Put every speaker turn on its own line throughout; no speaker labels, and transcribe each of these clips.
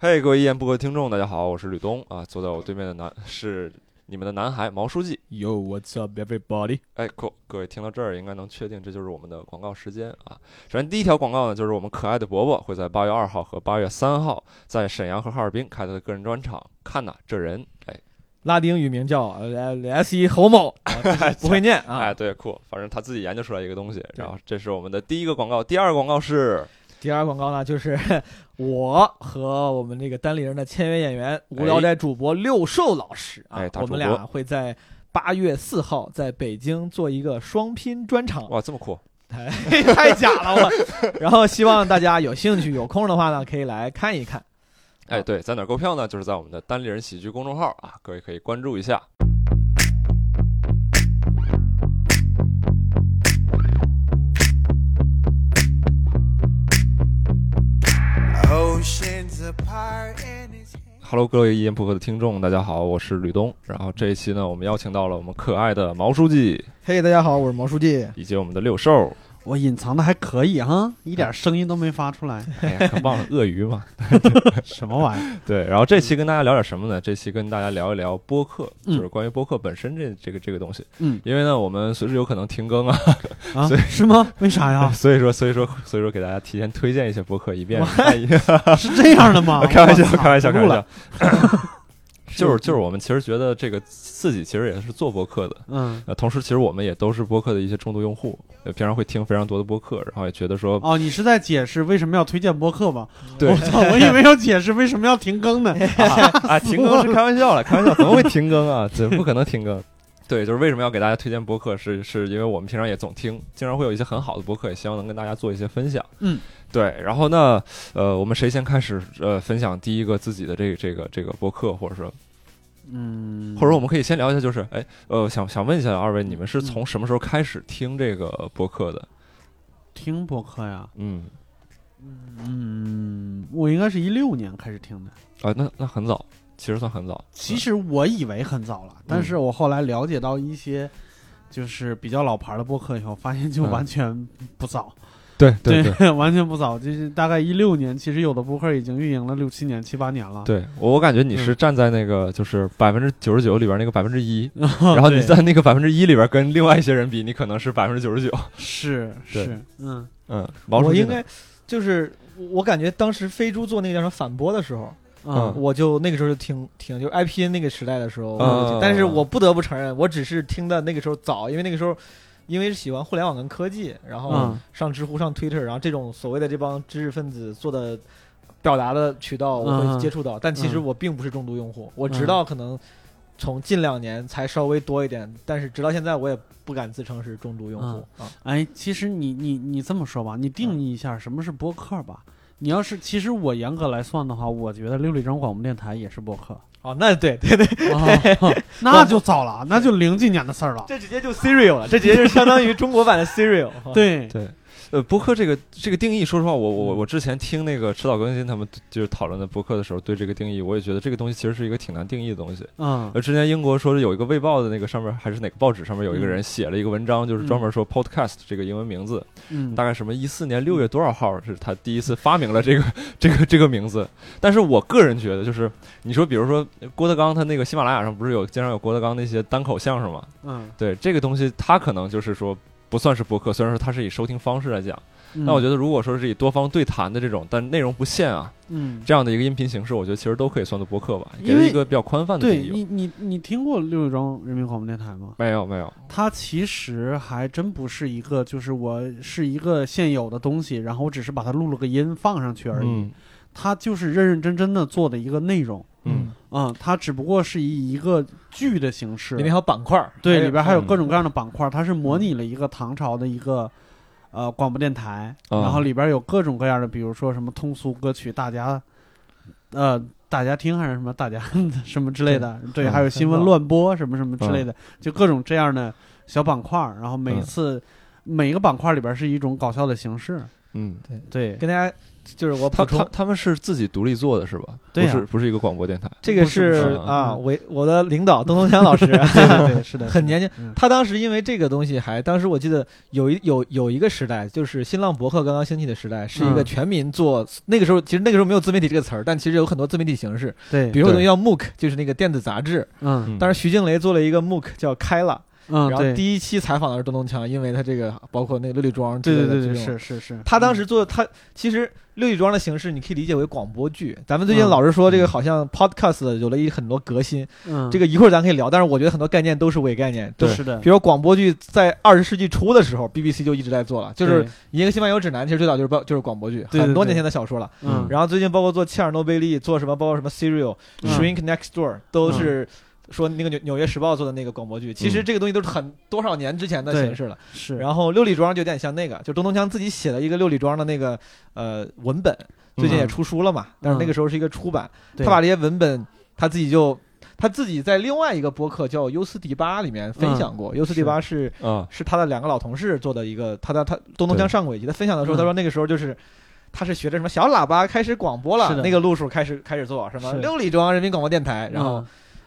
嘿、各位一言不合听众，大家好，我是吕东啊。坐在我对面的男是你们的男孩毛书记。
Yo, what's up, everybody？
哎，各各位听到这儿，应该能确定这就是我们的广告时间啊。首先，第一条广告呢，就是我们可爱的伯伯会在八月二号和八月三号在沈阳和哈尔滨开他的个人专场。看呐，这人，哎
拉丁语名叫呃 S E 侯某，啊 不会念啊。
哎，对，酷，反正他自己研究出来一个东西。然后，这是我们的第一个广告，第二个广告是
第二广告呢，就是 我和我们这个单立人的签约演员无聊斋主播六兽老师啊
哎，大
我
主播
们俩会在八月四号在北京做一个双拼专场，
哇，这么酷，
太 太假了我。然后希望大家有兴趣有空的话呢，可以来看一看。
哎，对，在哪儿购票呢？就是在我们的单立人喜剧公众号啊，各位可以关注一下。
Oceans apart and it's
Hello，各位一言不合的听众，大家好，我是吕东。然后这一期呢，我们邀请到了我们可爱的毛书记
嘿大家好，我是毛书记。
以及我们的六兽，
我隐藏的还可以哈，
嗯
一点声音都没发 出来，
哎呀，可棒了，鳄鱼嘛。
什么玩意儿？
对，然后这期跟大家聊点什么呢？这期跟大家聊一聊播客，
嗯
就是关于播客本身这这个这个东西。
嗯
因为呢，我们随时有可能停更啊，
啊
所以，
是 吗？为啥呀？
所以说，所以说，所以说，给大家提前推荐一些播客， 以便万一？
是这样的吗
开玩笑，
我操
开玩笑，
不
开
录
玩
了
笑。 就是就是，我们其实觉得这个自己其实也是做播客的，
嗯，
呃，同时其实我们也都是播客的一些重度用户，呃，平常会听非常多的播客，然后也觉得说，
哦，你是在解释为什么要推荐播客吧？
对
我操，我以为要解释为什么要停 更呢。
啊，停更是开玩笑了，开玩笑，怎么会停更 啊？这不可能停更。对，就是为什么要给大家推荐播客，是是因为我们平常也总听，经常会有一些很好的播客，也希望能跟大家做一些分享。
嗯，
对。然后呢，呃，我们谁先开始呃分享第一个自己的这个这个这个播客，或者说，
嗯，嗯
或者说我们可以先聊一下，就是哎呃，想想问一下二位，你们是从什么时候开始听这个播客的？
听播客呀？
嗯，
嗯，我应该是一六年开始听的。
啊，那那很早，其实算很早。
其实我以为很早
嗯
了，但是我后来了解到一些就是比较老牌的播客以后，发现就
嗯
完全不早。
对对对，
完全不早，就是大概一六年，其实有的播客已经运营了六七年、七八年了。，
啊
对我我感觉你是
嗯
站在那个就是百分之九十九里边那个百分之 一，
哦
然
然后你在那个百分之一里边跟另外一些人比，你可能是百分之九十九。
是
对
是嗯
嗯，毛书
我
记呢
应该就是我感觉当时飞猪做那个叫什么反驳的时候，
嗯
我就那个时候就听听，就 IPN 那个时代的时
嗯
候，我就
啊
听但是我不得不承认，我只是听的那个时候早，因为那个时候。因为喜欢互联网跟科技，然后
嗯
上知乎、上 Twitter，然后这种所谓的这帮知识分子做的表达的渠道，我
嗯
会
嗯
接触到。但其实
嗯
我并不是重度用户，我直到可能从近两年才稍微多一点，但是直到现在我也不敢自称是重度用户啊。
哎，其实你你你这么说吧，你定义一下什么是播客吧。你要是，其实我严格来算的话，我觉得六里庄广播电台也是 播客，
哦，那对对对，
哦那就早了，那就零几年的事儿了。
这直接就 Serial 了，这直接就是相当于中国版的 Serial 啊。
对，
对，呃，博客这个这个定义，说实话，我我我之前听那个迟早更新他们就是讨论的博客的时候，对这个定义，我也觉得这个东西其实是一个挺难定义的东西。
嗯
呃，之前英国说是有一个卫报的那个上面还是哪个报纸上面
嗯
有一个人写了一个文章，就是专门说 podcast 这个英文名字，
嗯
大，概什么一四年六月多少号是他第一次发明了这个这个这个名字。但是我个人觉得，就是你说，比如说郭德纲，他那个喜马拉雅上不是有经常有郭德纲那些单口相声嘛？
嗯，
对这个东西，他可能就是说不算是播客，虽然说它是以收听方式来讲，
那
但我觉得如果说是以多方对谈的这种，但内容不限啊，
嗯，
这样的一个音频形式，我觉得其实都可以算作播客吧，给
因
了
为
一个比较宽泛的
对
定
你
义。
你你听过六里庄人民广播电台吗？
没有没有，
它其实还真不是一个，就是我是一个现有的东西，然后我只是把它录了个音放上去而已。
嗯
它就是认认真真的做的一个内容
嗯，
啊、它只不过是以一个剧的形式，
里面还有板块儿，
嗯对
还
里边还有
嗯
各种各样的板块，它是模拟了一个唐朝的一个。呃，广播电台，
啊
然后里边有各种各样的，比如说什么通俗歌曲，大家，呃，大家听还是什么大家 什么之类的，对，
嗯
还有新闻
很棒
乱播什么什么之
嗯
类的，就各种这样的小板块儿，然后每
嗯
次、每个板块里边是一种搞笑的形式，
嗯
对，
跟大家就是我
他
补
他
充，
他们是自己独立做的是吧？
对呀啊
不是不是一个广播电台。
这个
不是
不是
啊，
嗯
我我的领导邓东强 老师
对对对，是的，
很年轻
嗯，
他当时因为这个东西还，当时我记得有一有有一个时代，就是新浪博客刚刚兴起的时代，是一个
嗯
全民做。那个时候其实那个时候没有自媒体这个词儿，但其实有很多自媒体形式，
对，
比如说有
对
东西叫 MOOC，就是那个电子杂志。
嗯
当时徐静蕾做了一个 MOOC 叫开了，
嗯，
然后
对
第一期采访的是邓东强，因为他这个包括那个六里庄之类
对
的
对对
这
对，
种
是是是，
他当
嗯
时做他其实六里庄的形式，你可以理解为广播剧。咱们最近
嗯
老是说这个好像 podcast 有了一很多革新，
嗯
这个一会儿咱可以聊。但是我觉得很多概念都是伪概念，都
对
是的，
比如广播剧在二十世纪初的时候，BBC 就一直在做了，就是《银河系漫游指南》，其实最早就是报就是广播剧，
对对
很多
对
年前的小说了。
嗯
然后最近包括做《切尔诺贝利》，做什么包括什么《Serial》
嗯
《Shrink Next Door》，都是说那个纽纽约时报做的那个广播剧。其实这个东西都是很多少年之前的
嗯对
形式了。
是，
然后六里庄就有点像那个，就东东强自己写了一个六里庄的那个呃文本，最近也出书了嘛，但是那个时候是一个出版，
嗯对
他把这些文本他自己就他自己在另外一个播客叫优斯迪巴里面分享
嗯
过，优斯迪巴是
啊，
是他的两个老同事做的一个，他的他东东强上过一集，他分享的时候
嗯
他说那个时候就是。他是学着什么小喇叭开始广播
是
了，
的
那个路数开始开始做什么
是
六里庄人民广播电台，然后
嗯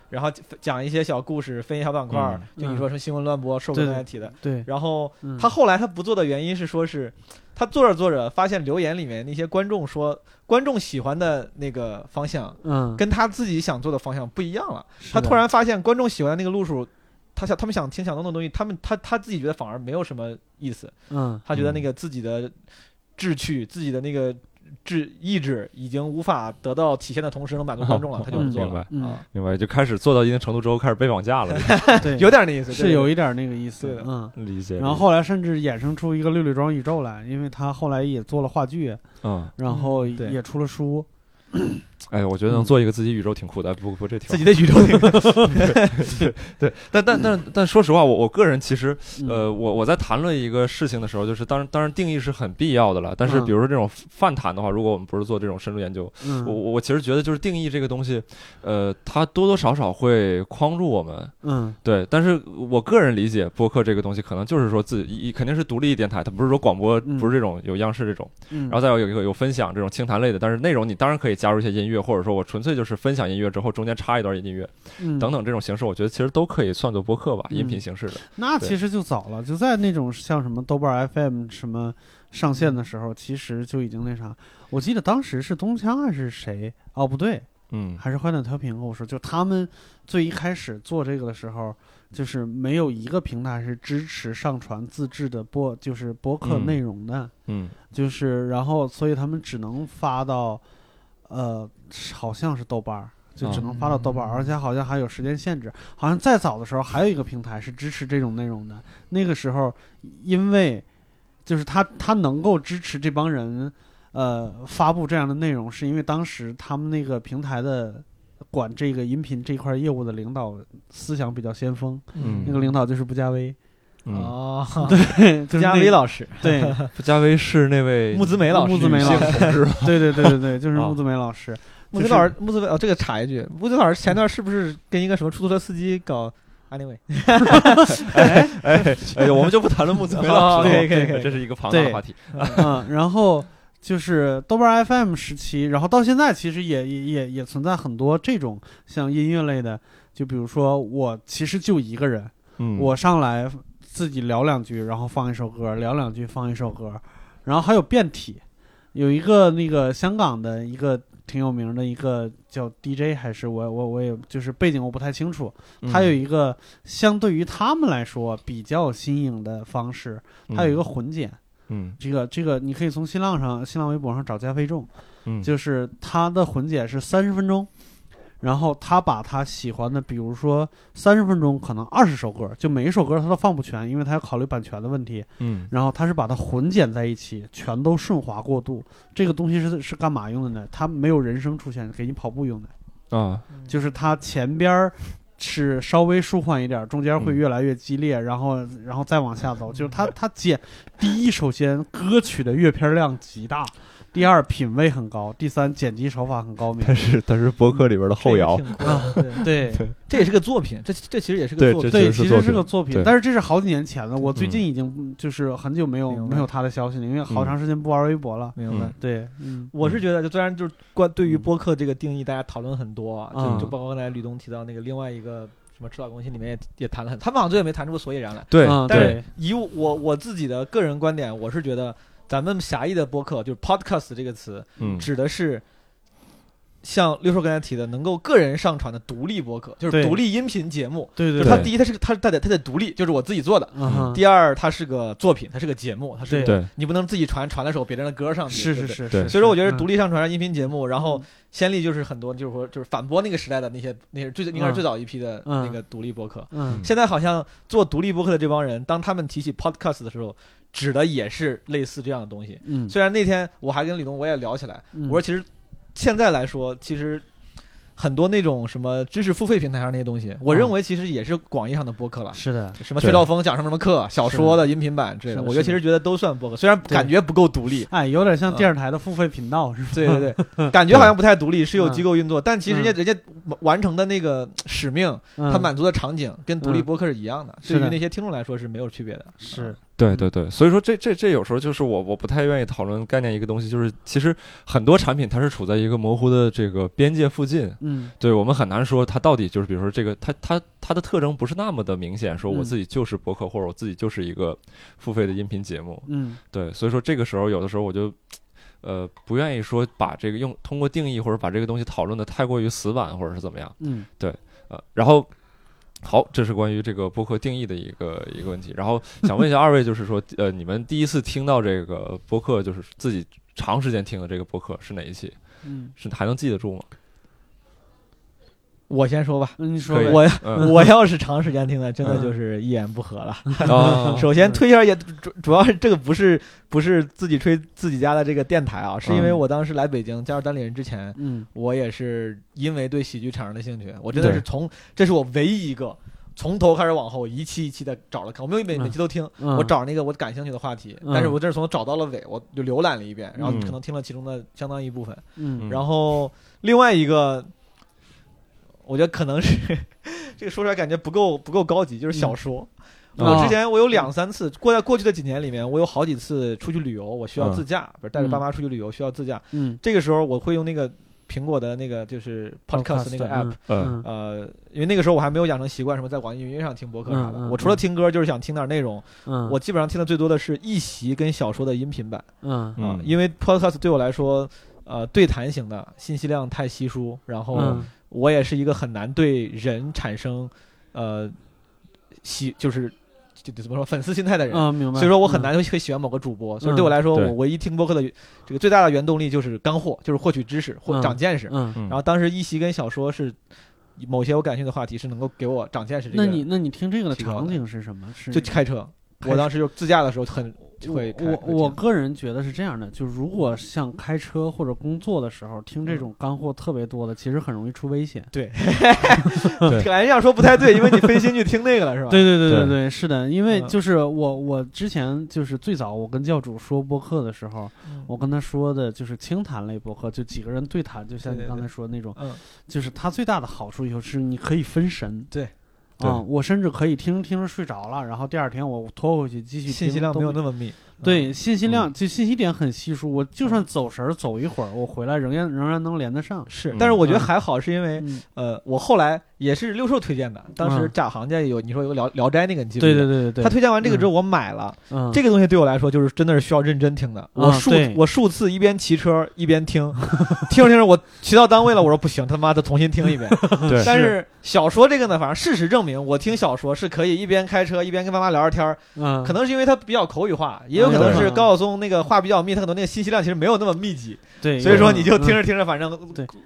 然后讲一些小故事，分一小板块儿，
嗯
就你
嗯
说什么新闻乱播，受
对
刚
对
才提的，
对
然后
嗯
他后来他不做的原因是说是，他做着做着发现留言里面那些观众说观众喜欢的那个方向
嗯
跟他自己想做的方向不一样了，
是
他
的
突然发现观众喜欢的那个路数。他想，他们想听想弄的东西，他们他他自己觉得反而没有什么意思。
嗯
他觉得那个自己的志趣、自己的那个志意志已经无法得到体现的同时，能满足观众了，他就不
嗯
做
明
了
白。
嗯
啊，
明白，就开始做到一定程度之后开始被绑架 了，
对，
有点那意思，
嗯是
对
有
对
一点那个意思
对，的
嗯。
理解。
然后后来甚至衍生出一个六里庄宇宙来，因为他后来也做了话剧，
嗯，
然后
嗯对
也出了书，
哎，我觉得能做一个自己宇宙挺酷的，不不，这挺
嗯自己的宇宙里面
对，但但但但说实话，我我个人其实
嗯
呃，我我在谈论一个事情的时候，就是当然当然定义是很必要的了，但是
嗯
比如说这种泛谈的话，如果我们不是做这种深度研究，
嗯
我我我其实觉得就是定义这个东西，呃，它多多少少会框住我们。
嗯
对，但是我个人理解播客这个东西，可能就是说自己一肯定是独立电台，它不是说广播，
嗯
不是这种有央视这种，
嗯，
然后再有有一个有分享这种清谈类的，但是内容你当然可以加入一些音乐，或者说我纯粹就是分享音乐之后中间插一段音乐
嗯
等等这种形式，我觉得其实都可以算作播客吧，
嗯
音频形式的。
那
对
其实就早了，就在那种像什么豆瓣儿 FM 什么上线的时候，其实就已经那啥。我记得当时是东枪还是谁？哦，不对，
嗯
还是欢乐调频。我说，就他们最一开始做这个的时候，就是没有一个平台是支持上传自制的播，就是播客
嗯
内容的，
嗯
就是然后所以他们只能发到，呃，好像是豆瓣儿。就只能发到豆瓣儿，
哦
而且好像还有时间限制。好像再早的时候，还有一个平台是支持这种内容的。那个时候，因为就是他他能够支持这帮人，呃，发布这样的内容，是因为当时他们那个平台的管这个音频这块业务的领导思想比较先锋，
嗯
那个领导就是布加威，
嗯，
哦，
嗯就是
加
那
威老师，
对
布加威是那位
木子美老师，
木子美老师，
是吧？
对对对对 对，就是
啊
穆子梅老师，
木子老师，木子哦，这个插一句，木子老师前段是不是跟一个什么出租车司机搞 anyway？
哎哎，我们就不谈论木子美老师了，
哦可以可以可以
这是一个庞大的话题。
嗯，然后就是豆瓣 FM 时期，然后到现在其实也也也也存在很多这种像音乐类的，就比如说我其实就一个人，
嗯
我上来自己聊两句，然后放一首歌，聊两句放一首歌，然后还有变体，有一个那个香港的一个挺有名的一个叫 DJ 还是我我我也就是背景我不太清楚，
嗯
他有一个相对于他们来说比较新颖的方式，他有一个混剪。
嗯
这个这个你可以从新浪上、新浪微博上找加菲众，
嗯
就是他的混剪是三十分钟，然后他把他喜欢的，比如说三十分钟可能二十首歌，就每一首歌他都放不全，因为他要考虑版权的问题。
嗯
然后他是把它混剪在一起，全都顺滑过渡。这个东西是是干嘛用的呢？它没有人声出现，给你跑步用的，
啊
就是它前边儿。是稍微舒缓一点，中间会
嗯
越来越激烈，然后然后再往下走，就是它它剪第一，首先歌曲的阅片量极大，第二品味很高，第三剪辑手法很高明
他。是他是博客里边的后摇
这，个挺酷的对
对
这也是个作品，这这其实也是
对
个作品。
这
对，
其
其
实是作
实
品
是个作
对
品，但是这是好几年前了。我最
嗯
近已经就是很久没有
明白
没有他的消息了，因为好长时间不玩微博了。
明白
嗯。
对，嗯，
我是觉得，就虽然就是关对于
嗯
播客这个定义，大家讨论很多啊，
嗯
就就包括刚才吕东提到那个另外一个什么《赤道攻心》里面也也谈了很，他们好像最后也没谈出个所以然来。
对
嗯
但
对
是以我我自己的个人观点，我是觉得咱们狭义的播客就是 podcast 这个词，
嗯
指的是像六叔刚才提的，能够个人上传的独立播客，就是
对
独立音频节目。就
对对
是它
对
第一，它是个它它得它得独立，就是我自己做的。
嗯哼
第二，它是个作品，它是个节目，它是
对
个
对
你不能自己传传的时候别人的歌上去。
是
对不
是
对。
是
对
是，
所以说，我觉得
嗯
独立上传音频节目，然后
嗯
先例就是很多，就是说就是反驳那个时代的那些那些最应该是最早一批的
嗯
那个独立播客。
嗯
现在好像做独立播客的这帮人，当他们提起 podcast 的时候，指的也是类似这样的东西。
嗯，
虽然那天我还跟李东我也聊起来，
嗯
我说其实现在来说，其实很多那种什么知识付费平台上那些东西，我认为其实也是广义上的播客了。
嗯是的，
什么
对
薛兆丰讲什么什么课，小说的音频版之类
是
的，
的
我觉得
是
其
的
实觉得都算播客，虽然
对
感觉不够独 立。
哎，有点像
嗯
电视台的付费频道是吧？
对对对，感觉好像不太独立，是
嗯
有机构运作，但其实人家人家完成的那个使命，他
他
满足的场景跟独立
嗯
播客是一样的，
是
对
的
于那些听众来说是没有区别的。嗯
是
对对对，所以说这这这有时候就是我我不太愿意讨论概念一个东西，就是其实很多产品它是处在一个模糊的这个边界附近，
嗯
对我们很难说它到底就是，比如说这个它它它的特征不是那么的明显，说我
嗯
自己就是博客或者我自己就是一个付费的音频节目，
嗯
对，所以说这个时候有的时候我就。呃，不愿意说把这个用通过定义或者把这个东西讨论的太过于死板，或者是怎么样，
嗯
呃，然后好，这是关于这个播客定义的一个一个问题。然后想问一下二位，就是说，呃，你们第一次听到这个播客，就是自己长时间听的这个播客是哪一期？
嗯，
是还能记得住吗？
我先说吧，
那你说
可以
呗
我
嗯
我要是长时间听的，真的
嗯
就是一言不合了。
啊
首先推一下也主主要是这个不是不是自己吹自己家的这个电台啊，是因为
嗯
我当时来北京加入单立人之前，
嗯
我也是因为对喜剧产生了兴趣，我真的是
对
从这是我唯一一个从头开始往后一期一期的找了看，我没有每
嗯
每期都听。
嗯
我找那个我感兴趣的话题，
嗯
但是我这是从头找到了尾，我就浏览了一遍，然后
嗯
可能听了其中的相当一部分。
嗯
然后另外一个，我觉得可能是 这个说出来感觉不够不够高级，就是小说。
嗯
我
啊
之前我有两三次，过在过去的几年里面，我有好几次出去旅游，我需要自驾，不是带着爸妈出去旅游需要自驾。
嗯
这个时候我会用那个苹果的那个就是 Podcast 那个 app，
嗯
嗯
呃，因为那个时候我还没有养成习惯什么在网易云音乐上听播客啥的。
嗯嗯
我除了
嗯
听歌，就是想听点内容。
嗯
我基本上听的最多的是一席跟小说的音频版。
嗯
啊
嗯，
因为 podcast 对我来说，呃，对谈型的信息量太稀疏，然后
嗯
我也是一个很难对人产生呃喜就是就就怎么说粉丝心态的人。
嗯明白，
所以说我很难会喜欢某个主播，所以对我来说，
对
我唯一听播客的这个最大的原动力就是干货， 就是获取知识或
嗯
长见识。
嗯。嗯
然
然后当时一席跟小说是某些我感兴趣的话题，是能够给我长见识这个。
那你那你听这个的
提高的
场景是什么？是
就开车，
开
我当时就自驾的时候很会开。
我
会
我
听
个人觉得是这样的，就如果像开车或者工作的时候听这种干货特别多的，其实很容易出危险。
对
感觉这样哎说不太对，因为你分心去听那个了，是吧？
对对对
对
对，是的，因为
嗯
就是我我之前就是最早我跟教主说播客的时候，
嗯，
我跟他说的就是清谈类播客，就几个人对谈，就像
对
你
对
刚才
对
说的那种，
嗯
就是它最大的好处就是你可以分神。
对
对
啊、我甚至可以听着听着睡着了，然后第二天我拖回去继续听。
信息量没有那么密。
对，信息
嗯
量就信息点很稀疏，我就算走神儿走一会儿，我回来仍然仍然能连得上。
是
嗯，
但是我觉得还好，是因为
嗯，
呃，我后来也是六兽推荐的，当时
嗯
贾行家有你说有个聊聊斋那个，你记不
对
记
对
得？
对对对，
他推荐完这个之后，我买了
嗯
这个东西，对我来说就是真的是需要认真听的。我
啊
数
对
我数次一边骑车一边听， 听着听着我骑到单位了，我说不行，他妈的重新听一遍。
对
但是小说这个呢，反正事实证明，我听小说是可以一边开车一边跟妈妈聊聊天儿，
嗯
可能是因为它比较口语化，也有可能
嗯
是高晓松那个话比较密，他可能那个信息量其实没有那么密集，
对，
所以
有
说
可能
你就
嗯
听着听着，反正
对。嗯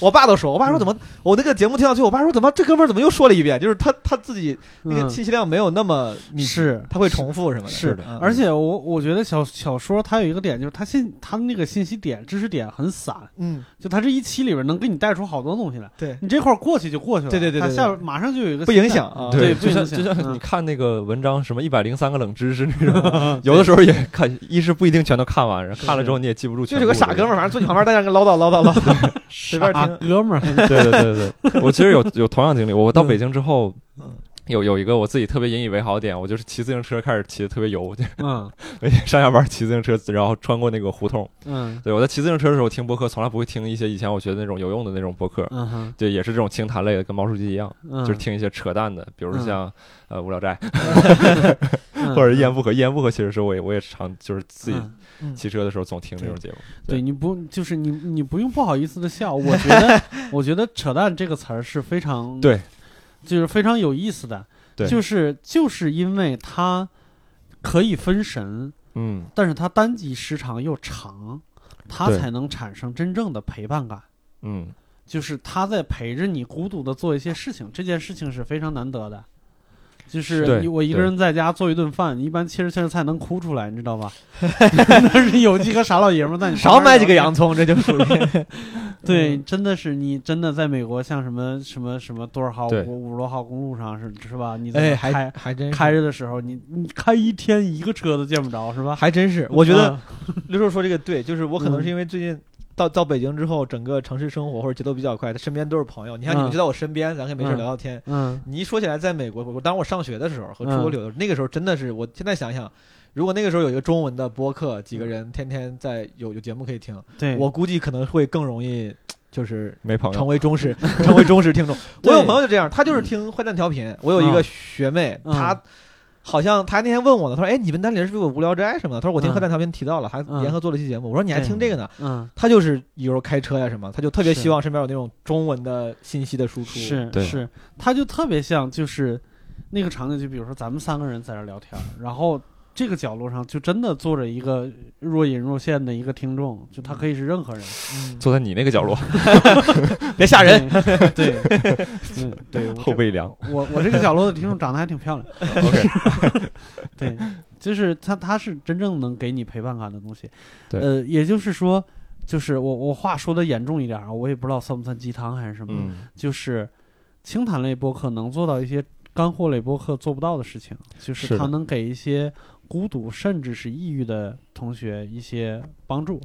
我爸都说，我爸说怎么我那个节目听上去，我爸说怎么这哥们儿怎么又说了一遍？就是他他自己那个
嗯
信息量没有那么密集，
是
他会重复什么的。嗯
是
的，
而且我我觉得小小说它有一个点，就是它信它那个信息点、知识点很散，
嗯，
就它这一期里边能给你带出好多东西来。
对
你这块儿过去就过去了，
对对对
它
对
下
对
边马上就有一个
不
新
影
的
响啊
对，不
就像
影
就
响。
像你
嗯
看那个文章，什么一百零三个冷知识那 种，有的时候也看，一是不一定全都看完，然后看了之后你也记不住
就
全
是
部。
有个傻哥们儿，反正坐你旁边，大家跟唠叨唠叨 唠叨，随便
傻
听。
啊哥们儿，
对对对对 对，我其实有有同样经历。我到北京之后
嗯，
有有一个我自己特别引以为豪的点，我就是骑自行车开始骑的特别油， 就是
嗯
每天上下班骑自行车，然后穿过那个胡同。
嗯
对，我在骑自行车的时候听播客，从来不会听一些以前我觉得那种有用的那种播客。
嗯哼
对，也是这种清谈类的，跟毛书记一样，
嗯，
就是听一些扯淡的，比如
嗯
像呃无聊 斋
嗯
或者一言不合。一言不合其实是我也我也常就是自己
嗯
嗯
骑车的时候总听这种节目。
对你不就是你你不用不好意思的笑，我觉得 我觉得“扯淡”这个词儿是非常
对，
就是非常有意思的，
对
就是就是因为它可以分神，
嗯，
但是它单集时长又长，它
对
才能产生真正的陪伴感。
嗯，
就是他在陪着你孤独的做一些事情，这件事情是非常难得的。就是
对
你我一个
对
人在家做一顿饭，一般切着切着菜能哭出来，你知 道吧？但是有几个傻老爷们儿在你
少
旁边
买几个
聊天
洋葱，嗯这就属于
哎对，真的是你真的在美国，像什么什么什么多少号
对
五五十多号公路上是是吧？你在
哎，
那
还
开
还真是
开着的时候，你你开一天一个车都见不着是吧？
还真是，我觉得
嗯
刘叔说这个对，就是我可能
嗯
是因为最近到到北京之后，整个城市生活或者节奏比较快，他身边都是朋友。你看你
嗯
们就在我身边，咱可以没事
嗯
聊聊天。
嗯
你一说起来，在美国，我当我上学的时候和出国
嗯
留的时候那个时候，真的是我现在想想，如果那个时候有一个中文的播客，几个人天天在有有节目可以听，
对
我估计可能会更容易就是
没朋
成
友。
为忠 实成为忠实听众。我
对
有朋友就这样，他就是听坏蛋调频。我有一个
嗯
学妹，
嗯
她好像她那天问我呢，她说：“哎，你们单里人是不是有无聊斋什么的？”她说：“我听
嗯
坏蛋调频提到了，还
嗯
联合做了一期节目。”我说：“你还
对
听这个呢
嗯？”
她就是有时候开车呀什么，她就特别
是
希望身边有那种中文的信息的输出。
是
对
是，他就特别像就是那个场景，就比如说咱们三个人在这儿聊天儿，然后这个角落上就真的坐着一个若隐若现的一个听众，就他可以是任何人，
嗯，
坐在你那个角落，
别吓人。
对， 对，嗯，对，我
后
这
背凉。
我我这个角落的听众长得还挺 漂亮，
OK，
对，就是他他是真正能给你陪伴感的东西，
对
呃，也就是说，就是我我话说的严重一点啊，我也不知道算不算鸡汤还是什么，
嗯，
就是清谈类播客能做到一些干货类播客做不到的事情，就是
是
它
的
能给一些孤独甚至是抑郁的同学一些帮助。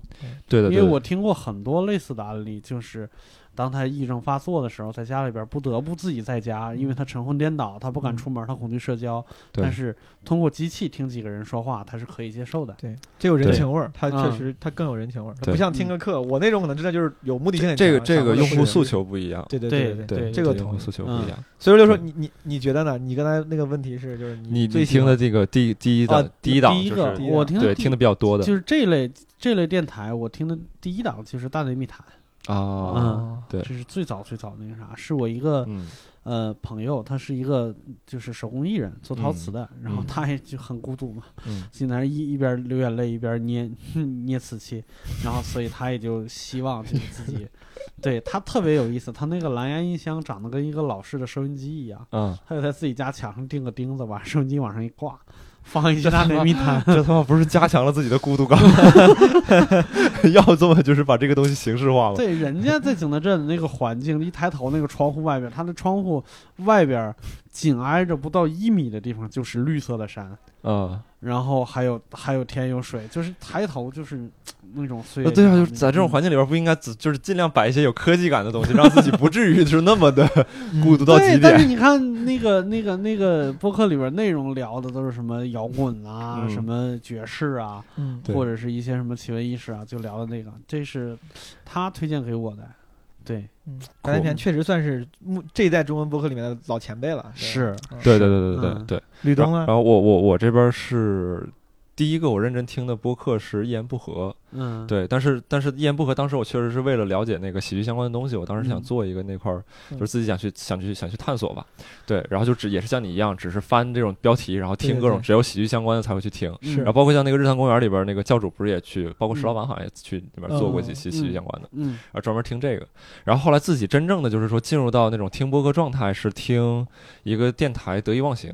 对的，
因
对
为
的
我听过很多类似的案例，就是当他抑郁症发作的时候，在家里边不得不自己在家，因为他晨昏颠倒，他不敢
嗯
出门，他恐惧社交。
对
但是通过机器听几个人说话，他是可以接受的。
对，这有人
对
情味儿，它确
嗯
实它更有人情味儿，它
对
不像听个课，我那种可能真的就是有目的性很强。
这个这个
想
用户
获取
诉。求不一样，
对对对
对
对，
对
这个
用
同
户
意。
诉求不一样。
所以刘叔，你你你觉得呢？你刚才那个问题是，就是
你
最
你
喜
听
欢
的这个第第一
啊
档，第一档
第一
就
个
是
第一
我
档
听
对
第
听的比较多的
就是这类这类电台，我听的第一档就是《大内密谈》。
啊，
嗯，
对
这是最早最早那个啥，是我一个
嗯
呃朋友，他是一个就是手工艺人，做陶瓷的，然后
嗯
他也就很孤独嘛，
嗯
现在一一边流眼泪一边捏 捏瓷器，然后所以他也就希望就是自 己，对他特别有意思，他那个蓝牙音箱长得跟一个老式的收音机一样，
嗯，，
他就在自己家墙上钉个钉子，把收音机往上一挂，放一些大内密谈
这他妈不是加强了自己的孤独感吗？ 要这么就是把这个东西形式化了。
对，人家在景德镇那个环境，一抬头那个窗户外边，他的窗户外边紧挨着不到一米的地方就是绿色的山，
嗯，
然后还有还有天有水，就是抬头就是嘖那种岁月
那
感。
对啊，就是在这种
嗯
环境里边，不应该只就是尽量摆一些有科技感的东西，让自己不至于就是那么的孤独到极
对，但是
点。
你看那个那个那个播客里边内容聊的都是什么摇滚啊，
嗯
什么爵士啊，
嗯
对
或者是一些什么奇闻异事啊，就聊的那个，这是他推荐给我的。对，
嗯，白南
酷
片确实算是目这一代中文播客里面的老前辈了。对吧，嗯
是
对对对对对
嗯
啊
对。
吕东
然
啊，
后我我我这边是第一个我认真听的播客是《一言不合》，
嗯，
对，但是但是《一言不合》当时我确实是为了了解那个喜剧相关的东西，我当时想
嗯
做一个那块儿，就
嗯
是自己想去想去想去探索吧，对，然后就只也是像你一样，只是翻这种标题，然后听
对
各种
对
只有喜剧相关的才会去听。
嗯
然后包括像那个日坛公园里边那个教主不是也去，包括石
嗯
老板好像也去里面做过几期喜剧相关的，
嗯
啊，专门听这个。然后后来自己真正的就是说进入到那种听播客状态，是听一个电台得意忘形，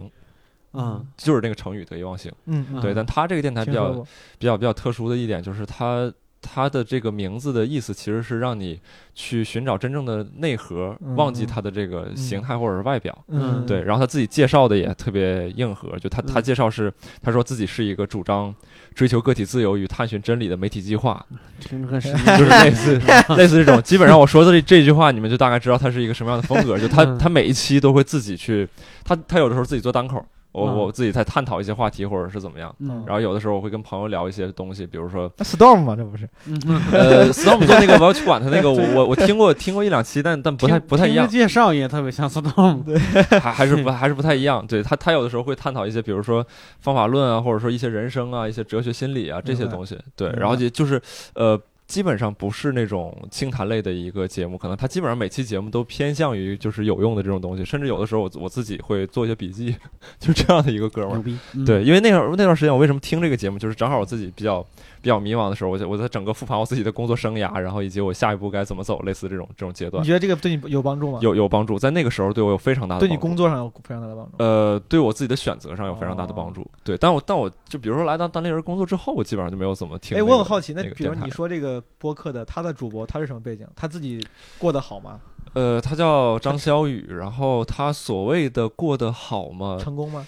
啊，
就是那个成语得意忘形。
嗯，
嗯
对，但他这个电台比
听说
较
过，
比较比较特殊的一点就是它它的这个名字的意思其实是让你去寻找真正的内核，
嗯
忘记它的这个形态或者是外表。
嗯
对，然后他自己介绍的也特别硬核，就他他
嗯
介绍是他说自己是一个主张追求个体自由与探寻真理的媒体计 划，
听着跟神
就是类似类似这种。基本上我说的这这句话，你们就大概知道他是一个什么样的风格。就他
嗯
他每一期都会自己去，他他有的时候自己做单口，我
嗯
我自己在探讨一些话题或者是怎么样。
嗯
然后有的时候我会跟朋友聊一些东西，比如说，
那 storm 嘛，这不是
嗯，
呃，Storm 做那个我要去管他那个，我我我听过听过一两期，但但不太
听
不太一
听
样
着，介绍也特别像 Storm，
还还 是不还是不太一样。对他他有的时候会探讨一些，比如说方法论啊，或者说一些人生啊、一些哲学心理啊这些
明白
东西。对，
明白
然后也就是呃。基本上不是那种清谈类的一个节目，可能他基本上每期节目都偏向于就是有用的这种东西，甚至有的时候我我自己会做一些笔记， 就这样的一个哥们儿
牛。逼，嗯，
对，因为那会儿那段时间，我为什么听这个节目，就是正好我自己比较比较迷茫的时候，我就我在整个复盘我自己的工作生涯，然后以及我下一步该怎么走，类似这种这种阶段
你，觉得这个对你有帮助吗？，
有有帮助，在那个时候对我有非常大的
对你
帮助
工作上有非常大的帮助。
呃，对我自己的选择上有非常大的帮助。
哦
对，但我但我就比如说来当当猎人工作之后，我基本上就没有怎么听、
哎，我很好奇，那
个
比如
电台
你说这个播客的他的主播他是什么背景？他自己过得好吗？
呃，他叫张小雨，然后他所谓的过得好吗？
成功吗？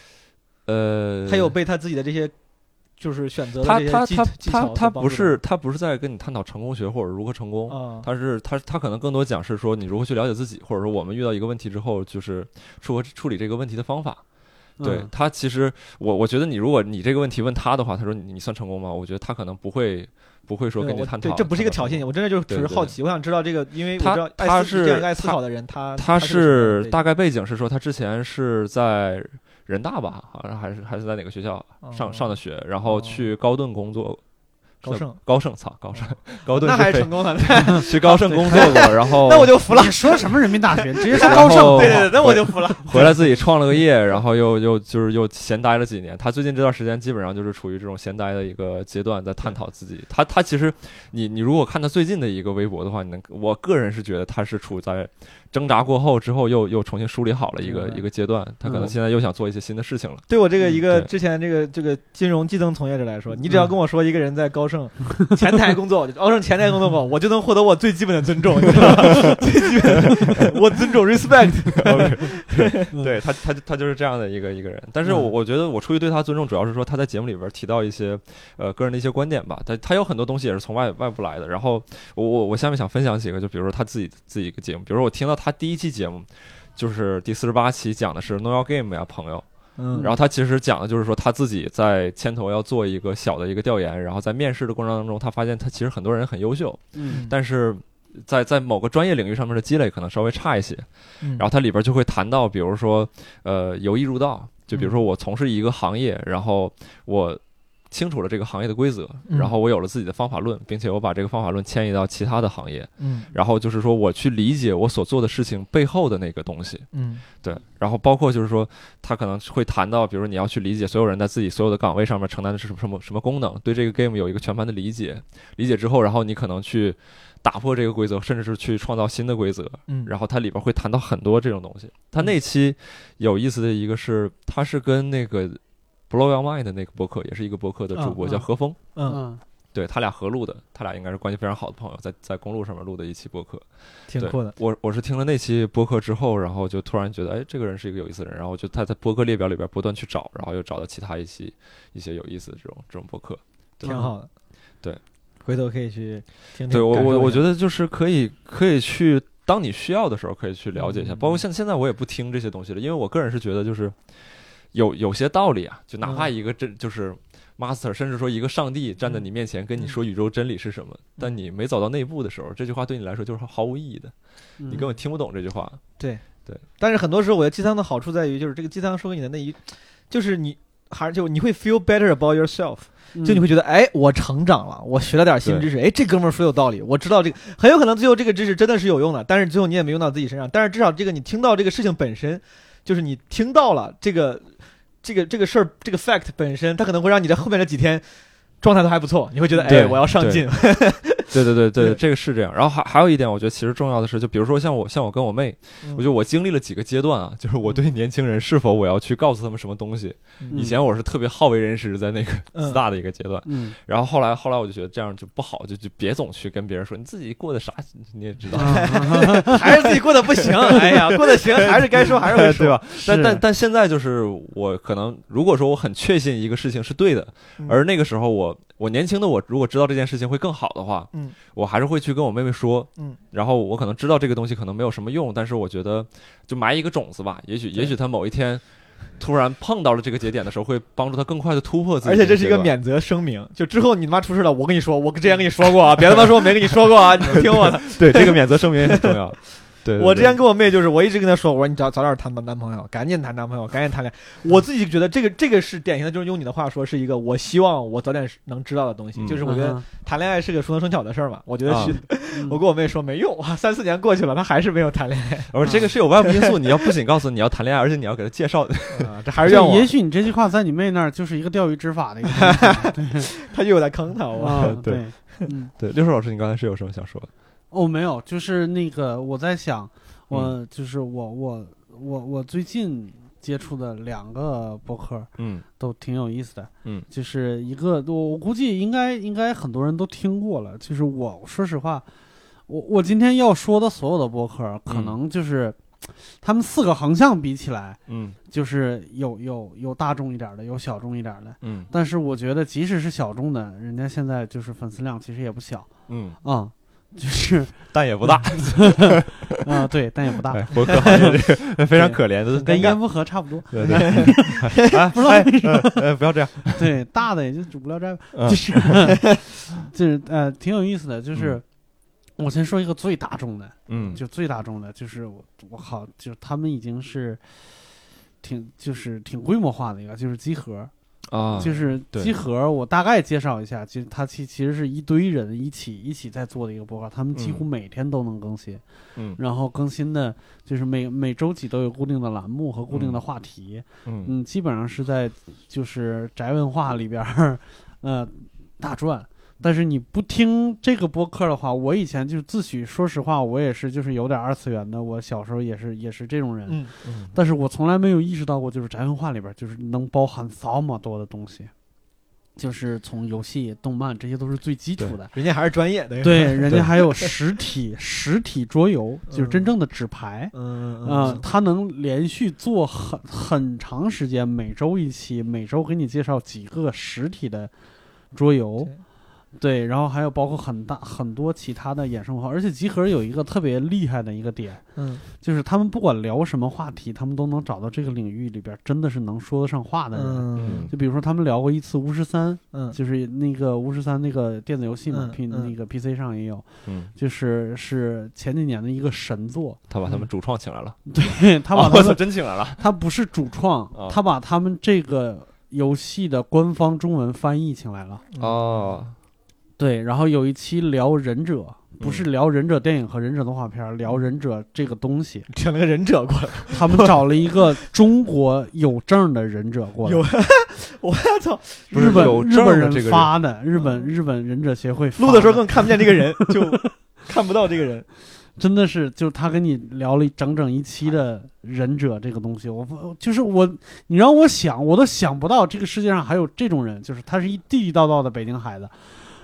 呃，
他有被他自己的这些就是选择的
他
这
他
些技
他
技巧
他
所
他
帮
不
助
是他不是在跟你探讨成功学或者如何成功，
啊，
他是他他可能更多讲是说你如何去了解自己，或者说我们遇到一个问题之后，就是处和处理这个问题的方法。
嗯
对他其实我我觉得你如果你这个问题问他的话，他说你你算成功吗？我觉得他可能不会不会说
对
跟你
我
探讨。
对，这不是一个挑衅，我真的就只
对
是
对
好
对
奇，我想知道这个，因为我
他
知道爱
他
思这样
是
一个爱思
他
考的人，他
他
是
是
什么样的
大概背景是说他之前是在人大吧，好像还是还是在哪个学校
哦
上上的学，然后去高顿工作。
高盛
高盛，操，高盛，高顿
哦那还
去
是成功了，那
去高盛工作过，然后
那我就服了。
你说什么人民大 学？直接说
然
高盛
后
对对对，那我就服了。
回来自己创了个业，然后又又就是又闲待了几年。他最近这段时间基本上就是处于这种闲待的一个阶段，在探讨自己。他他其实你你如果看他最近的一个微博的话，你能我个人是觉得他是处在挣扎过后之后又又重新梳理好了一个
明白
一个阶段。他可能
嗯
现在又想做一些新的事情了。
对我这个一
嗯
个
对嗯
之前这个这个金融技能从业者来说，你只要跟我说一个人在高盛前台工作，高盛前台工作过，我就能获得我最基本的尊重，你知道吗？ 最基本的我尊重 respect。
对他他他就是这样的一个一个人。但是我
嗯
我觉得我出于对他尊重，主要是说他在节目里边提到一些呃个人的一些观点吧。他他有很多东西也是从外外部来的。然后我我我下面想分享几个，就比如说他自己自己一个节目，比如说我听到他第一期节目。就是第四十八期讲的是 No Your Game 呀，朋友。
嗯
然后他其实讲的就是说他自己在牵头要做一个小的一个调研，然后在面试的过程当中，他发现他其实很多人很优秀，
嗯
但是在在某个专业领域上面的积累可能稍微差一些。
然
然后它里边就会谈到，比如说，呃，由易入道，就比如说我从事一个行业，然后我清楚了这个行业的规则，
嗯
然后我有了自己的方法论，并且我把这个方法论迁移到其他的行业，
嗯
然后就是说我去理解我所做的事情背后的那个东西，
嗯
对，然后包括就是说，他可能会谈到，比如说你要去理解所有人在自己所有的岗位上面承担的是什么什么什么功能，对这个 game 有一个全盘的理解，理解之后，然后你可能去打破这个规则，甚至是去创造新的规则，
嗯
然后它里边会谈到很多这种东西。它
嗯
那期有意思的一个是，它是跟那个 Blow Your Mind 的那个播客，也是一个播客的主播
嗯嗯
叫何峰，
嗯，
嗯
对他俩合录的，他俩应该是关系非常好的朋友，在在公路上面录的一期播客。
挺
对
酷的。
我我是听了那期播客之后，然后就突然觉得，哎，这个人是一个有意思的人，然后就他在播客列表里边不断去找，然后又找到其他一期一些有意思的这种这种播客。对
挺好的。
对，
回头可以去听听。
对我
感受
我
一
我
下
觉得就是可以可以去，当你需要的时候可以去了解一下。
嗯
包括像现在我也不听这些东西了，因为我个人是觉得就是有有些道理啊，就哪
嗯
怕一个真就是 master，甚至说一个上帝站在你面前
嗯
跟你说宇宙真理是什么，但你没走到内部的时候，这句话对你来说就是毫无意义的，
嗯，
你根本听不懂这句话。
对
对，
但是很多时候我觉得鸡汤的好处在于，就是这个鸡汤说给你的那一，就是你还是就你会 feel better about yourself，就
嗯
你
会
会觉得，哎，我成长了，我学了点新知识，哎，这哥们儿说有道理，我知道这个，很有可能最后这个知识真的是有用的，但是最后你也没用到自己身上，但是至少这个你听到这个事情本身，就是你听到了这个这个这个事儿这个 fact 本身，它可能会让你在后面的几天状态都还不错，你会觉得，哎，
对
我要上进，
对对对
对
对，这个是这样。然后还还有一点，我觉得其实重要的是，就比如说像我像我跟我妹，
嗯
我觉得我经历了几个阶段啊，就是我对年轻人是否我要去告诉他们什么东西，以前我是特别好为人师，在那个
嗯
自大的一个阶段。
嗯
然后后来后来我就觉得这样就不好，就就别总去跟别人说你自己过得啥，你也知道。
还是自己过得不行，哎呀，过得行 还是该说还是会 说，
对吧？但
是
但但现在就是我可能，如果说我很确信一个事情是对的，
嗯
而那个时候我我年轻的我如果知道这件事情会更好的话，
嗯，
我还是会去跟我妹妹说，
嗯，
然后我可能知道这个东西可能没有什么用，但是我觉得就埋一个种子吧，也许也许她某一天突然碰到了这个节点的时候，会帮助她更快的突破自己。
而且这是一个
免。
免责声明，就之后你他妈出事了，我跟你说，我之前跟你 说过啊，别他妈说我没跟你说过啊，你听我的。
对， 这个免责声明也很重要。对对
我之前
对
跟我妹就是，我一直跟她说，我说你早早点谈吧男朋友，赶紧谈男朋友，赶紧谈恋爱。我自己觉得这个这个是典型的，就是用你的话说是一个我希望我早点能知道的东西，
嗯
就是我觉得谈恋爱是个熟能生巧的事儿嘛。我觉得
啊
是，
嗯
我跟我妹说没用 啊，三四年过去了，她还是没有谈恋
我说这个是有外部因 素，你要不仅告诉你要谈恋爱，而且你要给他介绍。
爱，啊、这还是
就
让我
也，许你这句话在你妹那儿就是一个钓鱼执法的一个东西
她又在坑她，我、
啊，
对
对，嗯，
对，六叔老师，你刚才是有什么想说的？
哦，没有，就是那个我在想，我
嗯
就是我我我我最近接触的两个博客
嗯
都挺有意思的，
嗯，
就是一个我我估计应该应该很多人都听过了，就是我说实话，我我今天要说的所有的博客，可
嗯
能就是、他们四个横向比起来，
嗯
就是有有有大众一点的，有小众一点的。
嗯
但是我觉得，即使是小众的，人家现在就是粉丝量其实也不小
嗯，
啊、就是
但也不大，
啊、对，但也嗯不 大，
哎，博客行业这个非常可怜的，
跟
应该
烟不合差不多。
对对，哎
不知道
哎
为什么
呃呃不要这样，
对，大的也就无聊斋，
嗯
就是就是呃，挺有意思的。就是我先说一个最大众的，
嗯
就最大众的，就是我我靠，就是他们已经是挺就是挺规模化的一个，就是集合。
啊
就是
对
集合，我大概介绍一下，就是它其其实是一堆人一起一起在做的一个博客，他们几乎
嗯
每天都能更新，
嗯
然后更新的就是每每周几都有固定的栏目和固定的话题，
嗯
嗯，基本上是在就是宅文化里边儿，呃，大转。但是你不听这个播客的话，我以前就自诩，说实话，我也是就是有点二次元的，我小时候也是也是这种人，
嗯
嗯
但是我从来没有意识到过，就是宅文化里边儿就是能包含这么多的东西，就是从游戏、动漫，这些都是最基础的。
人家还是专业的，
对， 人
对
家还有实体实体桌游，就是
嗯
真正的纸牌。
嗯，嗯
啊、
嗯
它能连续做很很长时间，每周一期，每周给你介绍几个实体的桌游，对，然后还有包括很大很多其他的衍生文化，而且集合有一个特别厉害的一个点，
嗯
就是他们不管聊什么话题，他们都能找到这个领域里边真的是能说得上话的人。
嗯
就比如说，他们聊过一次巫师三，
嗯
就是那个巫师三那个电子游戏嘛
嗯
，P
嗯
那个 PC 上也有，
嗯，
就是是前几年的一个 神作。
他把他们主创请来了，
对嗯他
哦
把
啊
他
我操，
们，
真请来了，
他不是主创
啊，
他把他们这个游戏的官方中文翻译请来了。
嗯
哦，
对，然后有一期聊忍者，
嗯
不是聊忍者电影和忍者动画片儿，聊忍者这个东西。
请了个忍者过来，
他们找了一个中国有证的忍者过 来
有，我操，
不是
日本
有
日
证
本
的这个
人
人嗯
发的，日本日本忍者协会发
录的时候更看不见这个人， 就看不到这个人，
真的是，就是他跟你聊了整整一期的忍者这个东西，我不就是我，你让我想，我都想不到这个世界上还有这种人，就是他是一地地道道的北京孩子，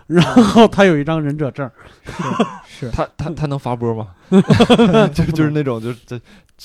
然后他有一张忍者证，
是
他他
嗯
他能发波 吗？ 就就是那种就是这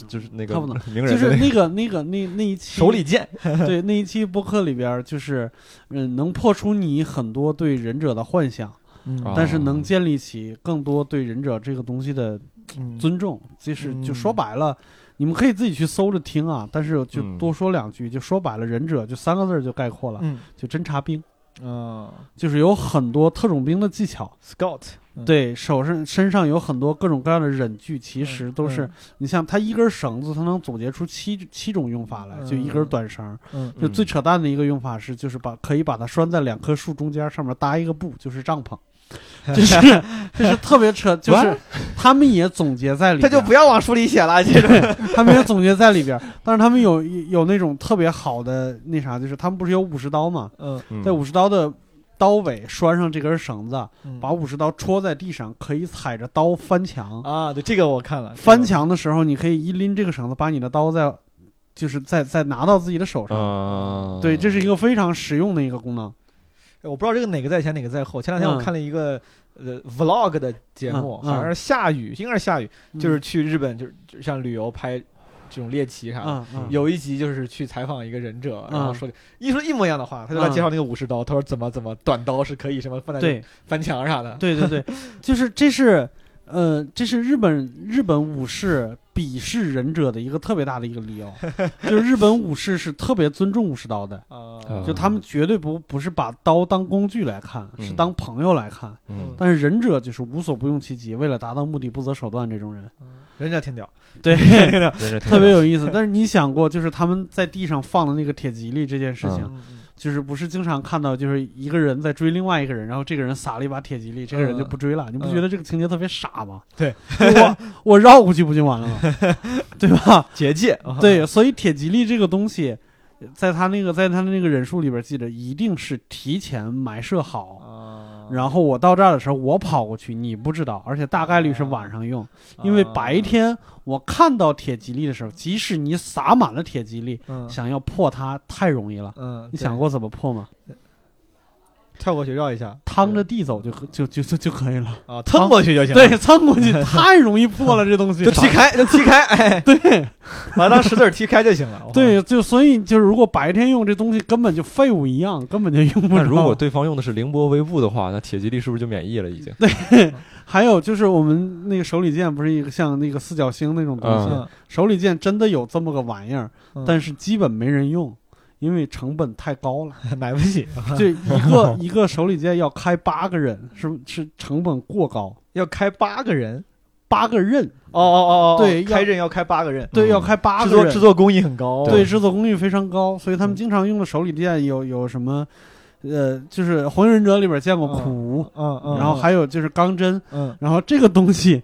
就是那个
他不能
名
就
人的
是
那个
那个那个那那一期
手里剑，
对那一期播客里边儿，就是嗯，能破除你很多对忍者的幻想。
嗯
啊
但是能建立起更多对忍者这个东西的
嗯
尊重。即使就
嗯
说白了，你们可以自己去搜着听啊，但是就
嗯
多说两句，就说白了，忍者就三个字儿就概括了，
嗯
就侦察兵。
嗯
就是有很多特种兵的技巧。
，Scout，嗯
对手上身上有很多各种各样的忍具，其实都是、
嗯
你像它一根绳子，它能总结出七七种用法来，就一根
嗯
短绳。
嗯
就最扯淡的一个用法是，就是把可以把它拴在两棵树中间，上面搭一个布，就是 帐篷，
嗯
就是就是特别扯，就是他们也总结在里
他
边，
就不要往书里写了，其实
他们也总结在里边，但是他们有有那种特别好的那啥，就是他们不是有武士刀嘛，
嗯，
嗯
在武士刀的刀尾拴上这根绳子，
嗯
把武士刀戳在地上，可以踩着刀翻墙。
啊，对这个我看了，
翻墙的时候，你可以一拎这个绳子，把你的刀在，就是再再拿到自己的手上。
嗯
啊，
对，这是一个非常实用的一个功能。
我不知道这个哪个在前哪个在后。前两天我
嗯
看了一个、呃 vlog 的节目，
嗯嗯
好像是下雨，应该是下雨，就是去日本就是就像旅游拍这种猎奇啥的。
嗯嗯，
有一集就是去采访一个忍者，
嗯
然后说的一说一模一样的话，他就来
嗯
介绍那个武士刀，他说怎么怎么短刀是可以什么放在
对
翻墙啥的，
对对对，就是这是呃，这是日本日本武士鄙视忍者的一个特别大的一个理由，就是日本武士是特别尊重武士刀的，
啊，
嗯
就他们绝对不不是把刀当工具来看，是
嗯
当朋友来看。
嗯
但是忍者就是无所不用其极，为了达到目的不择手段这种人，
忍者挺屌，
对，
真是挺
特别有 意思。但是你想过，就是他们在地上放的那个铁吉利这件事情，
嗯
就是不是经常看到，就是一个人在追另外一个人，然后这个人撒了一把铁吉利，这个人就不追了。你不觉得这个情节特别傻吗？
嗯对，
我我绕过去不就完了吗？ 对吧？
结界，
嗯
啊
对，所以铁吉利这个东西，在他那个在他的那个忍术里边记着，一定是提前埋设好。
啊，
然后我到这儿的时候，我跑过去，你不知道，而且大概率是晚上用，
哦
因为白天我看到铁吉利的时候，即使你撒满了铁吉利，
嗯
想要破它太容易了。
嗯，
你
对
想过怎么破吗？
跳过去绕一下
趟着地走就可就就就就可以了。
啊，蹭过去就行，
对，，蹭过去太容易破了，这东西
就。踢开就踢开，哎，对，把它当石子儿踢开就行了，我
对，就所以就是，如果白天用这东西，根本就废物一样，根本就用不
那
着。
如果对方用的是凌波微步的话，那铁吉利是不是就免疫了？已经
还有就是我们那个手里剑不是一个像那个四角星那种东西，
嗯
嗯
手里剑真的有这么个玩意儿，
嗯
但是基本没人用，因为成本太 高了。
买不起，
就一个一个手里剑要开八个人，是是成本过高，
要开八个人，
八个刃，
哦哦哦哦，
对要
开刃要开八个人，
嗯
对，要开八
制
个
作
人
制。作工艺很高，
对，制作工艺非常高，所以他
嗯
们经常用的手里剑有有什么，呃，就是《火影忍者》里边见过
嗯
苦，
嗯嗯，
然后还有就是钢针，
嗯
然后这个东西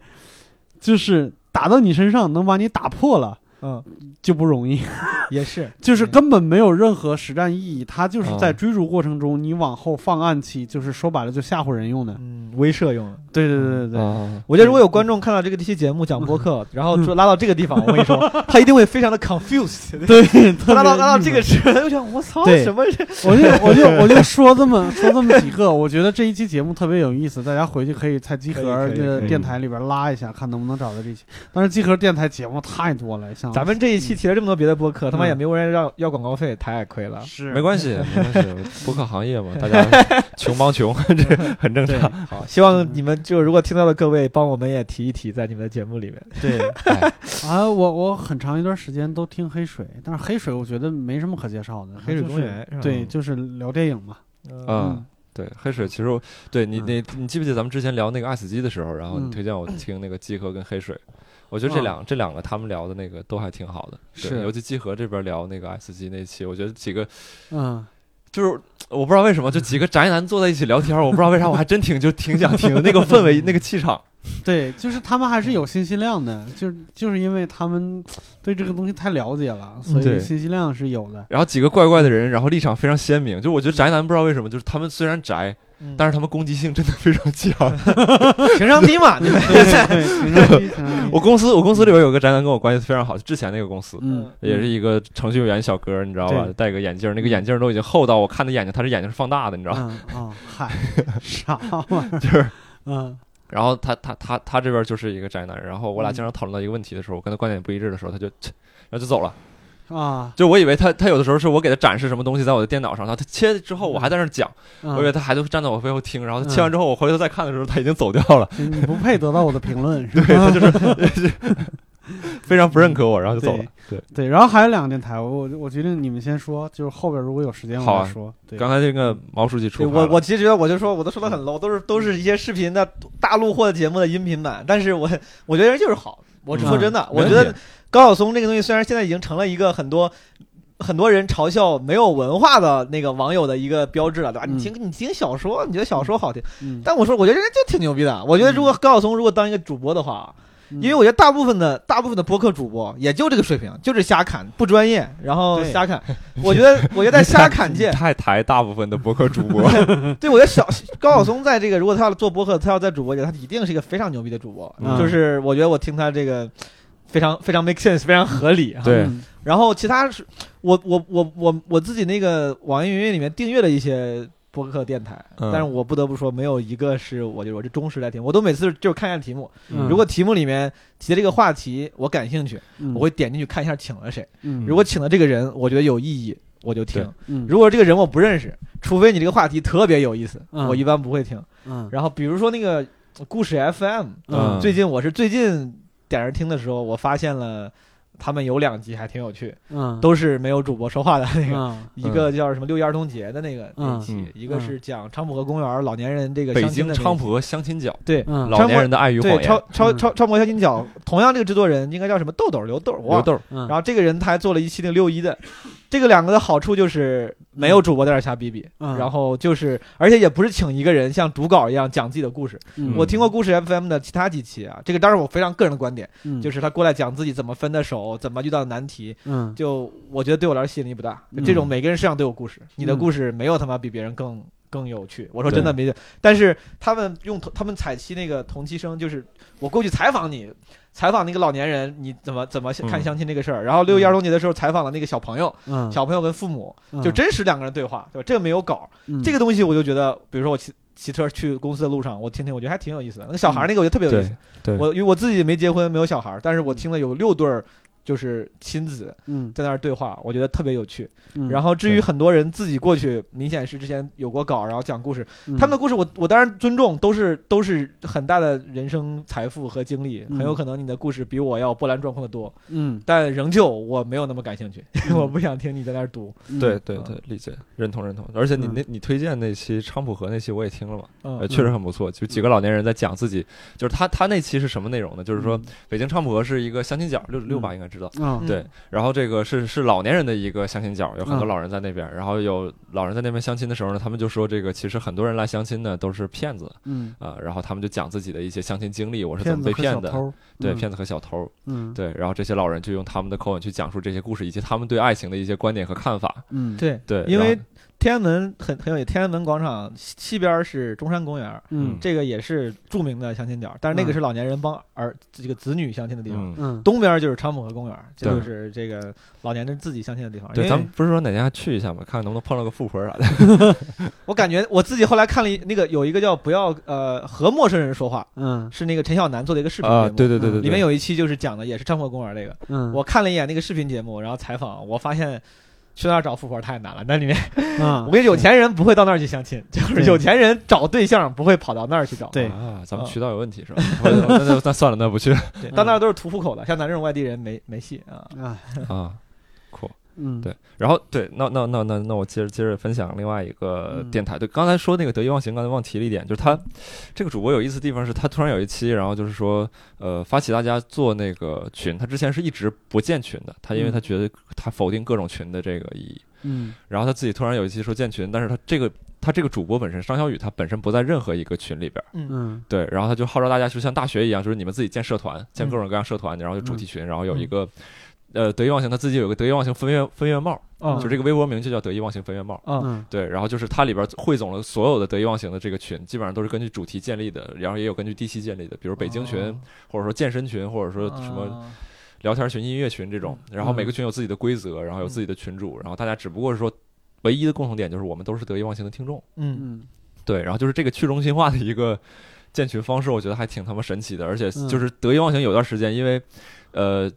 就是打到你身上能把你打破了
嗯
就不容易，
也是，嗯
就是根本没有任何实战意义，它就是在追逐过程中你往后放暗器，就是说白了就吓唬人用的。嗯
嗯，威慑用的。
对对对对对，
啊，
我觉得如果有观众看到这个期节目讲播 客，然
嗯
后说拉到这个地方，我跟你说，他一定会非常的 confused。
对，
他
特
拉
别
到拉到这个
郁
时候，他就想我操，
对
什么是？
闷， 我就我就 我就说这么说这么几个，我觉得这一期节目特别有意思，大家回去可以在集合
可以可以
的
可以
电台里边拉一下，看能不能找到这期。但是集合电台节目太多了，像
咱们这一期提了这么多别的播客，他妈
嗯
也没有人要要广告费，太亏了。
是
没关系，没关系，博客行业嘛，大 家穷帮穷，这很正
对
常。，
好，希
嗯
望你们就如果听到的各位，帮我们也提一提，在你们的节目里面。
对
哎
啊，我我很长一段时间都听黑水，但是黑水我觉得没什么可介绍的，
黑水
就是
公园是吧
对，就是聊电影嘛，
嗯
啊， 对，黑水其实我对你
嗯
你你记不记得咱们之前聊那个爱死机的时候，然后你
嗯
推荐我听那个集合跟黑水，我觉得这两、这两个他们聊的那个都还挺好的，对
是
尤其集合这边聊那个爱死机那一期，我觉得几个
嗯，
就是我不知道为什么就几个宅男坐在一起聊天，我不知道为啥我还真挺就挺想听的那个氛 围那个气场，
对，就是他们还是有信息量的，就就是因为他们对这个东西太了解了，所
嗯
对
以信息量是有 的。
然后几个怪怪的人，然后立场非常鲜明，就我觉得宅男不知道为什么就是他们虽然宅，
嗯
但是他们攻击性真的非常强。
情商低 嘛，你们
对 对，挺神奇
我公司我公司里边有个宅男跟我关系非常好，之前那个公司，
嗯，
也是一个程序员小哥，你知道吧
对？
戴个眼镜儿，那个眼镜儿都已经厚到我看他眼睛，他这眼睛是放大的，你知道吧？
嗯哦，嗨， 啥玩意儿？
就是，
嗯
然后他他他他这边就是一个宅男，然后我俩经常讨论到一个问题的时候，我跟他观点不一致的时候，他就，切然后就走了。
啊，
就我以为他他有的时候是我给他展示什么东西在我的电脑上，然后他切之后我还在那儿讲，我以为
嗯，
他还就站在我背后听，然后他
嗯
切完之后我回头再看的时候他已经走掉了，
你不配得到我的评论，是吧？
对他就是就是非常不认可我，然后就走了。嗯对，
对，然后还有两个电台，我我我决定你们先说，就是后边如果有时间
好
我
啊
再说。对，
刚才这个毛书记出
对
牌
我
了
我其实觉得，我就说我都说的很 low，都是都是一些视频的大陆货节目的音频版，但是我我觉得人就是好，我
嗯
是说真的，
没
我
问
觉
题
得高晓松这个东西虽然现在已经成了一个很多。很多人嘲笑没有文化的那个网友的一个标志了，对吧？
嗯
你听你听小说，你觉得小说好听，
嗯，
但我说我觉得人家就挺牛逼的。我觉得如果高晓松如果当一个主播的话，
嗯
因为我觉得大部分的大部分的播客主播也就这个水平，就是瞎侃，不专业，然后
对
瞎侃。我觉得我觉得在瞎侃 界，
太抬大部分的博客主播，
对，我觉得小高晓松在这个，如果他要做播客，他要在主播界，他一定是一个非常牛逼的主播。
嗯
就是我觉得我听他这个非常非常 make sense，非常合理啊。
对
嗯
然后其他是，我我我我我自己那个网易云音乐里面订阅了一些播客电台，
嗯
但是我不得不说，没有一个是我就我这忠实来听，我都每次就是看一下题目，
嗯
如果题目里面提的这个话题我感兴趣，
嗯
我会点进去看一下请了谁，
嗯
如果请了这个人，我觉得有意义，我就听
对。
嗯
如果这个人我不认识，除非你这个话题特别有意思，
嗯
我一般不会听。
嗯
然后比如说那个故事 FM，、
嗯
最近我是最近点着听的时候，我发现了他们有两集还挺有趣，
嗯
都是没有主播说话的那个。
嗯
一个叫什么六一儿童节的那个那
嗯
一期
嗯，
一个是讲昌普河公园老年人这个
北
相亲
京
的那一
菖
期
蒲相亲角，
对
嗯
老年人的爱与
对
谎
超
言，
超
嗯
超超模相亲角，同样这个制作人应该叫什么豆豆刘豆，我忘
刘
了。
豆儿，
嗯，
然后这个人他还做了一期那个六一的，这个两个的好处就是没有主播在这儿瞎逼逼，
嗯
然后就是而且也不是请一个人像读稿一样讲自己的故事。
嗯
我听过故事 FM 的其他几期啊，这个当然我非常个人的观点，
嗯
就是他过来讲自己怎么分的手，怎么遇到的难题，
嗯
就我觉得对我来说吸引力不大
嗯。
这种每个人身上都有故事，你的故事没有他妈比别人更更有趣。我说真的没，但是他们用同他们采期那个同期生，就是我过去采访你，采访那个老年人，你怎么怎么看
嗯
相亲这个事儿。然后六一儿童节的时候采访了那个小朋友，
嗯
小朋友跟父母
嗯
就真实两个人对话，对吧？这个没有稿，
嗯
这个东西我就觉得，比如说我骑骑车去公司的路上，我听听，我觉得还挺有意思的。那个小孩儿那个我觉得特别有意思
对。对
我因为我自己没结婚，没有小孩儿，但是我听了有六对儿就是亲子
嗯
在那儿对话，我觉得特别有趣。
嗯
然后至于
对
很多人自己过去，明显是之前有过稿，然后讲故事，
嗯
他们的故事我我当然尊重，都是都是很大的人生财富和经历，
嗯
很有可能你的故事比我要波澜壮阔的多，
嗯
但仍旧我没有那么感兴趣，
嗯
我不想听你在那儿读。
嗯
对对
嗯
对，理解，认同认同。而且你
嗯
那你推荐那期菖蒲河那期我也听了嘛，
嗯
呃，确实很不错。就几个老年人在讲自己，就是他他那期是什么内容呢？
嗯
就是说北京菖蒲河是一个相亲角，六六吧应该知道。
嗯
对，然后这个是是老年人的一个相亲角，有很多
嗯
老人在那边。然后有老人在那边相亲的时候呢，他们就说这个其实很多人来相亲呢都是骗子
嗯
啊、然后他们就讲自己的一些相亲经历，我是怎
骗
么
子
被
和
骗
小
的，
偷
对，
嗯
骗子和小偷，
嗯
对。然后这些老人就用他们的口吻去讲述这些故事，以及他们对爱情的一些观点和看法。
嗯
对
对，
因
然后
为天安门很很有意思天安门广场西西边是中山公园，
嗯
这个也是著名的相亲角，但是那个
嗯
是老年人帮儿这个子女相亲的地方。
嗯，
嗯
东边就是昌普河公园，这
对
就是这个老年人自己相亲的地方。因
对，
为
咱们不是说哪天还去一下吗？看看能不能碰到个富婆啥的。
我感觉我自己后来看了一那个有一个叫“不要呃和陌生人说话
嗯”，
是那个陈晓南做的一个视频节目，
啊，对对对对，
里面有一期就是讲的也是昌普河公园这个。
嗯
我看了一眼那个视频节目，然后采访，我发现去那儿找富婆太难了。那里面
啊
我跟你说有钱人不会到那儿去相亲，就是
对
有钱人找对象不会跑到那儿去找。
对
啊，咱们
啊
渠道有问题是吧？ 我那那那算了，那不去了
对，
嗯
到那儿都是屠户口的，像咱这种外地人没没戏啊。
啊
啊。酷，
嗯
对，然后对，那那那那那我接着接着分享另外一个
嗯
电台，对，刚才说那个得意忘形，刚才忘提了一点，就是他这个主播有意思的地方是，他突然有一期，然后就是说，呃，发起大家做那个群，他之前是一直不建群的，他因为
嗯
他觉得他否定各种群的这个意义，
嗯
然后他自己突然有一期说建群，但是他这个他这个主播本身张小雨他本身不在任何一个群里边儿，
嗯
对，然后他就号召大家就像大学一样，就是你们自己建社团，建各种各样社团，然后有主题群，然后有一个。呃，得意忘形，他自己有个得意忘形分院分院帽，
啊
就这个微博名就叫得意忘形分院帽。
啊
嗯
对，然后就是它里边汇总了所有的得意忘形的这个群，基本上都是根据主题建立的，然后也有根据地区建立的，比如北京群，
哦
或者说健身群，或者说什么
啊
聊天群、音乐群这种。然后每个群有自己的规则，然后有自己的群主，然后大家只不过是说。唯一的共同点就是我们都是得意忘形的听众，
嗯
嗯
对，然后就是这个去中心化的一个建群方式，我觉得还挺他妈神奇的，而且
嗯
就是得意忘形有段时间，因为呃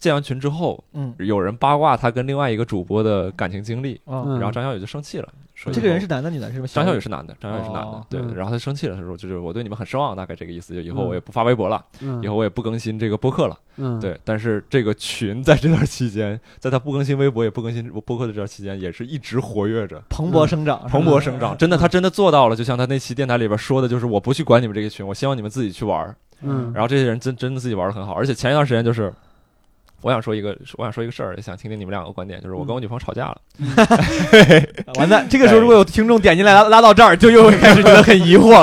建完群之后，
嗯
有人八卦他跟另外一个主播的感情经历，
啊，
嗯
然后张小雨就生气了，说
这个人
是
是男的女的？是什么？
张小雨是男的，张小雨是男的
哦，
对
嗯，
然后他生气了，他说就是我对你们很失望，大概这个意思，就以后
嗯
我也不发微博了，
嗯，
以后我也不更新这个播客了，
嗯，
对，但是这个群在这段期间，在他不更新微博也不更新播客的这段期间，也是一直活跃着。
蓬勃生长，
啊蓬勃生长，真的，
嗯
他真的做到了。就像他那期电台里边说的，就是我不去管你们这个群，我希望你们自己去玩儿。
嗯，
然后这些人真真的自己玩的很好，而且前一段时间就是。我想说一个，我想说一个事儿，也想听听你们两个观点。就是我跟我女朋友吵架了，哎
长。完蛋，嗯这个时候如果有听众点进来拉拉到这儿，就又开始觉得很疑 惑。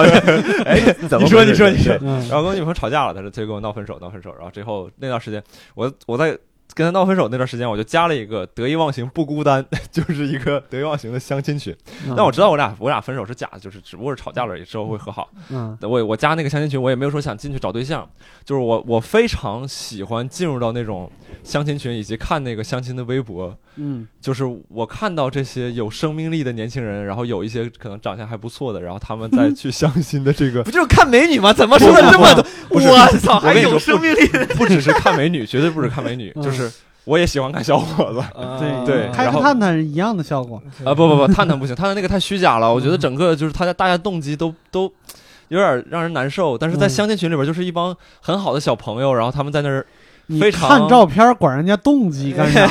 哎
怎
你
么
说，
回事
你说，你说，
嗯，
然后跟我女朋友吵架了，她就她就跟我闹分手，闹分手。然后最后那段时间，我我在跟她闹分手那段时间，我就加了一个得意忘形不孤单， 就是一个得意忘形的相亲群。
嗯
但我知道我俩我俩分手是假的，就是只不过是吵架了，之后会和好。
嗯
我我加那个相亲群，我也没有说想进去找对象，就是我我非常喜欢进入到那种相亲群，以及看那个相亲的微博，
嗯
就是我看到这些有生命力的年轻人，然后有一些可能长相还不错的，然后他们再去相亲的这个，
不就是看美女吗？怎么说的这么多？
不是
我操，
我
还
跟你
有
说
生 命力的
不只是看美女，绝对不止看美女，
嗯
就是我也喜欢看小伙子
啊
对
对
开
然后
个探探是一样的效果，
啊！不不不，探探不行，探探那个太虚假了，我觉得整个就是他的大家动机都都。有点让人难受，但是在
嗯
相亲群里边就是一帮很好的小朋友，然后他们在那儿，
你
非常
看照片管人家动机 干啥？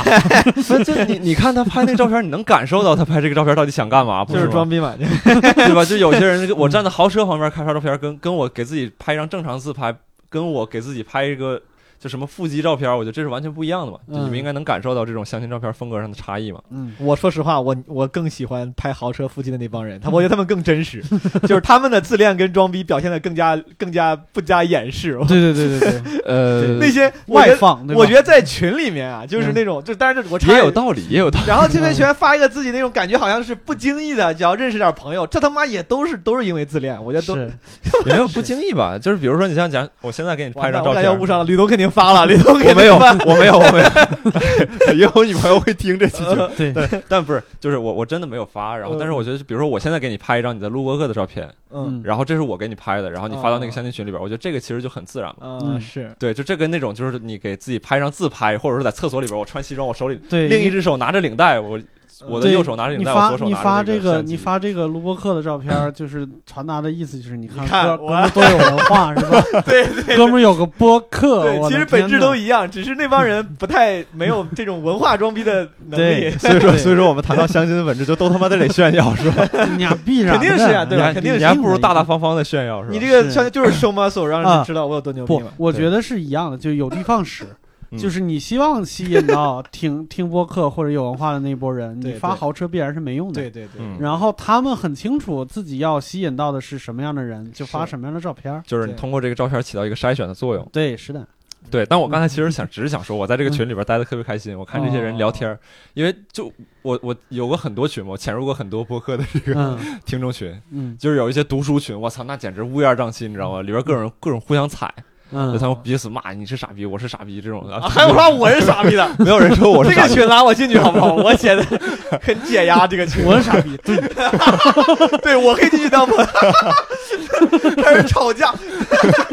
就是你你看他拍那个照片，你能感受到他拍这个照片到底想干嘛，不
就是
吗
装逼嘛，
对吧？就有些人，我站在豪车旁边看拍照片，跟跟我给自己拍一张正常自拍，跟我给自己拍一个就什么腹肌照片，我觉得这是完全不一样的嘛。就
嗯
你们应该能感受到这种相亲照片风格上的差异嘛。
嗯
我说实话，我我更喜欢拍豪车附近的那帮人，他我觉得他们更 真实，就是他们的自恋跟装逼表现的更加更加不加掩饰。
对对对对 对，
呃
那些我觉
外
得
放，对吧
我觉得在群里面啊，就是那种，就当然这我插
嗯也有道理，也有道理。嗯
然后这边全发一个自己那种感觉，好像是不经意的，只要认识点朋友，这他妈也都是都是因为自恋，我觉得都
是
也没有不经意吧？就是比如说，你像讲，我现在给你拍
完
一
蛋
张
我
照
感
片
觉要，误上了，吕东肯定发 了，吕东肯
我
定
没有，
发
我没有，我没有， 因为我女朋友会听这期节目。
对，
但 但不是，就是我我真的没有发，然后
嗯
但是我觉得，比如说我现在给你拍一张你在录播客的照片，
嗯
然后这是我给你拍的，然后你发到那个相亲群里边，我觉得这个其实就很自然嘛。
啊
嗯
是
对，就这跟那种就是你给自己拍张自拍，或者说在厕所里边我穿西装，我手里
对
另一只手拿着领带，我我的
对
右手拿着领
你
带，我
发
左手
你
拿
发
着
这
那个
个
相机
你发这个录播课的照片儿，就是传达的意思就是你看
你看
哥
我
哥们儿多有文化是吧？
对
哥们儿有个播客，
对，
我
其
的
实本
天
质
呐
都一样，只是那帮人不太没有这种文化装逼的能力
对，
所以说所以说我们谈到相亲的本质，就都他妈的得炫耀是吧？
你俩必然
肯定是呀
呀，
对
你
吧
还
肯定是
你还不如大大方方的炫耀是吧？
你这个
是
相当于就是 show muscle，让人
啊
知道我有多牛逼
不
嘛。，
我
对
觉得是一样的，就有的放矢。
嗯
就是你希望吸引到听听播客或者有文化的那一波人，
对
你发
对
豪车必然是没用的。
对对对，
嗯，
然后他们很清楚自己要吸引到的是什么样的人，就是发什么样的照片儿。
就是你通过这个照片起到一个筛选的作用。
对，是的，
对，但我
嗯
刚才其实想只是想说，我在这个群里边待的特别开心，我看这些人聊天
哦
儿，因为就我我有过很多群嘛，我潜入过很多播客的 这个
嗯
听众群，
嗯
就是有一些读书群，我操，那简直乌烟瘴气，你知道吗？里边各种各种互相踩。就
嗯，
他们彼此骂你是傻逼，我是傻逼这种的，
啊还有说我是傻逼的，
没有人 说我是
这
傻
个
逼，
群拉我进去好不好？我觉得很解压，这个群
我是傻逼，对，
对我可以进去当朋友， 开始吵架。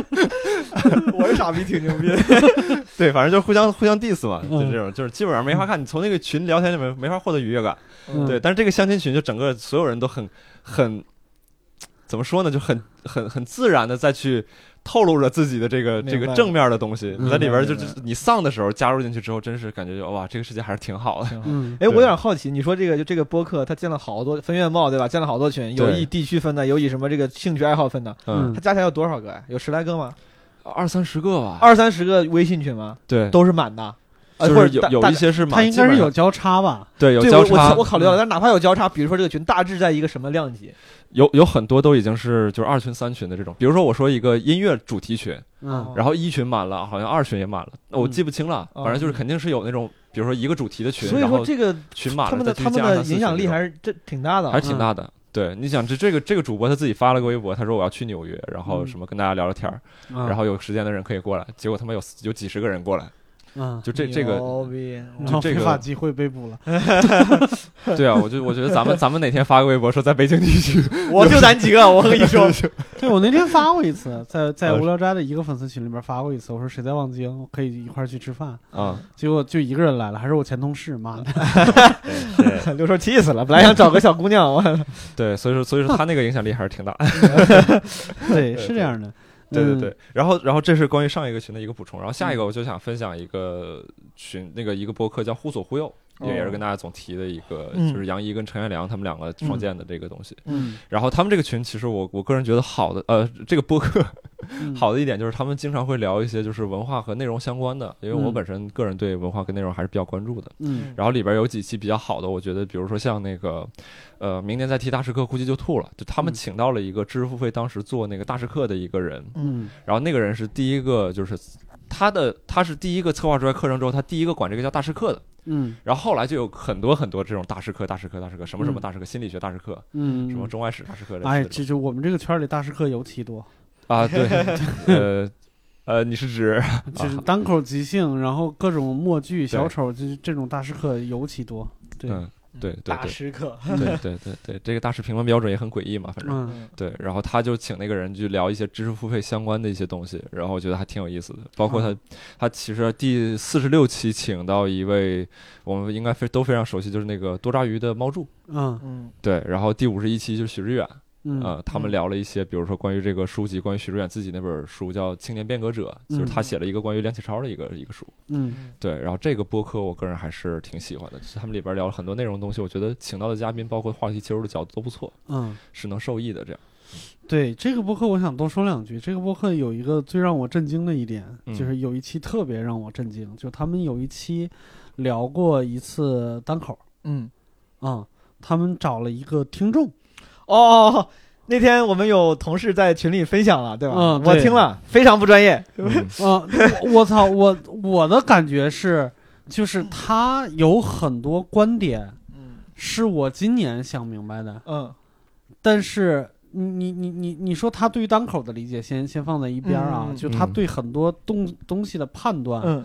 我是傻逼，挺牛逼的。
对，反正就是互相互相 diss 嘛，
嗯
就这种，就是基本上没法看，你从那个群聊天里面没法获得愉悦感，
嗯
对。但是这个相亲群就整个所有人都很很怎么说呢，就很很很自然的再去透露着自己的这个
明
这
白
个正面的东西，
嗯
你在里边就
明白
就是你丧的时候加入进去之后，真是感觉就哇，这个世界还是挺好的，
嗯
哎，我有点好奇，你说这个就这个播客，它建了好多分院帽，对吧？建了好多群，有
对
以地区分的，有以什么这个兴趣爱好分的，
嗯，
它加起来有多少个呀？有十来个吗？
二三十个吧，
二三十个微信群吗？
对，
都是满的，呃
就
或
是
者大
有有一些是
他
满，
应
基
该
本
是
上
有交叉吧？
对有
对，
交
我我
叉嗯
我，考虑到了，但是哪怕有交叉，比如说这个群大致在一个什么量级？
有有很多都已经是就是二群三群的这种，比如说我说一个音乐主题群，
嗯
然后一群满了，好像二群也满了，我记不清了，
哦嗯
反正就是肯定是有那种，比如说一个主题的群，
所以
然
说
后
这个
群满了
他们
再
的
去
他们
加
的
上四
影响
群
力
这种
还是这挺大的啊，
还是挺大的。对，你想这这个这个主播他自己发了个微博，他说我要去纽约，然后什么跟大家聊聊天儿，
嗯
然后有时间的人可以过来，结果他妈有有几十个人过来，
嗯，
哎
就这这个
牛逼，
然 后
这
非
个
法集会被捕了。
对啊，我就我觉得咱们咱们哪天发个微博说在北京地区，
我就咱几个，我跟 你说，
对我那天发过一次，在在
呃
无聊斋的一个粉丝群里边发过一次，我说谁在望京，可以一块儿去吃饭。
啊，
结果就一个人来了，还是我前同事，妈的，
对
刘叔气死了，本来想找个小姑娘，我
对，所以说所以说他那个影响力还是挺大。
对，是这样的，
嗯对对
嗯
对，，然后然后这是关于上一个群的一个补充，然后下一个我就想分享一个群，那个一个播客叫《忽左忽右》，也也是跟大家总提的一个，
嗯
就是杨怡跟陈元良他们两个创建的这个东西。
嗯，
然后他们这个群，其实我我个人觉得好的，呃，这个播客
嗯，
好的一点就是他们经常会聊一些就是文化和内容相关的，因为我
嗯
本身个人对文化跟内容还是比较关注的。
嗯，
然后里边有几期比较好的，我觉得，比如说像那个，呃，明年再提大师课估计就吐了，就他们
嗯
请到了一个知识付费当时做那个大师课的一个人，
嗯，
然后那个人是第一个，就是他的他是第一个策划出来课程之后，他第一个管这个叫大师课的。
嗯，
然后后来就有很多很多这种大师课、大师课、大师课，什么什么大师课，心理学大师课，
嗯，
什么中外史大师课类似
哎，
的
这就我们这个圈里大师课尤其 多，
啊，对，呃呃，你是指
就是单口即兴，然后各种默剧、小
啊对
丑，就是这种大师课尤其多。对，
嗯，对对
大
对
师课，
对对对对，这个大师评分标准也很诡异嘛，反正
嗯，
对。然后他就请那个人去聊一些知识付费相关的一些东西，然后我觉得还挺有意思的。包括他，他其实第四十六期请到一位我们应该非都非常熟悉，就是那个多抓鱼的猫柱。
嗯，
嗯，
对，然后第五十一期就是许志远，
嗯，
呃，他们
嗯
聊了一些，比如说关于这个书籍，关于许志远自己那本书叫《青年变革者》，就是他
嗯
写了一个关于梁启超的一个一个书。
嗯，
对，然后这个播客我个人还是挺喜欢的，就是他们里边聊了很多内容东西，我觉得请到的嘉宾包括话题切入的角度都不错，
嗯，
是能受益的。这样，
对这个播客，我想多说两句。这个播客有一个最让我震惊的一点，
嗯
就是有一期特别让我震惊，就他们有一期聊过一次单口，
嗯，
嗯，他们找了一个听众，
哦哦哦，那天我们有同事在群里分享了，对吧？
嗯
我
对
听了，非常不专业，
嗯
啊、我我操，我我的感觉是，就是他有很多观点
嗯，
是我今年想明白的，
嗯
但是你你你你你说他对于单口的理解先先放在一边儿啊，
嗯嗯
就他
嗯
对很多东东西的判断，
嗯，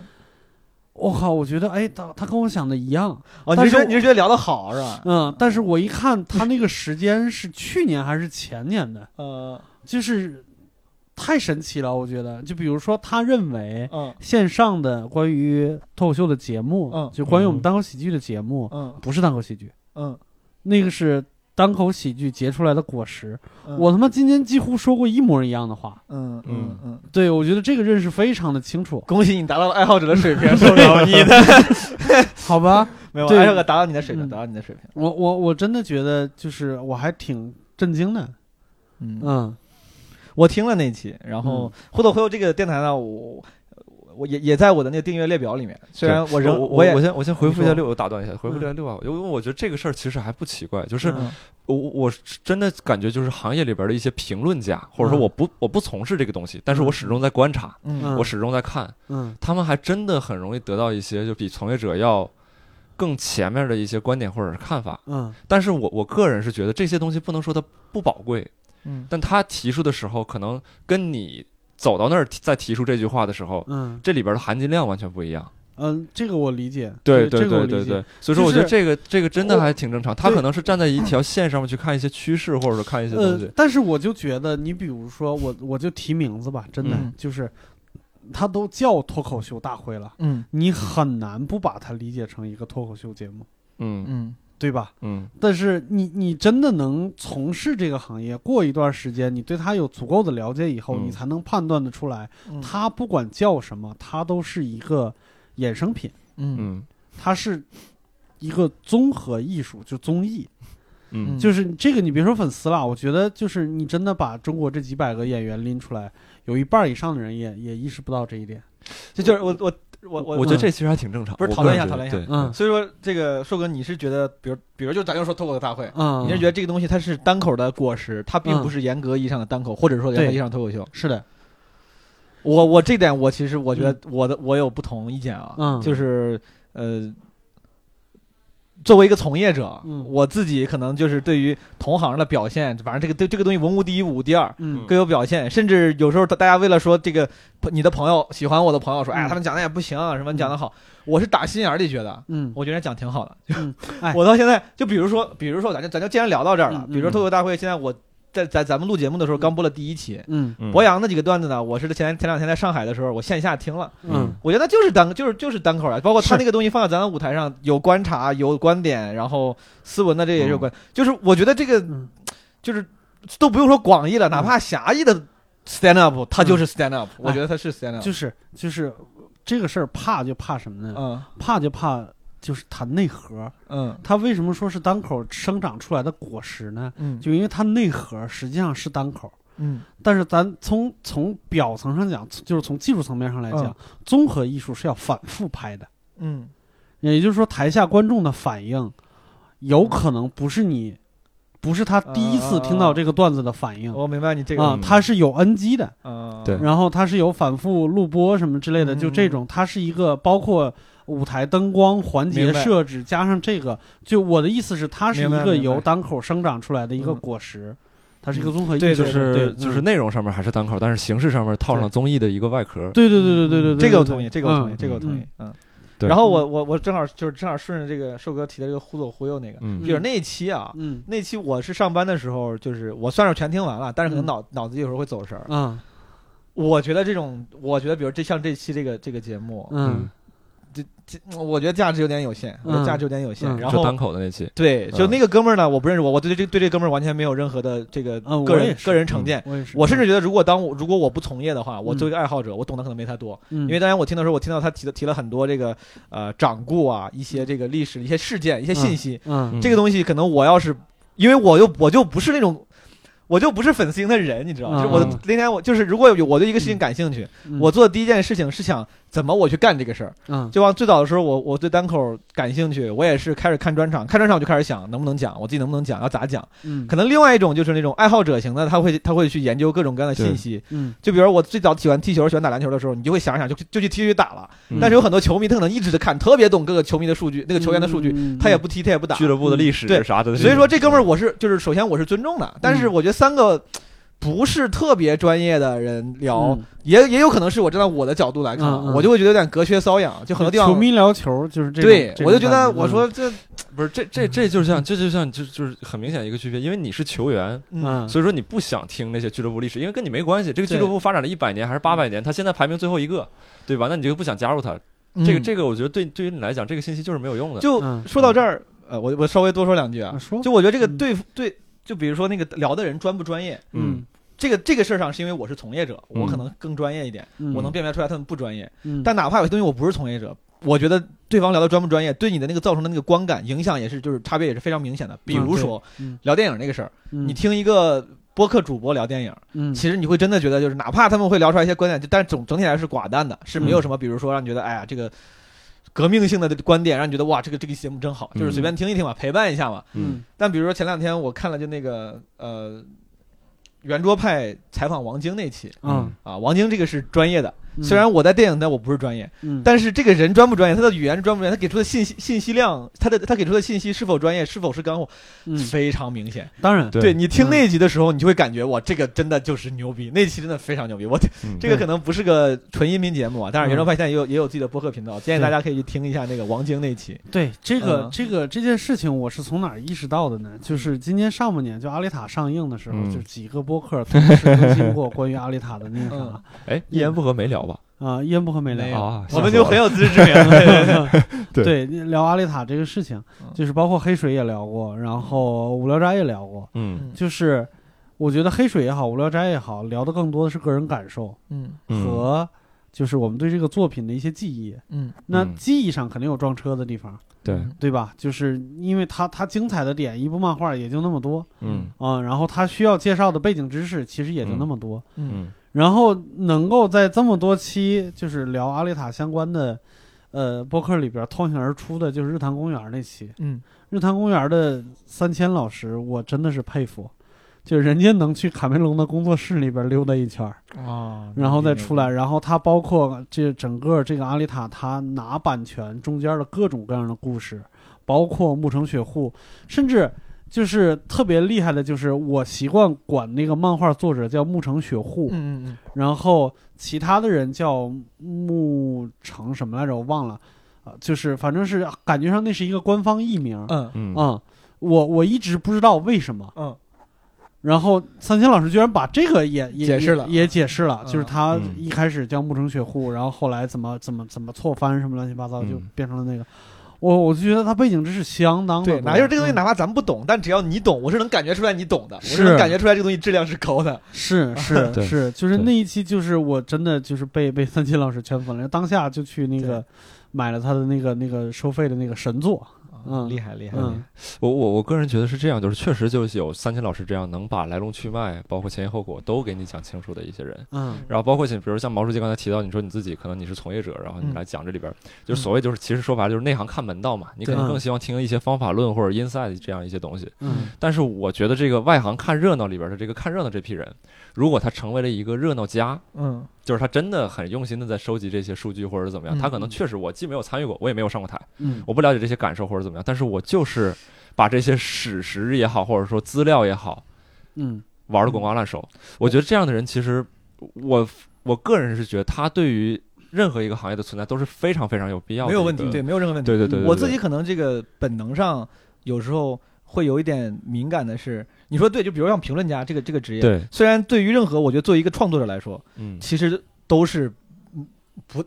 我、靠，我觉得哎，他他跟我想的一样，
哦，你
但
是
是
觉得
我
你是觉得聊得好是吧？
嗯，但是我一看他那个时间是去年还是前年的，
呃，
就是太神奇了，我觉得，就比如说他认为。
嗯
线上的关于脱口秀的节目，
嗯
就关于我
嗯
们单口喜剧的节目，
嗯
不是单口喜剧，
嗯，
那个是单口喜剧结出来的果实。
嗯
我他妈今天几乎说过一模一样的话，
嗯嗯嗯，，
对我觉得这个认识非常的清楚
恭喜你达到了爱好者的水平，受不了你的
好吧？
没有
对
爱好者达到你的水平，
嗯
达到你的水平，
我我我真的觉得就是我还挺震惊的，
嗯
嗯
我听了那期，然后
嗯
忽左忽右这个电台呢，我我也也在我的那个订阅列表里面，虽然我
我
仍
我
也
我先我先回复一
你
下
说
六，我打断一下，回复
嗯
一下六啊，因为我觉得这个事儿其实还不奇怪，就是
嗯
我我是真的感觉就是行业里边的一些评论家，或者说
嗯
我不我不从事这个东西，但是我
嗯
始终在观察，
嗯
嗯
我始终在看，
嗯
他们还真的很容易得到一些就比从业者要更前面的一些观点或者是看法。
嗯
但是我我个人是觉得这些东西不能说它不宝贵，
嗯
但他提出的时候，可能跟你走到那儿提再提出这句话的时候，
嗯
这里边的含金量完全不一样。
嗯，这个我理解，
对
这
对
个我
对
理解
对对，所以说我觉得
就是
这个这个真的
我
还挺正常。他
对
可能是站在一条线上面去看一些趋势，或者说看一些东
呃
西，。
但是我就觉得，你比如说我，我就提名字吧，真的、
嗯
就是，他都叫脱口秀大会了，
嗯
你很难不把它理解成一个脱口秀节目，
嗯
嗯
对吧？
嗯
但是你你真的能从事这个行业，过一段时间，你对它有足够的了解以后，
嗯
你才能判断得出来，
嗯
它不管叫什么，它都是一个衍生品，
嗯
嗯
它是一个综合艺术，就综艺。
嗯，
就是这个，你别说粉丝了，我觉得就是你真的把中国这几百个演员拎出来，有一半以上的人也也意识不到这一点。
这就是我我我
我
我嗯
觉得这其实还挺正常。
不是
我
讨
个
论
人
一下
觉得
讨论一
对
嗯
所以说这个硕哥，你是觉得，比如比如就咱就说脱口秀大会。
嗯，
你是觉得这个东西它是单口的果实，它并不是严格意义上的单口，或者说严格意义上的脱口秀。
是的，
我我这点我其实我觉得我的我有不同意见啊，
嗯
就是呃，作为一个从业者，
嗯
我自己可能就是对于同行的表现，反正这个对这个东西文无第一，武无第二，
嗯
各有表现。甚至有时候大家为了说这个你的朋友喜欢我的朋友说，哎呀，
嗯
他们讲的也不行，什么讲的好，我是打心眼儿里觉得，
嗯
我觉得人家讲挺好的。
嗯哎
我到现在就比如说，比如说咱就咱就既然聊到这儿了，
嗯嗯
比如说脱口大会，现在我在在咱们录节目的时候刚播了第一期。
嗯
嗯
博洋那几个段子呢，我是前前两天在上海的时候，我线下听了，
嗯
我觉得就是单就是就是单口啊，包括他
是
那个东西放在咱们舞台上，有观察，有观点，然后斯文的这
嗯
也有观，就是我觉得这个
嗯
就是都不用说广义了，哪怕狭义的 stand up，他就是 stand up，我觉得他是 stand up，
嗯哎就是就是这个事儿怕就怕什么呢？
嗯
怕就怕就是它内核，
嗯
它为什么说是单口生长出来的果实呢？
嗯
就因为它内核实际上是单口，
嗯
但是咱从从表层上讲，就是从技术层面上来讲，
嗯
综合艺术是要反复拍的，
嗯
也就是说台下观众的反应，有可能不是你，不是他第一
嗯
次听到这个段子的反应
嗯，我明白你这
啊
个，
嗯
他是有 NG 的，
嗯
对
然后它是有反复录播什么之类的，
嗯
就这种，它是一个包括舞台灯光、环节
明白
设置加上这个，就我的意思是，它是一
明白
个
明白
由单口生长出来的一个
嗯
果实，它是一个综合艺
对
术
就
的，
是
对
就是
嗯
内容上面还是单口，但是形式上面套上了综艺的一个外壳。
对对对对对对对，
这个我
对
同意，这个我同意，
嗯
这个我同意，嗯。
对
然后我我我正好就是正好顺着这个瘦哥提的这个忽左忽右那个，
嗯
就是那一期啊，
嗯
那期我是上班的时候，就是我算是全听完了，但是可能
嗯
脑、脑子有时候会走神儿。
啊
我觉得这种，我觉得比如这像这期这个这个节目，
嗯
我觉得价值有点有限，我觉得价值有点有限。
嗯
然
就单
后
口的那期，
对，就
嗯
那个哥们儿呢，我不认识我，我对这对这哥们儿完全没有任何的这个
嗯嗯
个
我
人、
也是
个人成见。
我也是，
我甚至觉得，如果当我如果我不从业的话，我作为一个爱好者，我懂得可能没他多。
因
因为当然我听的时候，我听到他提的提了很多这个呃掌故啊，一些这个历史、一些事件、一些信息。
嗯
嗯
这个东西可能我要是，因为我又我就不是那种，我就不是粉丝型的人，你知道吗？
嗯
就是我的那天我就是如果有我对一个事情感兴趣，
嗯
我做的第一件事情是想怎么我去干这个事儿。
嗯
就像最早的时候，我我对单口感兴趣，我也是开始看专场，看专场我就开始想能不能讲，我自己能不能讲，要咋讲。
嗯
可能另外一种就是那种爱好者型的，他会他会去研究各种各样的信息。
嗯
就比如我最早喜欢踢球、喜欢打篮球的时候，你就会想一想就就去踢去打了。
嗯
嗯
但是有很多球迷他可能一直在看，特别懂各个球迷的数据，那个球员的数据，
据
他也不踢，他也不打。
俱乐部的历史
嗯对
啥的，
所以说这哥们儿我是就是首先我是尊重的，但
嗯
是我觉得三个不是特别专业的人聊，也也有可能是我站在我的角度来看，
嗯嗯嗯
我就会觉得有点隔靴搔痒，就很多地方
球迷聊球就是这种，
对
这种
我就觉
感
得我
嗯
说这
不是这这这就像这就像就就是很明显一个区别，因为你是球员，
嗯
嗯
所以说你不想听那些俱乐部历史，因为跟你没关系。这个俱乐部发展了一百年还是八百年，他现在排名最后一个，对吧？那你就不想加入他。这个
嗯
这个，我觉得对对于你来讲，这个信息就是没有用的。
就
嗯
说到这儿，呃，我我稍微多说两句啊
啊，说
就我觉得这个
嗯
对对，就比如说那个聊的人专不专业。
嗯
这个这个事儿上，是因为我是从业者，我
嗯
可能更专业一点，
嗯
我能辨别出来他们不专业。
嗯
但哪怕有些东西我不是从业者，我觉得对方聊的专不专业，对你的那个造成的那个观感影响也是，就是差别也是非常明显的。比如说、
嗯
聊电影那个事儿，
嗯
你听一个播客主播聊电影，
嗯
其实你会真的觉得，就是哪怕他们会聊出来一些观点，就但总整体来说是寡淡的，是没
嗯
有什么，比如说让你觉得，哎呀，这个革命性的观点，让你觉得哇，这个这个节目真好，就是随便听一听嘛，陪伴一下嘛。
嗯
但比如说前两天我看了就那个呃。圆桌派采访王晶那期
嗯
啊，王晶这个是专业的，
嗯
虽然我在电影，但我不是专业，
嗯
但是这个人专不专业，他的语言专不专业，他给出的信息信息量，他的他给出的信息是否专业，是否是干货，
嗯
非常明显。
当然
对
你听
嗯
那一集的时候，你就会感觉哇，这个真的就是牛逼，那期真的非常牛逼。我
嗯
这个可能不是个纯音频节目啊，当然
嗯
原创派现在也有也有自己的播客频道，建议
对
大家可以去听一下那个王晶那期。
对这个、
嗯
这个这件事情，我是从哪儿意识到的呢？就是今年上半年就阿丽塔上映的时候，
嗯
就几个播客同时更新过关于阿丽塔的那个啥
嗯
啊、
哎，一言不合没聊吧？
一言不合没
没
聊
有。
啊，
我
吓
们
死
就
了
很有自知之明， 对
对，聊阿丽塔这个事情
嗯，
就是包括黑水也聊过，然后无聊斋也聊过。
嗯
就是我觉得黑水也好，无聊斋也好，聊的更多的是个人感受
嗯
嗯
和就是我们对这个作品的一些记忆。
嗯，
那
嗯
记忆上肯定有撞车的地方，
对
对吧？就是因为它它精彩的点，一部漫画也就那么多。
嗯
啊、然后他需要介绍的背景知识其实也就那么多，
嗯
嗯
然后能够在这么多期就是聊阿丽塔相关的，呃，播客里边脱颖而出的就是日坛公园那期，
嗯
日坛公园的三千老师，我真的是佩服。就人家能去卡梅隆的工作室里边溜达一圈儿，
啊
然后再出来，，然后他包括这整个这个阿丽塔，他拿版权中间的各种各样的故事，包括木城雪户，甚至就是特别厉害的，就是我习惯管那个漫画作者叫木城雪户，
嗯嗯
然后其他的人叫木城什么来着，我忘了，啊，就是反正是感觉上那是一个官方译名，
嗯
嗯
嗯，我我一直不知道为什么，
嗯，
然后三千老师居然把这个也也
解释了
也也解释了，
嗯
就是他
嗯
一开始叫木城雪户，然后后来怎么怎么怎么错翻什么乱七八糟，
嗯
就变成了那个，我我就觉得他背景知识相当的
对，
多
哪就是这个东西，
嗯
哪怕咱们不懂，但只要你懂，我是能感觉出来你懂的，我
是
是能感觉出来这个东西质量是高的。
嗯是是
对
是，就是
对
那一期，就是我真的就是被 被三千老师圈粉了，当下就去那个买了他的那个那个收费的那个神作，嗯
厉害厉害，厉
嗯
害，
我我我个人觉得是这样，就是确实就是有三千老师这样能把来龙去脉，包括前因后果都给你讲清楚的一些人。
嗯
然后包括像比如像毛书记刚才提到，你说你自己可能你是从业者，然后你
嗯嗯
来讲这里边儿，就是所谓就是其实说白了就是内行看门道嘛，你可
对
能更希望听一些方法论或者 inside 这样一些东西。
嗯
但是我觉得这个外行看热闹里边的这个看热闹这批人，如果他成为了一个热闹家，
嗯
就是他真的很用心的在收集这些数据或者是怎么样，
嗯
他可能确实我既没有参与过，我也没有上过台，
嗯
我不了解这些感受或者怎么样，但是我就是把这些史实也好，或者说资料也好，
嗯
玩的滚瓜烂熟。我觉得这样的人，其实我我个人是觉得他对于任何一个行业的存在都是非常非常有必要的
没
一个，
有问题，对，没有任何问题。
对对对对
我自己可能这个本能上有时候会有一点敏感的是，你说对，就比如像评论家这个这个职业，
对，
虽然对于任何我觉得作为一个创作者来说，
嗯，
其实都是嗯不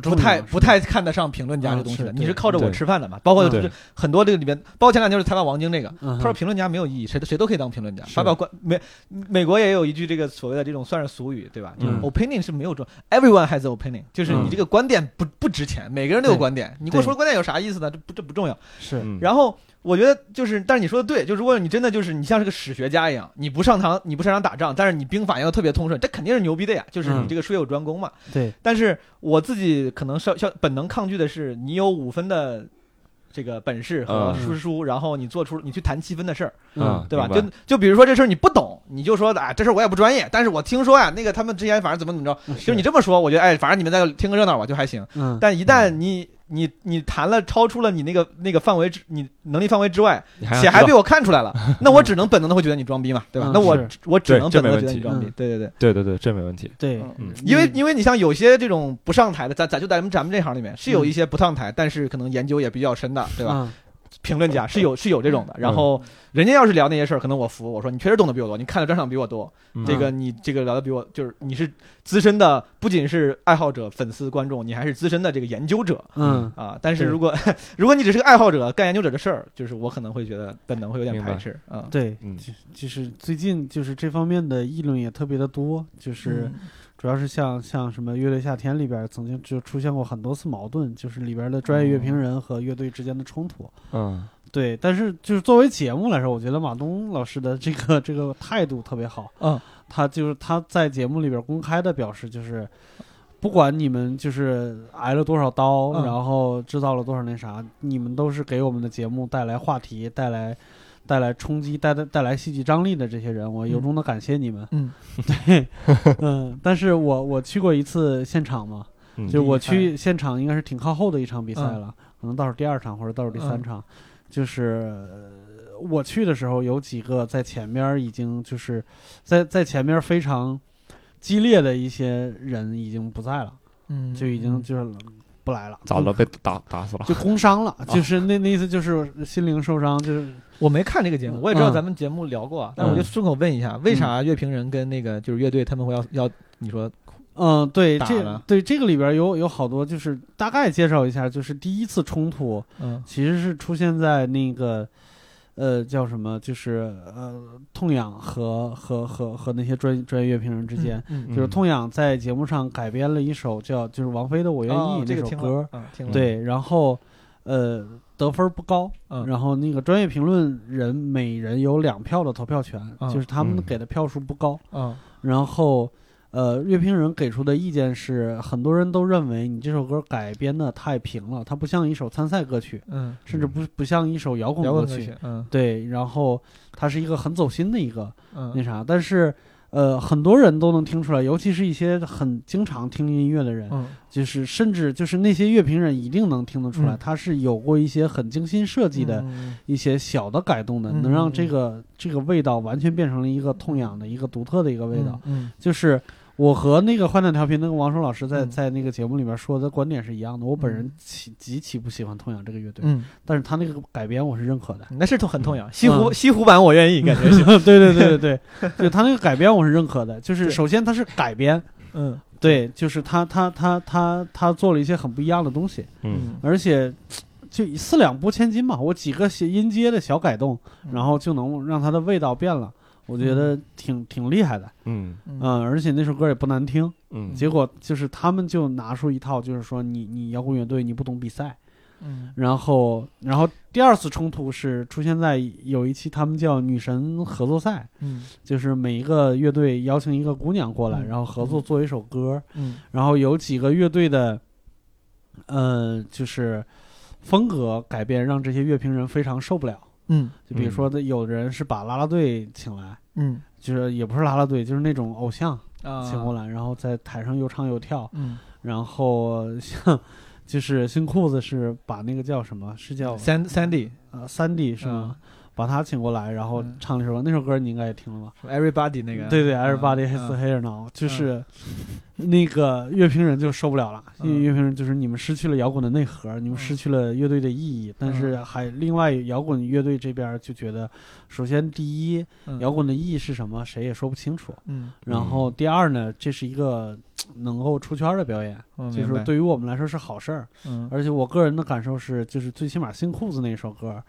不
重要
太
是吧
不太看得上评论家
啊
这东西
是
的。
对
你是靠着我
对
吃饭的嘛？包括
嗯
就是很多这个里面，包括前两天就是采访王晶那个，
嗯
他说评论家没有意义，谁谁都可以当评论家，
是
发表观美美国也有一句这个所谓的这种算是俗语，对吧？就是
嗯
opinion 是没有重，everyone has opinion，就是
嗯
你这个观点不不值钱，每个人都有
对
观点，你跟我
对
说观点有啥意思呢？这不这不重要。
是
嗯
然后我觉得就是，但是你说的对，就如果你真的就是你像是个史学家一样，你不上堂，你不擅长打仗，但是你兵法要特别通顺，这肯定是牛逼的呀，就是
嗯
你这个术业有专攻嘛。
对
但是我自己可能稍稍本能抗拒的是，你有五分的。这个本事和
嗯
输出，然后你做出你去谈七分的事儿，
啊
嗯
对吧？
明白
就就比如说这事儿你不懂，你就说啊，这事儿我也不专业，但是我听说呀，那个他们之前反正怎么怎么着，
就
就是你这么说，我觉得哎，反正你们在听个热闹吧，就还行。
嗯
但一旦你你你谈了超出了你那个那个范围之，你能力范围之外，
你还
且还被
对
我看 出来了，那我只能本能的会觉得你装逼嘛，对吧
嗯？
那我
是
我只能
对这
本
没
能
问
的觉得
题嗯
你装逼，对对对。
对对对，这没问题。
对
嗯
因为因为你像有些这种不上台的，咱咱就咱们咱们这行里面
嗯
是有一些不上台，但是可能研究也比较深的，对吧？
吧
评论家是有是有这种的。然后人家要是聊那些事儿，可能我服，我说你确实懂得比我多，你看的专场比我多，
嗯
这个你这个聊的比我就是你是资深的，不仅是爱好者、粉丝、观众，你还是资深的这个研究者。
嗯
啊，但是
对
如果 如果你只是个爱好者，干研究者的事儿，就是我可能会觉得本能会有点
明白
排斥啊。
对
嗯
就就是最近就是这方面的议论也特别的多，就是
嗯
主要是像像什么《乐队夏天》里边曾经就出现过很多次矛盾，就是里边的专业乐评人和乐队之间的冲突。
嗯
对，但是就是作为节目来说，我觉得马东老师的这个这个态度特别好。
嗯，
他就是他在节目里边公开的表示，就是不管你们就是挨了多少刀，
嗯
然后制造了多少那啥，你们都是给我们的节目带来话题，带来。带来冲击、带带带来戏剧张力的这些人，我由衷的感谢你们。
嗯，
对，嗯，但是我我去过一次现场嘛，
嗯
就是我
厉害
去现场应该是挺靠后的一场比赛
嗯
了，可能倒数第二场或者倒数第三
嗯
场，就是、呃我去的时候有几个在前面儿已经就是在在前面儿非常激烈的一些人已经不在了，
嗯
就已经就是不来了，
咋了？啊被打打死了？
就工伤了，就是那那意思就是心灵受伤，就是
我没看这个节目，我也知道
嗯
咱们节目聊过，啊但我就顺口问一下，为啥乐评人跟那个就是乐队他们会要要你说
嗯，对，
打
这
了
对这个里边儿有有好多就是大概介绍一下，就是第一次冲突，
嗯
其实是出现在那个，呃，叫什么？就是呃，痛痒和和和和那些专专业乐评人之间，
嗯
就是痛痒在节目上改编了一首叫就是王菲的《我愿意》
哦这
那
个
首
听
歌
了，，嗯听了
对，然后呃得分不高，
嗯
然后那个专业评论人每人有两票的投票权，
嗯
就是他们
嗯
给的票数不高，
嗯
然后。呃，乐评人给出的意见是，很多人都认为你这首歌改编的太平了，它不像一首参赛歌曲，
嗯，
甚至不不像一首摇滚
摇
歌
滚歌
曲。
曲，嗯
对，然后它是一个很走心的一个那
嗯
啥，但是呃，很多人都能听出来，尤其是一些很经常听音乐的人，
嗯，
就是甚至就是那些乐评人一定能听得出来，
嗯
他是有过一些很精心设计的
嗯
一些小的改动的，
嗯
能让这
嗯
个这个味道完全变成了一个痛痒的一个独特的一个味道。，
嗯
就是我和那个坏蛋调频那个王硕老师在、
嗯
在那个节目里边说的观点是一样的。我本人
嗯
极极其不喜欢痛痒这个乐队，
嗯，
但是他那个改编我是认可的。
那是很痛痒。西湖
嗯
西湖版我愿意，感觉是，
对对对对 对，对他那个改编我是认可的。就是
对
首先他是改编，
嗯
对，就是他他他他他做了一些很不一样的东西，
嗯
嗯，
而且就四两拨千斤嘛，我几个小音阶的小改动，
嗯
然后就能让它的味道变了。我觉得挺挺厉害的，
嗯
嗯，而且那首歌也不难听。
嗯
结果就是他们就拿出一套，就是说你你摇滚乐队你不懂比赛，
嗯
然后然后第二次冲突是出现在有一期他们叫女神合作赛，
嗯
就是每一个乐队邀请一个姑娘过来，
嗯
然后合作做一首歌，
嗯
然后有几个乐队的，呃，就是风格改变让这些乐评人非常受不了，
嗯
就比如说的有人是把啦啦队请来。
嗯
就是也不是啦啦队，就是那种偶像
啊
请过来，然后在台上又唱又跳，
嗯，
然后像 就是新裤子是把那个叫什么是叫
三三 D
呃三 D 哦是
啊
吗？把他请过来，然后
嗯
唱了一首歌那首歌，你应该也听了吧？
Everybody 那个，
对对
嗯
，Everybody Has a
嗯
Hair Now，就是那个乐评人就受不了了，因为
嗯
乐评人就是你们失去了摇滚的内核，你们失去了乐队的
嗯
意义，但是还另外摇滚乐队这边就觉得，首先第一，
嗯
摇滚的意义是什么，谁也说不清楚。
嗯，
然后第二呢，这是一个能够出圈的表演，
嗯
就
明白
是对于我们来说是好事儿。
嗯
而且我个人的感受是，就是最起码新裤子那首歌，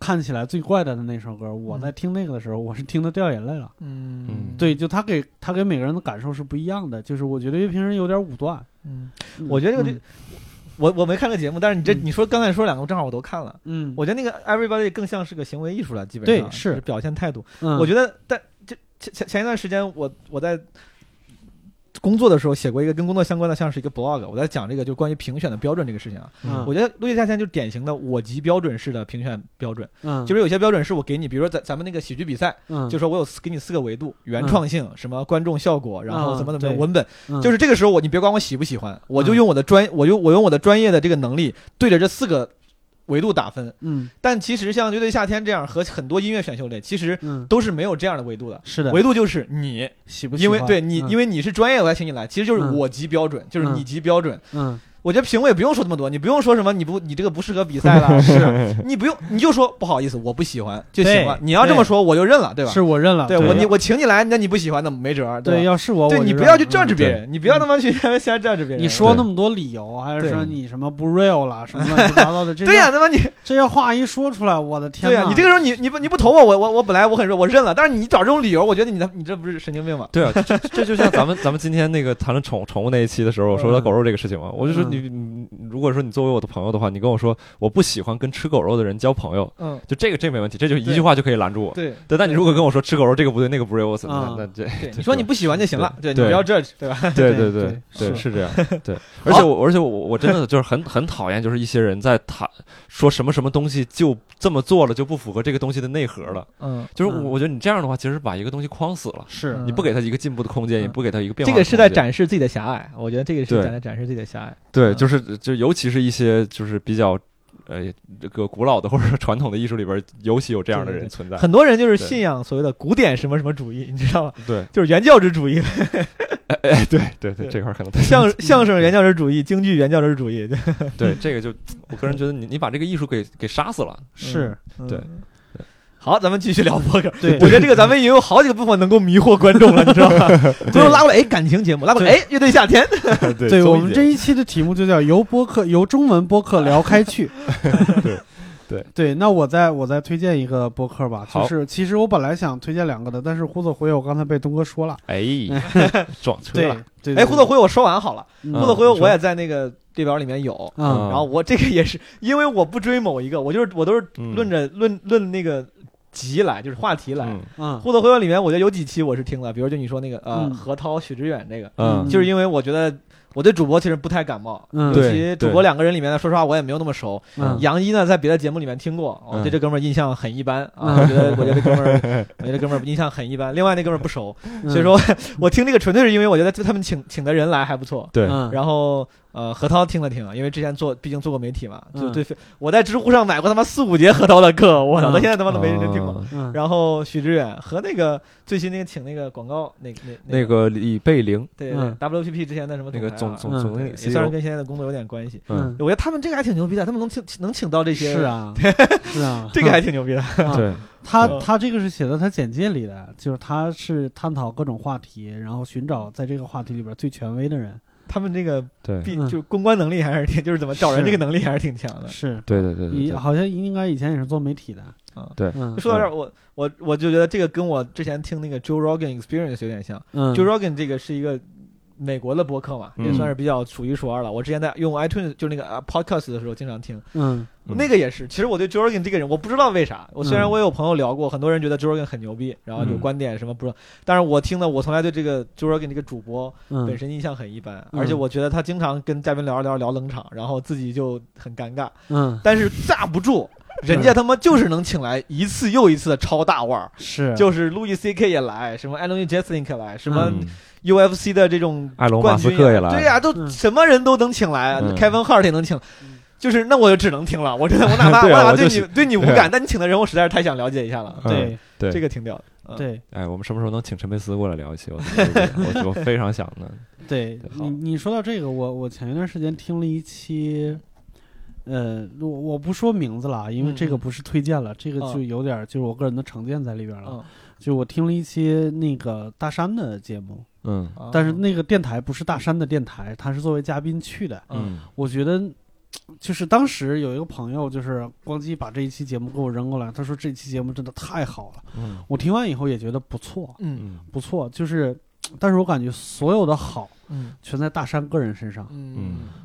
看起来最怪诞的那首歌，我
嗯
在听那个的时候，我是听得掉眼泪了。
嗯，
对，就他给他给每个人的感受是不一样的，就是我觉得乐评人有点武断。
嗯，我觉得这个
嗯
就。我我没看这个节目，但是你这
嗯
你说刚才说两个，正好我都看了。
嗯，
我觉得那个 Everybody 更像是个行为艺术了，基本上
对是
表现态度。
嗯
我觉得，但这前前前一段时间我，我在工作的时候写过一个跟工作相关的，像是一个 blog，我在讲这个就关于评选的标准这个事情啊。
嗯
我觉得陆叶夏天就是典型的我级标准式的评选标准，
嗯
就是有些标准是我给你，比如说咱咱们那个喜剧比赛，
嗯
就说我有四给你四个维度：原创性、什么观众效果，然后
啊
怎么怎么
对
样文本。
嗯
就是这个时候我你别管我喜不喜欢，我就
嗯
用我的专，我用我用我的专业的这个能力对着这四个维度打分。
嗯
但其实像乐队夏天这样和很多音乐选秀类，其实
嗯
都是没有这样的维度的。
是的，
维度就是你，
喜不喜
因为
欢嗯
对你，因
为
为你是专业，我才请你来。其实就是
嗯
我级标准，就是你
嗯
级标准。
嗯
我觉得评委不用说那么多，你不用说什么你不你这个不适合比赛 啦，是你不用你就说不好意思，我不喜欢就行了。
对
你要这么
对
说，我就认了，对吧？
是我认了，
对
对
我
对
你我请你来，那你不喜欢那没辙，
对
吧？
要是我，
对
我
你
就
不
认
要
了
去
嗯
judge 别人，你不要他妈去 瞎 judge 别人。
你说那么多理由，还是说
对
你什么不 real 啦，什么乱七八 糟的，这
对呀，
些
他妈你
这些话一说出来，我的天
对
呐！
呀，你这个时候你你不你不投我，我我我本来我很弱，我认了，但是你找这种理由，我觉得你的你这不是神经病吗？
对啊，这这就像咱们咱们今天那个谈论宠宠物那一期的时候，我说到
嗯
狗肉这个事情嘛，我就说
嗯
你，你如果说你作为我的朋友的话，你跟我说我不喜欢跟吃狗肉的人交朋友，
嗯，
就这个这没问题，这就一
对
句话就可以拦住我。
对
对，但你如果跟我说吃狗肉这个不对，那个不对，我操，那
啊
嗯
那这
对，
这
你说你不喜欢就行了，对你
对
不要 judge，对吧？
对
对
对
对
对，
是
是这样。 对，而且我而且我我真的就是很很讨厌，就是一些人在谈说什么什么东西就这么做了就不符合这个东西的内核了。
嗯，
就是
嗯
我我觉得你这样的话，其实把一个东西框死了，
是
嗯
你不给他一个进步的空间，也
嗯
不给他一个变化
这
的空间。
个是在展示自己的狭隘，我觉得这个是
对
在展示自己的狭隘。
对，
嗯
就是就尤其是一些就是比较呃这个古老的或者说传统的艺术里边，尤其有这样的
对对
人
对
存在。
很多人就是
对
信仰所谓的古典什么什么主义，你知道吗？
对，
就是原教旨主义，
哎，对对对，
对
这块儿可能
相相声原教旨主义，京剧原教旨主义。
对
对
这个就我个人觉得你你把这个艺术给给杀死了。
是，
对
嗯好，咱们继续聊播客。
对
我觉得这个咱们已经有好几个部分能够迷惑观众了，你知道 吗？观众拉过来，哎，感情节目拉过来，哎，乐队夏天。
对
对
综
我
艺
们
节
这一期的题目就叫由播客由中文播客聊 开去。
对对
对，那我再我再推荐一个播客吧，就
好
是其实我本来想推荐两个的，但是胡子回我刚才被东哥说了，
哎， 撞车
对
了。
对，
哎，胡子
子
辉，我说完好了。胡子
嗯
辉，
你说
我也在那个列表里面有。
嗯
啊
然后我这个也是，因为我不追某一个，我就是我都是
嗯
论着论论那个集来，就是话题来。
嗯
嗯
互动会馆里面，我觉得有几期我是听了，比如就你说那个呃
嗯
何涛、许知远那个，
嗯
嗯
就是因为我觉得我对主播其实不太感冒，
嗯
尤
对
其主播两个人里面呢，说实话我也没有那么熟。
嗯
杨一呢，在别的节目里面听过，我对
嗯
这哥们儿印象很一般啊，
嗯
我觉得我觉得这哥们儿，我觉得这哥们儿印象很一般。另外那哥们儿不熟，
嗯
所以说我听这个纯粹是因为我觉得他们请请的人来还不错。
对，
嗯
然后呃，何涛听了听，因为之前做毕竟做过媒体嘛，就
嗯
对，我在知乎上买过他妈四五节何涛的课，我操，
嗯
到现在他妈都没认真听过。
啊
嗯
然后许知远和那个最新那个请那个广告那那
那
个
个李贝玲
对
嗯
WPP 之前的什么啊
那个总 E 总
嗯
总经
也
理
虽然
CEO，
跟现在的工作有点关系，
嗯，
我觉得他们这个还挺牛逼的，他们能请能请到这些，
是， 啊是啊，
这个还挺牛逼的，
啊
对，
他
对
他这个是写在他简介里的，就是他是探讨各种话题，然后寻找在这个话题里边最权威的人。
他们这个
对，
毕
嗯
就是公关能力还是挺，就是怎么找人
是
这个能力还是挺强的。
是，
对对对对
以
对，
好像应该以前也是做媒体的
啊。
对
嗯
说到这儿，我我我就觉得这个跟我之前听那个 Joe Rogan Experience 有点像。
嗯，
Joe Rogan 这个是一个美国的播客嘛，也
嗯
算是比较数一数二了。我之前在用 iTunes 就是那个呃 Podcast 的时候经常听，
嗯
嗯
那个也是。其实我对 Joe Rogan 这个人，我不知道为啥。我虽然
嗯
我也有朋友聊过，很多人觉得 Joe Rogan 很牛逼，然后有
嗯
观点什么不知道，但是我听的我从来对这个 Joe Rogan 这个主播本
嗯
身印象很一般，
嗯
而且我觉得他经常跟嘉宾聊着聊着聊冷场，然后自己就很尴尬，
嗯
但是架不住。人家他妈就是能请来一次又一次的超大腕儿，
是
就是路易 C K 也来，什么 Anthony Jeselnik 来，什么
嗯啊
UFC 的这种
埃隆马
冠
斯
军
克也来，
对呀、都
嗯
什么人都能请来，
嗯
凯文哈尔也能请，就是那我就只能听了。我真的，我 哪怕、
对啊
我哪怕
我就
对
是
你对你无
对啊
感，但你请的人我实在是太想了解一下了。
嗯
对
对
这个挺屌的。嗯
对
哎，我们什么时候能请陈佩斯过来聊一 期？我我我非常想 的。
对，
好
你你说到这个，我我前一段时间听了一期。呃，我我不说名字了啊，因为
嗯
这个
嗯
不是推荐了，这个
嗯
就有点儿就是我个人的成见在里边了。
嗯，
就我听了一些那个大山的节目，
嗯
啊
但是那个电台不是大山的电台，他是作为嘉宾去的。
嗯
我觉得，就是当时有一个朋友，就是咣叽把这一期节目给我扔过来，他说这期节目真的太好了。
嗯
我听完以后也觉得不错，
嗯
嗯
不错。就是，但是我感觉所有的好
嗯
全在大山个人身上。
嗯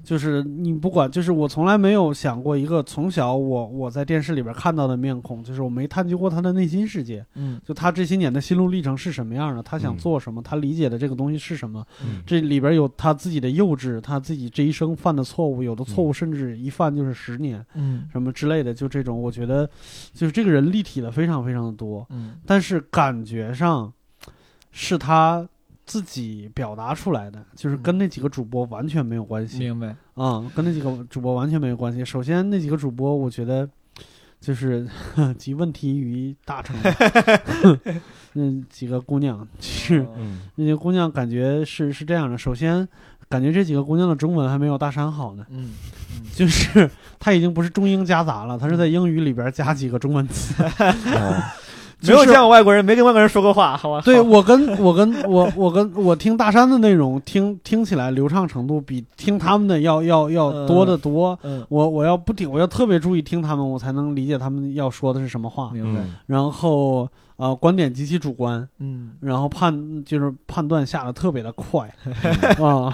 就是你不管，就是我从来没有想过一个从小我我在电视里边看到的面孔，就是我没探究过他的内心世界，
嗯
就他这些年的心路历程是什么样的，他想
嗯
做什么，他理解的这个东西是什么，
嗯
这里边有他自己的幼稚，他自己这一生犯的错误，有的错误甚至一犯就是十年
嗯
什么之类的，就这种，我觉得就是这个人立体的非常非常的多，
嗯
但是感觉上是他自己表达出来的，就是跟那几个主播完全没有关系。
嗯明白。
啊、跟那几个主播完全没有关系。首先，那几个主播，我觉得就是 集问题于大成吧。那几个姑娘，是
嗯
那些姑娘，感觉是是这样的。首先，感觉这几个姑娘的中文还没有大山好呢。
嗯
就是她已经不是中英夹杂了，她
嗯
是在英语里边加几个中文词。
哦
啊
没有
就是
见过外国人，没跟外国人说过话，好吧？
对
好，
我跟我跟我我跟我听大山的内容，听听起来流畅程度比听他们的要要要多得多。
嗯，
我我要不听，我要特别注意听他们，我才能理解他们要说的是什么话。
明白。
嗯
然后呃，观点极其主观，
嗯
然后判就是判断下的特别的 快啊。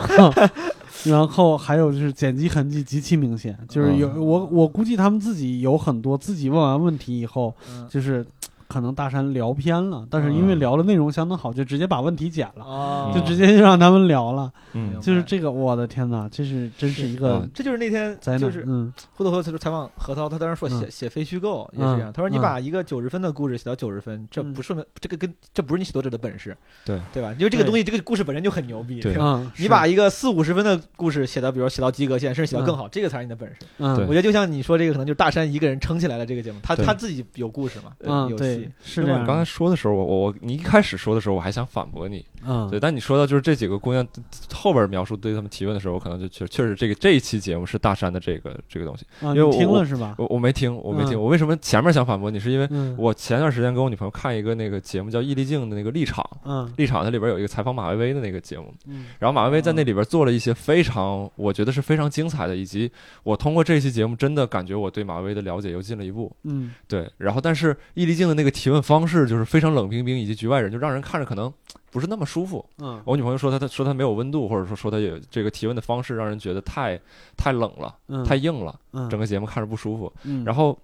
然后还有就是剪辑痕迹极其明显，
啊
就是有、
嗯
我我估计他们自己有很多自己问完问题以后，
嗯
就是可能大山聊偏了，但是因为
嗯
聊的内容相当好，就直接把问题剪了，
啊
哦，
就直接就让他们聊了。
嗯
就是这个，我的天哪，这是真是一个
嗯
这就是那天
灾难。
就是
嗯
回头就是采访何涛，他当时说写、
嗯
写非虚构也是这样。
嗯
他说你
嗯
把一个九十分的故事写到九十分，这不是、这个跟这不是你写作者的本事，
对
对吧？因为这个
对
东西，这个故事本身就很牛逼。
对
吧
嗯，
你
是
把一个四五十分的故事写到，比如写到及格线，甚至写到更好，这个才是你的本事。
嗯
对
我觉得就像你说这个，可能就是大山一个人撑起来了这个节目，他
对
他自己有故事嘛，呃
嗯，
有
对
戏。，
是这
另外
样
你
的。
刚才说的时候，我我我你一开始说的时候，我还想反驳你，
嗯，
对，但你说到就是这几个姑娘后边描述对她们提问的时候，我可能就确确实这个这一期节目是大山的这个这个东西，
啊，
因为
你
我
听了是吧？
我我没听，我没听，
嗯
我为什么前面想反驳你，是因为
嗯，
我前段时间跟我女朋友看一个那个节目叫《易立竞》的那个立场，
嗯
立场它里边有一个采访马薇薇的那个节目，
嗯
然后马薇薇在那里边做了一些非常，我觉得是非常精彩的，以及我通过这期节目真的感觉我对马薇薇的了解又进了一步。
嗯
对，然后但是易立竞的那个提问方式就是非常冷冰冰以及局外人，就让人看着可能不是那么舒服。
嗯
我女朋友说她她说她没有温度，或者说说她有这个提问的方式让人觉得太太冷了，
嗯，
太硬了，
嗯
整个节目看着不舒服。
嗯，
然
后
后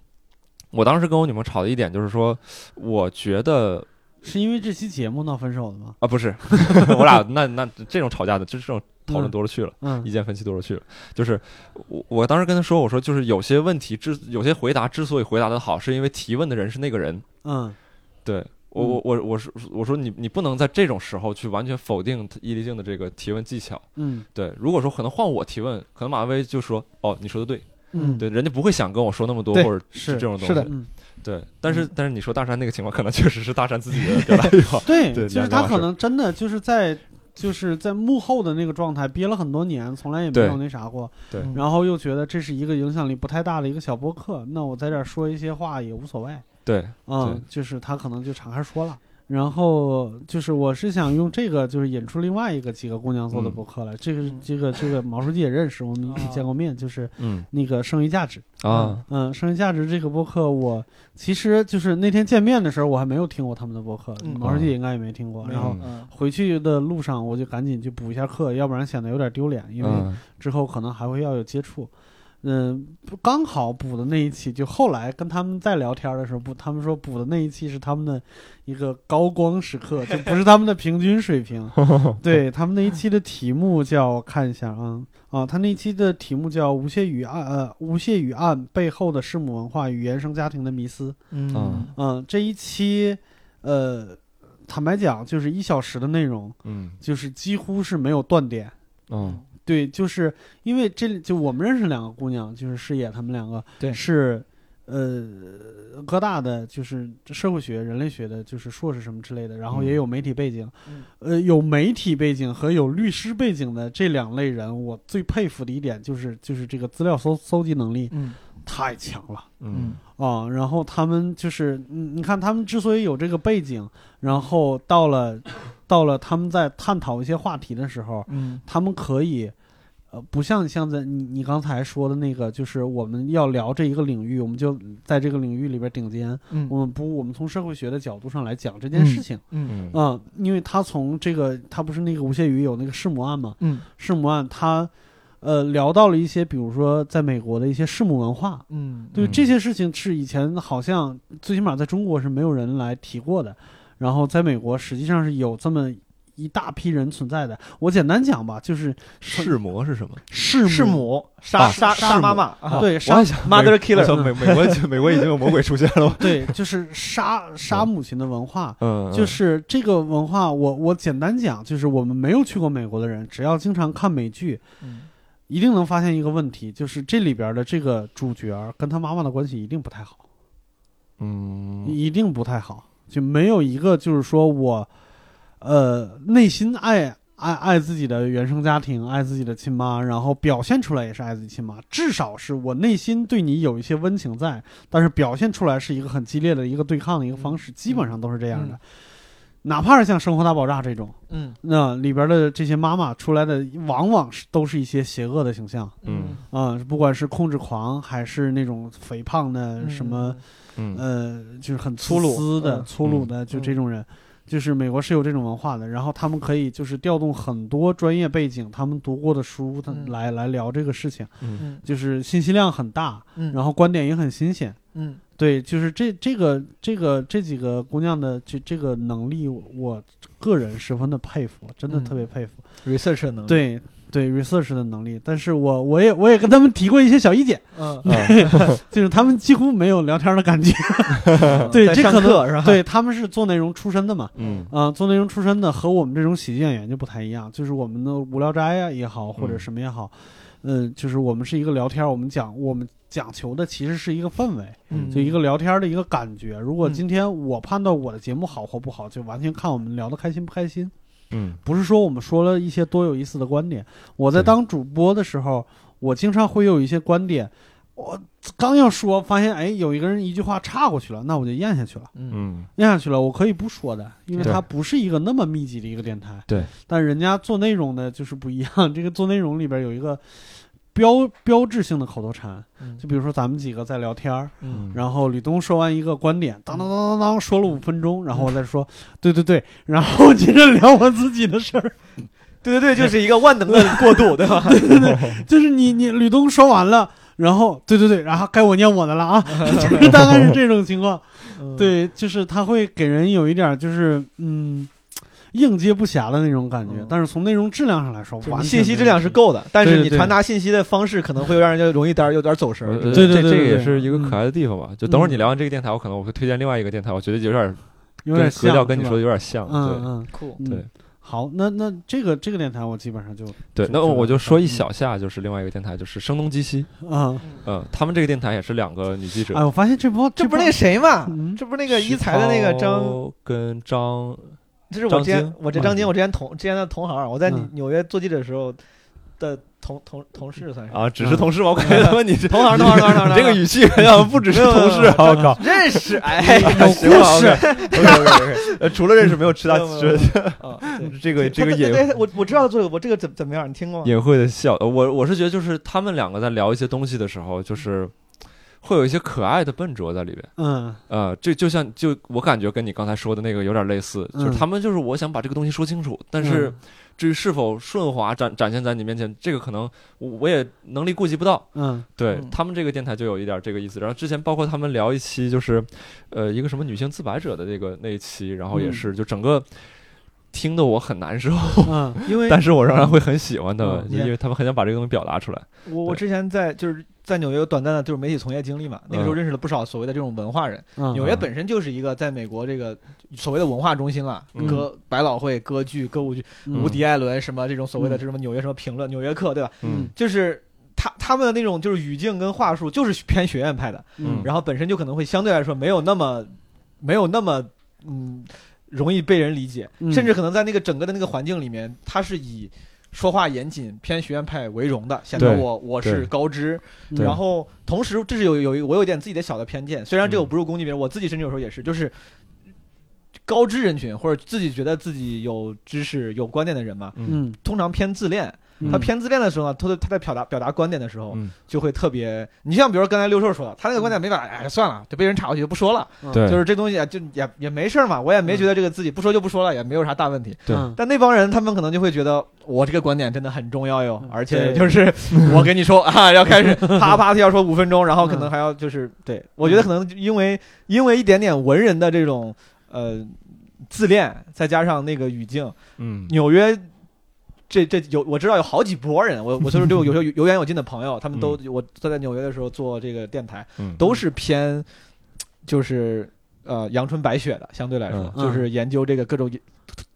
我当时跟我女朋友吵的一点就是说，我觉得
是因为这期节目闹分手的吗？
啊，不是， 我俩那那这种吵架的，就是这种讨论
嗯
多了去了。
嗯
意见分歧多了去了。就是我我当时跟他说，我说就是有些问题之有些回答之所以回答的好，是因为提问的人是那个人。
嗯
对我我我我是我说你你不能在这种时候去完全否定伊丽静的这个提问技巧。
嗯
对，如果说可能换我提问，可能马薇就说哦你说的对，
嗯，
对，人家不会想跟我说那么多
对
或者
是
这种东西。
是的
嗯。
对，但是但是你说大山那个情况，可能确实是大山自己的表达欲望
哎对，
对
就是
两
他
两码
可
事
能真的就是在就是在幕后的那个状态憋了很多年，从来也没
对
有那啥过。
对
嗯
然后又觉得这是一个影响力不太大的一个小播客，那我在这儿说一些话也无所谓。
对，
嗯，就是他可能就敞开说了。然后就是，我是想用这个，就是引出另外一个几个姑娘做的
嗯
博客来。这个
嗯，
这个，这个毛书记也认识，我们一起见过面，就是
嗯
那个剩余价值。
啊，
嗯，剩余价值这个播客，我其实就是那天见面的时候，我还没有听过他们的播客，
嗯
毛书记应该也没听过。
没
然后
有嗯
回去的路上，我就赶紧去补一下课，要不然显得有点丢脸，因为
嗯
之后可能还会要有接触。嗯，不刚好补的那一期，就后来跟他们在聊天的时候，不，他们说补的那一期是他们的一个高光时刻，就不是他们的平均水平。对他们那一期的题目叫，我看一下啊啊，他那一期的题目叫《吴谢宇案》呃，《吴谢宇案》背后的弑母文化与原生家庭的迷思。
嗯
嗯，这一期，呃，坦白讲，就是一小时的内容，
嗯
就是几乎是没有断点。
嗯
对，就是因为这里就我们认识两个姑娘，就是师野她们两个，
对
是呃哥大的，就是社会学、人类学的，就是硕士什么之类的，然后
嗯
也有媒体背景，
嗯
呃，有媒体背景和有律师背景的这两类人，我最佩服的一点就是就是这个资料搜搜集能力
嗯
太强了。
嗯
啊、然后他们就是，嗯，你看他们之所以有这个背景，然后到了，到了他们在探讨一些话题的时候，
嗯
他们可以，呃，不像像在你你刚才说的那个，就是我们要聊这一个领域，我们就在这个领域里边顶尖。
嗯
我们不，我们从社会学的角度上来讲这件事情，
嗯
嗯
嗯，因为他从这个，他不是那个吴谢宇有那个弑母案嘛，
嗯
弑母案他，呃，聊到了一些，比如说在美国的一些弑母文化，
嗯
对
嗯
这些事情是以前好像最起码在中国是没有人来提过的，然后在美国实际上是有这么一大批人存在的。我简单讲吧，就是
世魔是什么？
弑
弑
母，
母杀
啊
杀
弑
杀
母
妈妈啊，
对
我
杀
也想
mother
我
killer，
想美美国美国已经有魔鬼出现了吗？
对，就是杀杀母亲的文化。
嗯
就是这个文化，我我简单讲，就是我们没有去过美国的人，只要经常看美剧，
嗯
一定能发现一个问题，就是这里边的这个主角儿跟他妈妈的关系一定不太好。
嗯
一定不太好，就没有一个就是说我，呃，内心爱爱爱自己的原生家庭，爱自己的亲妈，然后表现出来也是爱自己亲妈，至少是我内心对你有一些温情在，但是表现出来是一个很激烈的一个对抗的一个方
嗯
式，基本上都是这样的。哪怕是像《生活大爆炸》这种，
嗯
那里边的这些妈妈出来的，往往是都是一些邪恶的形象
嗯
啊、不管是控制狂，还是那种肥胖
呃
的什么，
嗯
呃，就是很
粗鲁
自私的、
嗯
粗鲁的，就这种人，就是美国是有这种文化的。然后他们可以就是调动很多专业背景，他们读过的书，他
嗯
来来聊这个事情，
嗯
嗯
就是信息量很大，
嗯
然后观点也很新鲜。
嗯
对，就是这这个这个这几个姑娘的这这个能力，我个人十分的佩服，真的
嗯
特别佩服。
research 的能力，
对对，research 的能力，但是我我也我也跟他们提过一些小意见，
嗯，
啊
就是他们几乎没有聊天 的感觉。
嗯
对
在
这
上
可能
课是吧？
对，他们是做内容出身的嘛，
嗯
啊、做内容出身的和我们这种喜剧演员就不太一样，就是我们的无聊斋呀也好，或者
嗯
什么也好，嗯，就是我们是一个聊天儿，我们讲我们讲求的其实是一个氛围，
嗯，
就一个聊天儿的一个感觉。如果
嗯
今天我判断我的节目好或不好，就完全看我们聊得开心不开心，
嗯
不是说我们说了一些多有意思的观点。我在
对
当主播的时候，我经常会有一些观点，我刚要说，发现哎有一个人一句话岔过去了，那我就咽下去了。
嗯
嗯
咽下去了，我可以不说的，因为
对
它不是一个那么密集的一个电台。
对，
但人家做内容的就是不一样， 这个做内容里边有一个标标志性的口头禅，
嗯
就比如说咱们几个在聊天儿，
嗯
然后吕东说完一个观点，当当当当当说了五分
嗯
钟，然后我再说，对对 对，然后接着聊我自己的事儿。
对对对，就是一个万能的过渡，对吧？
就是你你吕东说完了，然后对对对，然后该我念我的 了啊， 就是大概是这种情况。
嗯，
对，就是他会给人有一点儿就是嗯。应接不暇的那种感觉，
嗯
但是从内容质量上来说，
就
完
你信
全
息
没
质量
问
是
题
够的，但是
对
你
对
传达信息的方式可能会让人家容易点儿有点走神儿。
呃
对
这
对对
这个
对
也
对
是一个可爱的地方吧。就等会儿你
嗯
聊完这个电台，我可能我会推荐另外一个电台，我觉得有点儿
有
跟格
点像，
调跟你
是吧
说的有点像。
嗯
对
嗯，
酷，
嗯
对。
好，那那这个这个电台我基本上就
对，那
就知道
我就说一
嗯
小下，就是另外一个电台，就是声东击西。
啊，
嗯，他们这个电台也是两个女记者
哎，，我发现这波
这不
波
是那谁嘛
嗯？
这不是那个一财的那个
徐
张
涛跟张
这是我之前
张晶
我这张晶，我嗯之前同之前的同行，我在
嗯
纽约做记者的时候的同同同事算是
啊，只是同事吧？我感觉他妈 你这
同行同行同行同
你这
行，
个语气好像不只是
没有
同事啊啊！我靠，
认 识哎，
有故事。OK，OK，OK，呃 除了认识没有其他，
没有没有
这
啊 对
这个这个
他他
隐
对我我知道他做这个，我这个怎怎么样？你听过吗？
隐晦的笑。呃我我是觉得就是他们两个在聊一些东西的时候，就是会有一些可爱的笨拙在里边。
嗯
呃，这就像就我感觉跟你刚才说的那个有点类似，就
嗯
是他们就是我想把这个东西说清楚，但是至于是否顺滑展展现在你面前，这个可能我我也能力顾及不到。
嗯
对、
嗯
他们这个电台就有一点这个意思。然后之前包括他们聊一期就是，呃，一个什么女性自白者的那个那一期，然后也
嗯
是就整个听得我很难受，
嗯
因为
但是我仍然会很喜欢他们，
嗯
就因为他们很想把这个东西表达出来。
我我之前在就是在纽约有短暂的就是媒体从业经历嘛，那个
嗯
时候认识了不少所谓的这种文化人。
嗯，
纽约本身就是一个在美国这个所谓的文化中心了，
嗯
歌百老汇、歌剧、歌舞剧、
嗯
无敌艾伦什么这种所谓的
嗯
这什么纽约什么评论、纽约客，对吧？
嗯
就是他他们的那种就是语境跟话术就是偏学院派的，
嗯
然后本身就可能会相对来说没有那么没有那么嗯容易被人理解，
嗯
甚至可能在那个整个的那个环境里面，他是以说话严谨、偏学院派为荣的，显得
对
我我
对
是高知。
嗯
然后同时，这是有有一我有一点自己的小的偏见，虽然这个
嗯
不是攻击别人，我自己甚至有时候也是，就是高知人群或者自己觉得自己有知识、有观点的人嘛，
嗯，
通常偏自恋。
嗯
他偏自恋的时候呢，他的他在表达表达观点的时候，
嗯
就会特别。你像比如说刚才六兽说的，他那个观点没法，
嗯
哎，算了，就被人插过去就不说了。
对，
就是这东西啊，就也也没事儿嘛，我也没
嗯
觉得这个自己不说就不说了，也没有啥大问题。
对
嗯
但那帮人他们可能就会觉得我这个观点真的很重要哟
嗯，
而且
对
就是 我跟你说啊，要开始啪啪地要说五分钟，然后可能还要就是
嗯
对我觉得可能因为因为一点点文人的这种呃自恋，再加上那个语境，
嗯
纽约。这这有我知道有好几波人，我我就是对我有时候有有远有近的朋友，他们都我在在纽约的时候做这个电台，
嗯
都是偏就是呃阳春白雪的，相对来说、
嗯
就是研究这个各种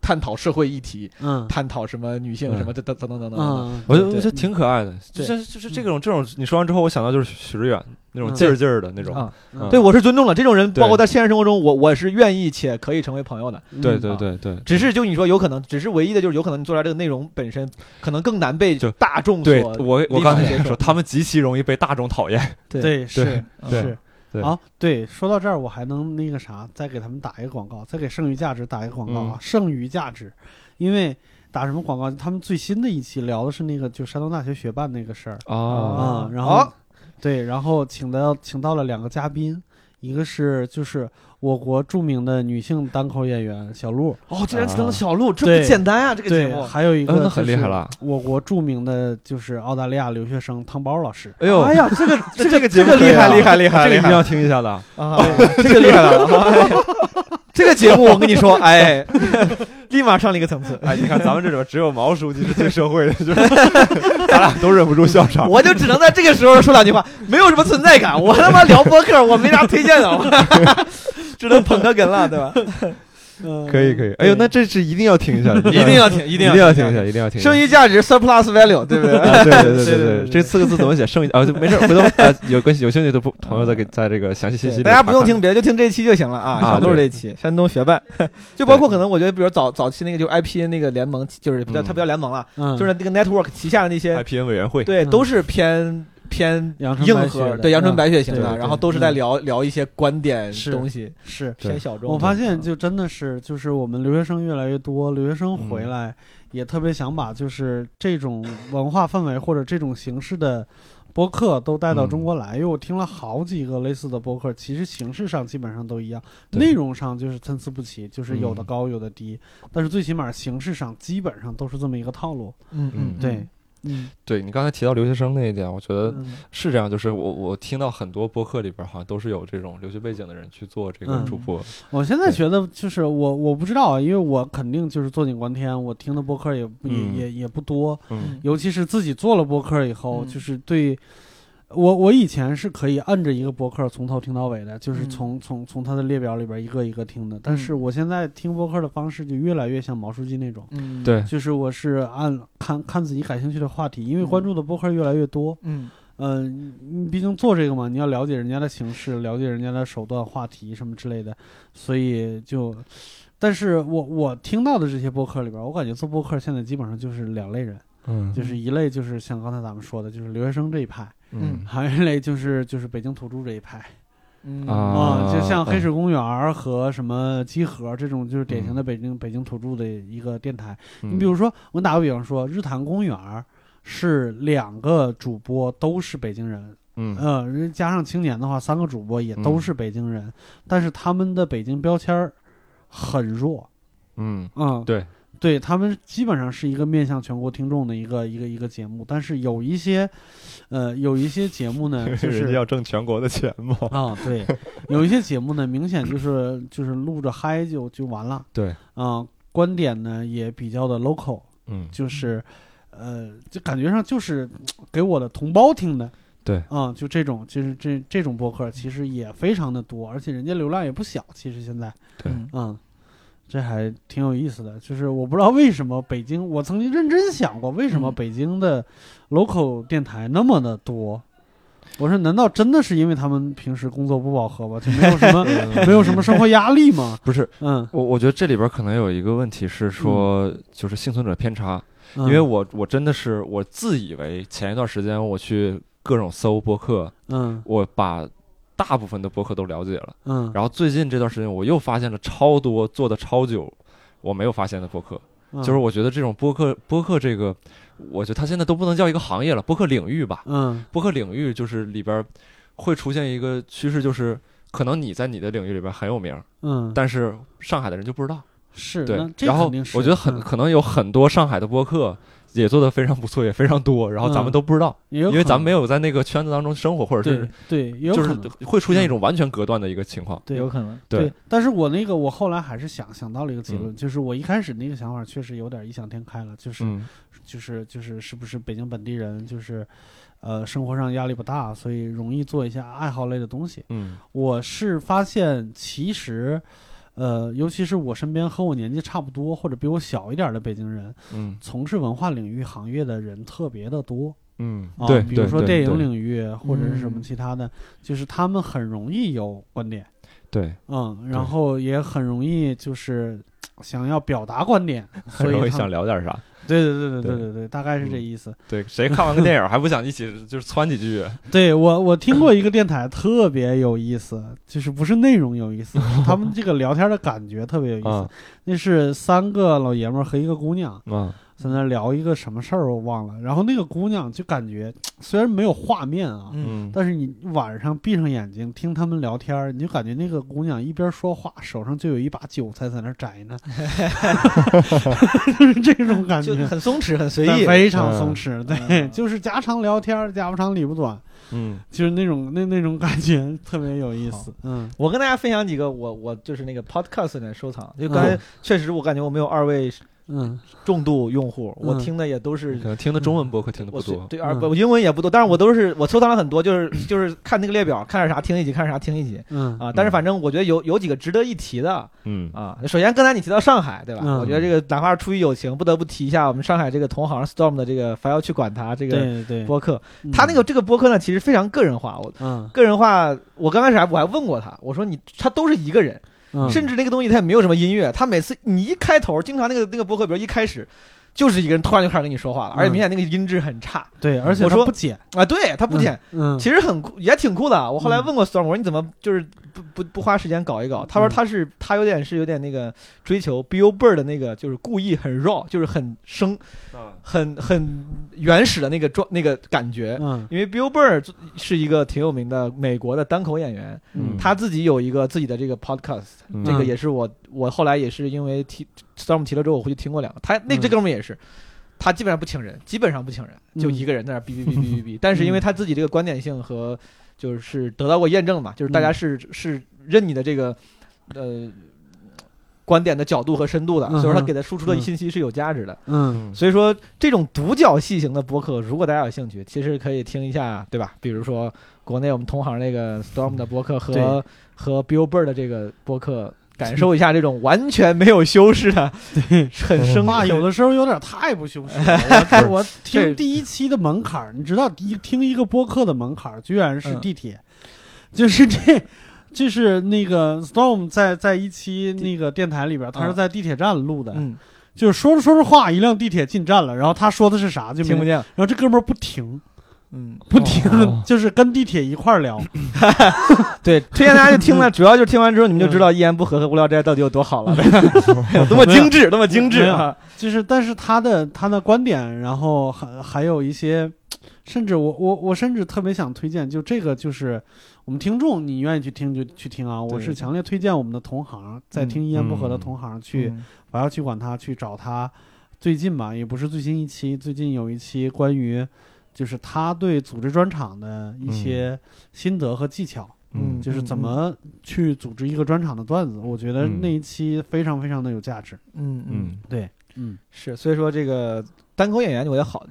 探讨社会议题，
嗯
探讨什么女性
嗯
什么等等等等等等等。
嗯
我觉得
对
这挺可爱的，就
对
像就是这
嗯
种这种，你说完之后，我想到就是许知远那种
嗯
劲儿劲儿的那种，
啊，
嗯
对我是尊重了这种人，
对
包括在现实生活中，我我是愿意且可以成为朋友的。
对
嗯
对对对
只是就你说有可能，只是唯一的就是有可能你做出来这个内容本身可能更难被
就
大众
对，
所
我我
嗯理
刚才
解
也
接
说，
受
他们极其容易被大众讨厌，
对
对是
啊
对
是
对
好对，说到这儿我还能那个啥，再给他们打一个广告，再给剩余价值打一个广告啊，
嗯
剩余价值，因为打什么广告？他们最新的一期聊的是那个就山东大学学办那个事儿。
啊
啊，然后、
好
对，然后请到请到了两个嘉宾，一个是就是我国著名的女性单口演员小鹿，
哦，竟然请
啊
到了小鹿，这
对
不简单啊！这个节
对，
目，
还有一
嗯
个、
那很厉害了。
我国著名的就是澳大利亚留学生汤包老师，
哎呦，
哎呀，这个
这这个
这
节目
个
可以
厉害
啊
厉害厉害
这个
厉
一定
害
要听一下 的，
啊，这个厉害了！哎呀 这个节目我跟你说，哎， 立马上了一个层次。
哎，你看咱们这里边只有毛书记是最社会的， 就是咱俩都忍不住笑场。
我就只能在这个时候说两句话，没有什么存在感。我他妈聊播客，我没啥推荐的，我 只能捧个哏了，对吧？
嗯
可以可以，哎呦，那这是一定要听一下的，
一定要听，嗯 一
一
定
定要
听
听一下，一定要听一下。
剩余价值 surplus value，对不对？
啊，对对对
对对
对
对
这四个字怎么写？剩余啊，就没事儿，回头呃，有关系有兴趣的朋朋友再给在这个详细信息里
嗯大家不用
查看
听别的，就听这一期就行了啊。
啊
小鹿
对
这一期，山东学 办，就包括可能我觉得，比如早早期那个就 IP 那个联盟，就是比较
嗯
它比较联盟了，
嗯，
就是那个 network 旗下的那些
IPN 委员会，
对，
嗯
都是偏偏
阳春白
硬
雪
核，
的
对阳春白雪型
嗯对
的，
对
然后都是在聊聊一些观点
是
东西，
是。
对
偏小众的。
我发现，就真的是，就是我们留学生越来越多，留学生回
嗯
来也特别想把就是这种文化氛围或者这种形式的播客都带到
嗯
中国来，因为我听了好几个类似的播客，其实形式上基本上都一样，
对
内容上就是参差不齐，就是有的
嗯
高有的低，但是最起码形式上基本上都是这么一个套路。
嗯嗯，
对，嗯
对你刚才提到留学生那一点，我觉得
嗯
是这样，就是我我听到很多播客里边好像都是有这种留学背景的人去做这个
嗯
主播，
我现在
对
觉得就是我我不知道啊，因为我肯定就是坐井观天，我听的播客也不也、
嗯
也也不多，
嗯
尤其是自己做了播客以后，
嗯
就是对我我以前是可以按着一个播客从头听到尾的，就是
嗯
从、从从它的列表里边一个一个听的，但是我现在听播客的方式就越来越像毛书记那种。
嗯，
对，
就是我是按看看自己感兴趣的话题，因为
嗯
关注的播客越来越多，
嗯
嗯，你毕竟做这个嘛，你要了解人家的形式，了解人家的手段、话题什么之类的，所以就，但是我我听到的这些播客里边，我感觉做播客现在基本上就是两类人，
嗯
就是一类就是像刚才咱们说的，就是留学生这一派，
嗯
还有一类就是就是北京土著这一派
嗯
啊
啊、就像
嗯嗯
黑水公园儿和什么集合这种，就是典型的北京、北京土著的一个电台。你比如说，我打个比方说，日坛公园儿是两个主播都是北京人，
嗯
呃，人加上青年的话，三个主播也都是北京人，但是他们的北京标签儿很弱，
嗯
嗯，
对，
对他们基本上是一个面向全国听众的一个一个一个节目，但是有一些，呃，有一些节 目呢，就
人
是
家要挣全国的钱嘛，
啊、对，有一些节目呢，明显就是就是录着嗨就就完了，
对，
啊、观点呢也比较的 local，
嗯
就是，呃，就感觉上就是给我的同胞听的。
对
啊、就这种，就是这这种播客，其实也非常的多，而且人家流量也不小。其实现在，
对
嗯
嗯，这还挺有意思的。就是我不知道为什么北京，我曾经认真想过，为什么
嗯
北京的 local 电台那么的多？我说，难道真的是因为他们平时工作不饱和吗？就没有 什么没有什么生活压力吗？
不是
嗯，
我，我觉得这里边可能有一个问题是说，就是幸存者偏差，
因
因为我我真的是我自以为前一段时间我去各种搜播客，
嗯
我把大部分的播客都了解了，
嗯
然后最近这段时间我又发现了超多做的超久我没有发现的播客，
嗯，
就是我觉得这种播客播客这个，我觉得它现在都不能叫一个行业了，播客领域吧，
嗯
播客领域就是里边会出现一个趋势，就是可能你在你的领域里边很有名，
嗯，
但是上海的人就不知道。
是，
对
那，这
然后
肯定是
我觉得很、
嗯
可能有很多上海的播客也做得非常不错，也非常多，然后咱们都不知道，
嗯也有可能，
因为咱们没有在那个圈子当中生活，或者
对
是
对，也有
就
可
是
能嗯
会出现一种完全隔断的一个情况。
对
有可能。
对
对，但是我那个我后来还是想想到了一个结论，就是我一开始那个想法确实有点异想天开了，就是、
嗯
就是就是是不是北京本地人就是，呃，生活上压力不大，所以容易做一些爱好类的东西。
嗯
我是发现其实。呃，尤其是我身边和我年纪差不多或者比我小一点的北京人，
嗯
从事文化领域行业的人特别的多。
嗯
啊，，
对，
比如说电影
里，
领域或者是什么
嗯
其他的，就是他们很容易有观点，
对，
嗯，
对
然后也很容易就是想要表达观点，所
很
以
容易
他
想聊点啥。
对对对对
对嗯
对对对，大概是这意思。
对，谁看完个电影还不想一起就是窜几句？
对我我听过一个电台特别有意思，就是不是内容有意思，是他们这个聊天的感觉特别有意思
啊。
那是三个老爷们儿和一个姑娘
嗯
在那聊一个什么事儿，我忘了。然后那个姑娘就感觉虽然没有画面啊，
嗯
但是你晚上闭上眼睛听他们聊天儿，你就感觉那个姑娘一边说话，手上就有一把韭菜在那儿摘 呢，就是这种感
就
觉，
很松弛，很 随
但
意。
非常松弛。对，
嗯
就是家常聊天儿，家不长理不短，
嗯
就是那种那那种感觉特别有意思。嗯
我跟大家分享几个我我就是那个 podcast 里面收藏，啊就刚才
嗯
确实我感觉我没有二位
嗯
重度用户，
嗯
我听的也都是
可能听的中文播客听的不
我随
多。
对，而
嗯
我英文也不多，但是我都是我收藏了很多，就是 就是看那个列表，看点啥听一集，看点啥听一集
嗯
啊。但是
嗯
反正我觉得有有几个值得一提的
嗯
啊。首先刚才你提到上海，对吧？
嗯
我觉得这个哪怕是出于友情，不得不提一下我们上海这个同行 Storm 的这个“凡要去管他”这个
对对，
播客，
嗯
他那个这个播客呢，其实非常个人化，我。
嗯
个人化，我刚开始还我还问过他，我说你他都是一个人，
嗯
甚至那个东西它也没有什么音乐，它每次你一开头，经常那个那个播客，比如一开始就是一个人突然就开始跟你说话了，而且明显那个音质很差
对，而且
我
他
说
不剪，
啊，对，它不剪，
嗯，嗯
其实很酷，也挺酷的。我后来问过 Storm，我说你怎么就是不不不花时间搞一搞？他说他是他有点是有点那个追求 Billboard 的那个，就是故意很 raw，就是很生
啊
很很原始的那个状那个感觉。
嗯
因为 Billboard 是一个挺有名的美国的单口演员，
嗯
他自己有一个自己的这个 podcast，、
嗯
这个也是我我后来也是因为提 Storm 提了之后，我回去听过两个，他那
嗯
这哥们儿也是。他基本上不请人，基本上不请人，就
嗯
一个人在那儿哔哔哔哔哔哔。但是因为他自己这个观点性和就是得到过验证嘛，就是大
嗯
家是是认你的这个呃观点的角度和深度的，
嗯哼
所以说他给他输出的
嗯
信息是有价值的。
嗯
嗯
所以说这种独角戏型的播客，如果大家有兴趣，其实可以听一下，对吧？比如说国内我们同行那个 Storm 的播客和
对
和 Billboard 的这个播客。感受一下这种完全没有修饰的，很生哎
嗯骂有的时候有点太不羞耻了。我 我
这
听第一期的门槛儿，你知道，一听一个播客的门槛儿居然是
嗯
地铁，就是这。就是那个 Storm 在在一期那个电台里边儿，他是
嗯
在地铁站录的，
嗯，
就是说着说着话，一辆地铁进站了，然后他说的是啥就没
听不，见了，
然后这哥们儿不停
嗯，
不停，
哦
就是跟地铁一块儿聊，
对，推荐大家去听 了，主要就是听完之后你们就知
嗯
道一言不合和无聊斋到底有多好了， 有多么精致，多么精致
没有
啊！
就是，但是他的他的观点，然后还还有一些，甚至我我我甚至特别想推荐，就这个就是我们听众，你愿意去听就去听啊，我是强烈推荐我们的同行，在听一言不合的同行去，
嗯
不要去管他，去找他。最近吧，也不是最近一期，最近有一期关于就是他对组织专场的
嗯
一些心得和技巧，
嗯
就是怎么去组织一个专场的段子，我觉得
嗯
那一期非常非常的有价值。
嗯嗯，
嗯
对，嗯。
是，所以说这个单口演员我觉得好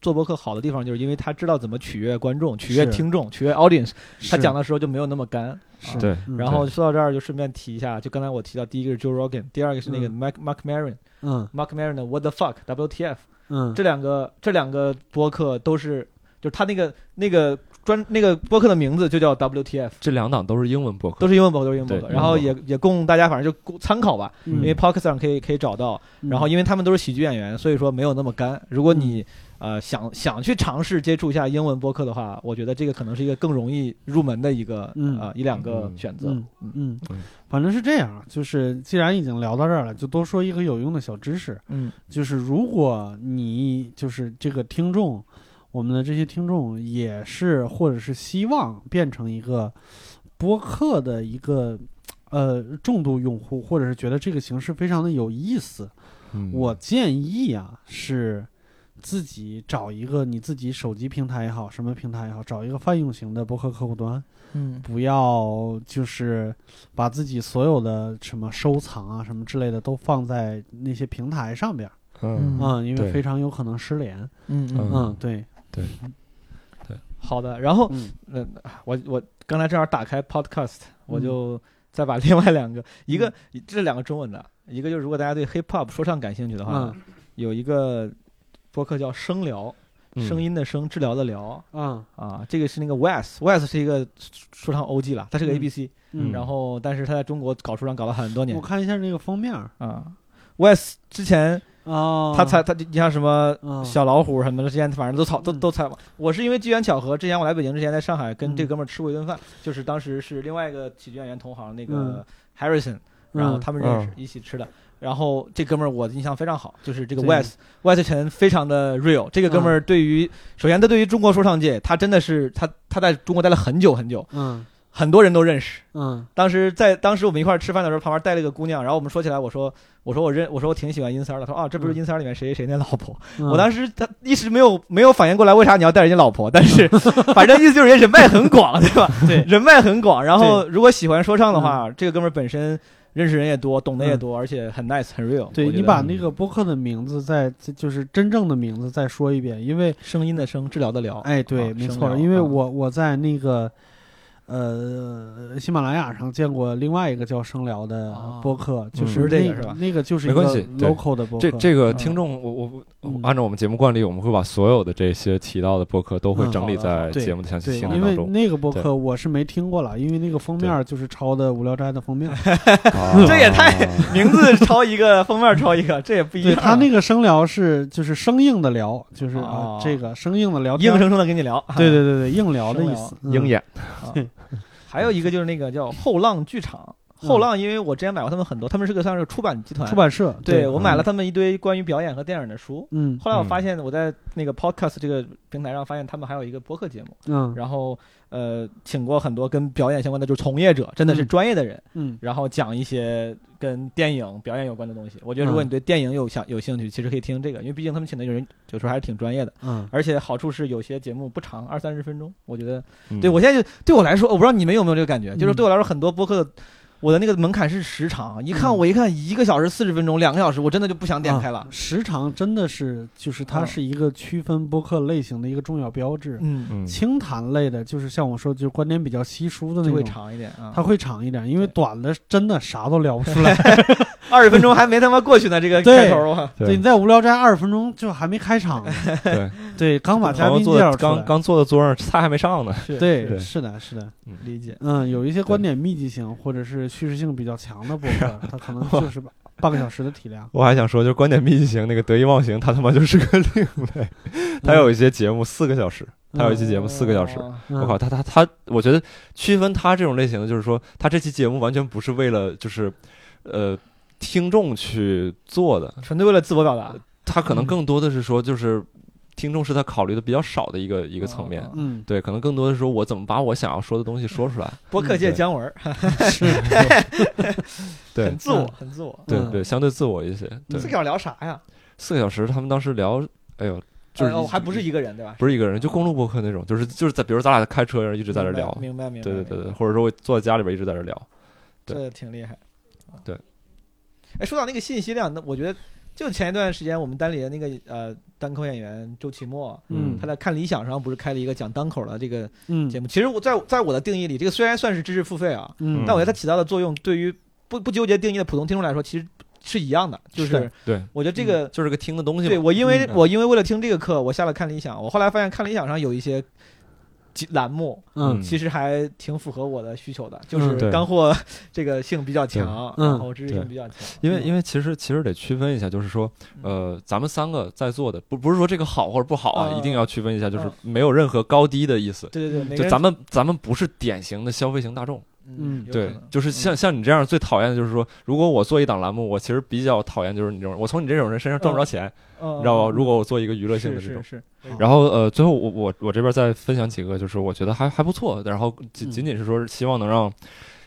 做播客好的地方，就是因为他知道怎么取悦观众、取悦
是
听众、取悦 audience，他
是
讲的时候就没有那么干。
是
对
嗯
然后说到这儿，就顺便提一下，就刚才我提到第一个是 Joe Rogan，第二个是那个
嗯
Mark Mark Maron，Mark
嗯
Maron 的 What the Fuck WTF，
嗯，
这两个这两个播客都是，就是他那个那个专那个播客的名字就叫 WTF，
这两档都是英文播客，
都是英文博客，都是英文博客。
对
然后也也供大家反正就供参考吧，
嗯
因为 Pocket 上可以可以找到。然后因为他们都是喜剧演员，所以说没有那么干。如
嗯
果你呃想想去尝试接触一下英文播客的话，我觉得这个可能是一个更容易入门的一个
嗯
呃一两个选择。
嗯嗯
嗯，
反正是这样，就是既然已经聊到这儿了，就多说一个有用的小知识，
嗯
就是如果你就是这个听众，我们的这些听众也是或者是希望变成一个播客的一个。呃，重度用户或者是觉得这个形式非常的有意思，
嗯
我建议啊，是自己找一个你自己手机平台也好，什么平台也好，找一个泛用型的博客客户端，
嗯
不要就是把自己所有的什么收藏啊、什么之类的都放在那些平台上边儿，
嗯
嗯，因
对
为非常有可能失联。
嗯
嗯
嗯，对，
好的。然后
嗯
嗯，我我刚才正好打开 Podcast，我
嗯
就再把另外两个，一个这两个中文的，一个就是如果大家对 Hip Hop 说唱感兴趣的话，
嗯
有一个播客叫声聊，
嗯
声音的声，治疗的疗
嗯
啊，这个是那个 Wes，Wes 是一个说唱 OG 了，他是个
嗯
ABC，
嗯
然后但是他在中国搞说唱搞了很多年
我看一下那个封面儿
啊。Wes 之前
啊，
他采他你像什么
啊
小老虎什么的，之前反正都采都
嗯
都采访。我是因为机缘巧合，之前我来北京之前，在上海跟
嗯
这哥们儿吃过一顿饭，就是当时是另外一个喜剧演员同行那个
嗯
Harrison，然后他们认识
嗯
一起吃的。然后这哥们儿我印象非常好，就是这个
对嗯
Wes Wes 陈非常的 real。这个哥们儿对于首先他对于中国说唱界，他真的是他他在中国待了很久很久，
嗯
很多人都认识。
嗯
当时在当时我们一块儿吃饭的时候，旁边带了一个姑娘，然后我们说起来，我说我说我认我说我挺喜欢阴三儿的，他说啊这不是
嗯
阴三儿里面谁谁谁那老婆，
嗯，
我当
时
时他一时没有没有反应过来，为啥你要带人家老婆？但是 反正意思就是人人脉很广，对吧？
嗯 对
人脉很广。然后如果喜欢说唱的话，这个哥们儿本身认识人也多，懂得也多，而且很 nice 很 real 我觉得。
嗯对你把那
嗯
个播客的名字再就是真正的名字再说一遍，因为
声音的声，治疗的疗，
哎，对，
啊
没
声
错，
疗
因为
啊
我我在那个呃喜马拉雅上见过另外一个叫声疗的
哦
播客，
嗯
就是是
不是这
那
个是吧
那个就是
没
一
关
个
系对
local 的播客。
这这个
嗯
听众，我我我
嗯
按照我们节目惯例，我们会把所有的这些提到的播客都会
嗯
整理
好的好
在
的
对
节目的详细
对，
信
因
息
为
当中
那个播
对
客我是没听过了，因为那个封面儿就是抄的《无聊斋》的封面儿。
啊。
这也太名字抄一个，封面抄一个，这也不一
对
样。
他那个声疗是就是生硬的聊，就是啊
哦
这个生硬的聊天
硬。生生的跟你聊，
对对对对，硬聊的
声
意
疗
思。
鹰
嗯
眼，
还有一个就是那个叫后浪剧场，后浪，因为我之前买过他们很多，他们是个算是出版集团，
出版社，
对我买
嗯
了他们一堆关于表演和电影的书。
嗯
后来我
嗯
发现我在那个 Podcast 这个平台上发现他们还有一个播客节目，
嗯
然后呃请过很多跟表演相关的，就是从业者，真的是
嗯
专业的人，
嗯
然后讲一些跟电影表演有关的东西。我觉得如果
嗯
你对电影有想有兴趣，其实可以听这个，因为毕竟他们请的人有时候还是挺专业的，
嗯
而且好处是有些节目不长，二三十分钟，我觉得
嗯
对我现在就对我来说，我不知道你们有没有这个感觉，就是
嗯
对我来说，很多播客的我的那个门槛是时长，一看
嗯
我一看一个小时四十分钟，两个小时，我真的就不想
啊
点开了。
啊时长真的是，就是它
嗯
是一个区分播客类型的一个重要标志。
嗯，
嗯
清谈类的，就是像我说，就是观点比较稀疏的那
就会
种，
长一点啊。
它会长一点，因为短的真的啥都聊不 出来。
二十分钟还没他妈过去呢，这个
对
开头啊，
对，你在无聊斋二十分钟就还没开场呢，
对，
对，刚把嘉
朋友
宾
坐
介绍
的
出来
刚刚坐的桌上菜还没上呢，
是
对，
对
是的，是的，
理解。
嗯，有一些观点密集性或者是叙事性比较强的播客，它可能就是半半个小时的体量。
我还想说，就是观点密集型那个得意忘形，它他妈 就是个另类。
嗯
它有一些节目四个小时，它有一期节目四个小时。
哦
嗯，
我靠，它它它，我觉得区分它这种类型的，就是说，它这期节目完全不是为了就是，呃，听众去做的，
纯粹为了自我表达，
它可能
嗯
更多的是说，就是听众是他考虑的比较少的一个一个层面。
哦
嗯，
对，可能更多的是说我怎么把我想要说的东西说出来。
播客界
嗯对
姜文儿，
是，
对
很自我，
嗯
很自我。
对
嗯
对，相对自我一些。对，
这个要聊啥呀？
四个小时，他们当时聊，哎呦，就是
呃哦还不是一个人对吧？
不是一个人，就公路博客那种，就是就是在，比如咱俩开车一直在这聊，
明白明白。
对对
明白
对对，，或者说我坐在家里边一直在这聊，对
这挺厉害。啊
对。
哎，说到那个信息量，那我觉得就前一段时间我们单里的那个呃单口演员周奇墨，
嗯
他在看理想上不是开了一个讲单口的这个
嗯
节目？其实我在在我的定义里，这个虽然算是知识付费啊，
嗯，
但我觉得它起到的作用，对于不不纠结定义的普通听众来说，其实是一样的。就是是
对，
我觉得这个
就是个听的嗯东西
对
嘛，
我因为、
嗯
我因为为了听这个课，我下了看理想，我后来发现看理想上有一些节栏目，
嗯
嗯
其实还挺符合我的需求的，就
嗯
是
对
干货 这个性比较强，
嗯
然后知识性比较强，
因为
嗯
因为其实其实得区分一下，就是说，呃，咱们三个在座的，不不是说这个好或者不好啊，
嗯
一定要区分一下，就是
嗯
没有任何高低的意思。
对对对，每个
就
人
咱们咱们不是典型的消费型大众，
嗯
嗯
有可
对
能，
就是像像你这样最讨厌的就是说，如果我做一档栏目，我其实比较讨厌就是你这种，我从你这种人身上赚不着钱，
嗯
你知道吧？
嗯
如果我做一个娱乐性
是
的这种
是，是，
然后呃，最后我我我这边再分享几个，就是我觉得还还不错，然后仅
嗯
仅仅是说希望能让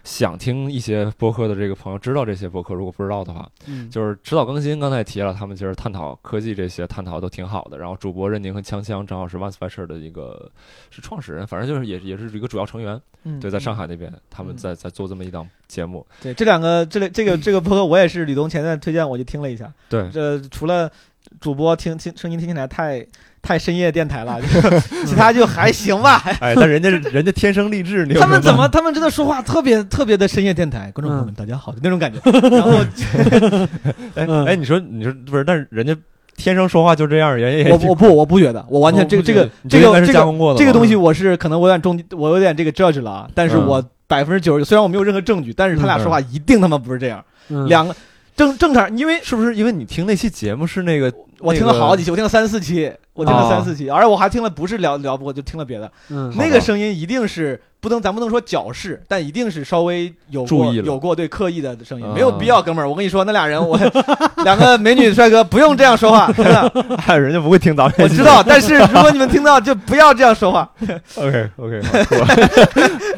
想听一些播客的这个朋友知道这些播客，如果不知道的话，
嗯
就是迟早更新，刚才也提了，他们其实探讨科技这些探讨都挺好的。然后主播任宁和锵锵正好是 One Special 的一个是创始人，反正就是也也是一个主要成员，
嗯
对，在上
海。
海那边他们
嗯
在在做这么一档节目，
对这两个，这类这个这个播客，我也是吕东前段推荐，我就听了一下。
对，
这除了主播听听声音听起来太太深夜电台了，就 其他就还行吧。
哎，但人家人家天生丽质，你有
他
什
们怎么他们真的说话特别特别的深夜电台，观众朋友们大家好就那种感觉。然后
哎
嗯
哎，你说你说不是，但是人家天生说话就这样，人家也
我我不我不觉得，我完全这个这个
你
这
应该
个
是
这
加
个
工过的
这个
吗
东西我是可能我有点中我有点这个 judge 了啊，但是
嗯
我百分之九十九虽然我没有任何证据，但是他俩说话一定他妈不是这样，
嗯
两个。正正常，因为
是不是因为你听那期节目是那个
我听了好几期，我听了三四期，我听了
哦
三四期，而且我还听了不是聊聊播，就听了别的。
嗯
好
那
吧
个声音一定是不能，咱不能说矫饰，但一定是稍微有过
注意了
有过对刻意的声音，
啊
没有必要，哥们儿。我跟你说，那俩人我 两个美女帅哥不用这样说话，真 的，
哎，人家不会听咱们
我知道。但是如果你们听到，就不要这样说话。
OK OK，好酷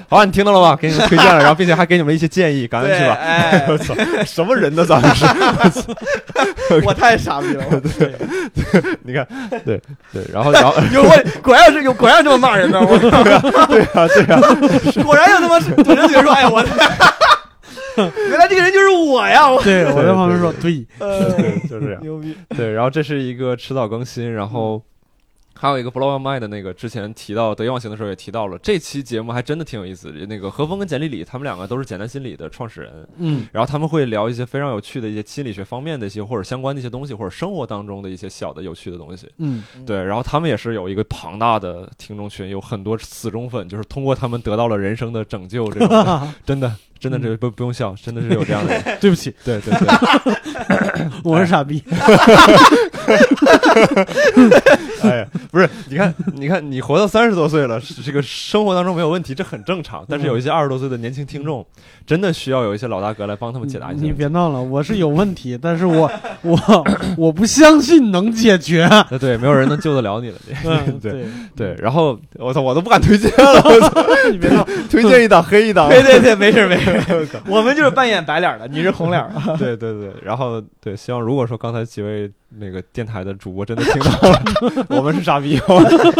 好，你听到了吧？给你们推荐了，然后并且还给你们一些建议，感恩
对，
去吧。
哎，
我操，什么人呢？咱们是，
我太傻逼了。
你看，对对，然后然 后
有我果然是有果然这么骂人的，我
对啊对啊，
果然有他妈怼着嘴说，哎呀我。 原来这个人就是我呀！我
对，我在旁
对
边说，对，
呃
对就这样。
牛逼，
对，然后这是一个迟早更新，然后还有一个 Blow Your Mind 的那个，之前提到得意忘形的时候也提到了，这期节目还真的挺有意思。那个何峰跟简丽丽他们两个都是简单心理的创始人，
嗯
然后他们会聊一些非常有趣的一些心理学方面的一些或者相关的一些东西，或者生活当中的一些小的有趣的东西。
嗯
对，然后他们也是有一个庞大 的听众群，有很多死忠粉，就是通过他们得到了人生的拯救，这种的真的真的这
嗯
不不用笑，真的是有这样的人，
对不起，
对对对，
我是傻逼。
哎呀，不是，你看你看你活到三十多岁了，是这个生活当中没有问题，这很正常。但是有一些二十多岁的年轻听众，真的需要有一些老大哥来帮他们解答一些
你
问题。
别闹了，我是有问题，但是我 我 我不相信能解决。
那呃对，没有人能救得了你了。
嗯，
对
对，
对，然后我操，我都不敢推荐了， 我操，
你别闹，
推荐一档黑一 档。
对对对，没事没事，我们就是扮演白脸的，你是红脸的。
对对对，然后对，希望如果说刚才几位那个电台的主播真的听到 了，我们是傻逼，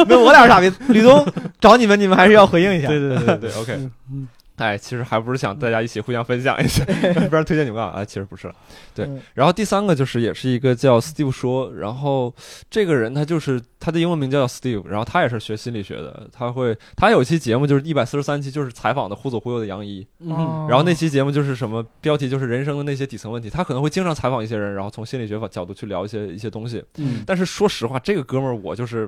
没有，我俩是傻逼。吕东找你们，你们还是要回应一下。
对对
对对
对，
对，OK
嗯嗯。
哎，其实还不是想大家一起互相分享 一下，不然推荐你们啊。哎，其实不是了。对
嗯，
然后第三个就是也是一个叫 Steve 说，然后这个人他就是他的英文名叫 Steve，然后他也是学心理学的，他会他有一期节目就是一百四十三期，就是采访的忽左忽右的杨怡，
嗯
哦
然后那期节目就是什么标题就是人生的那些底层问题，他可能会经常采访一些人，然后从心理学角度去聊一些一些东西。
嗯
但是说实话，这个哥们儿我就是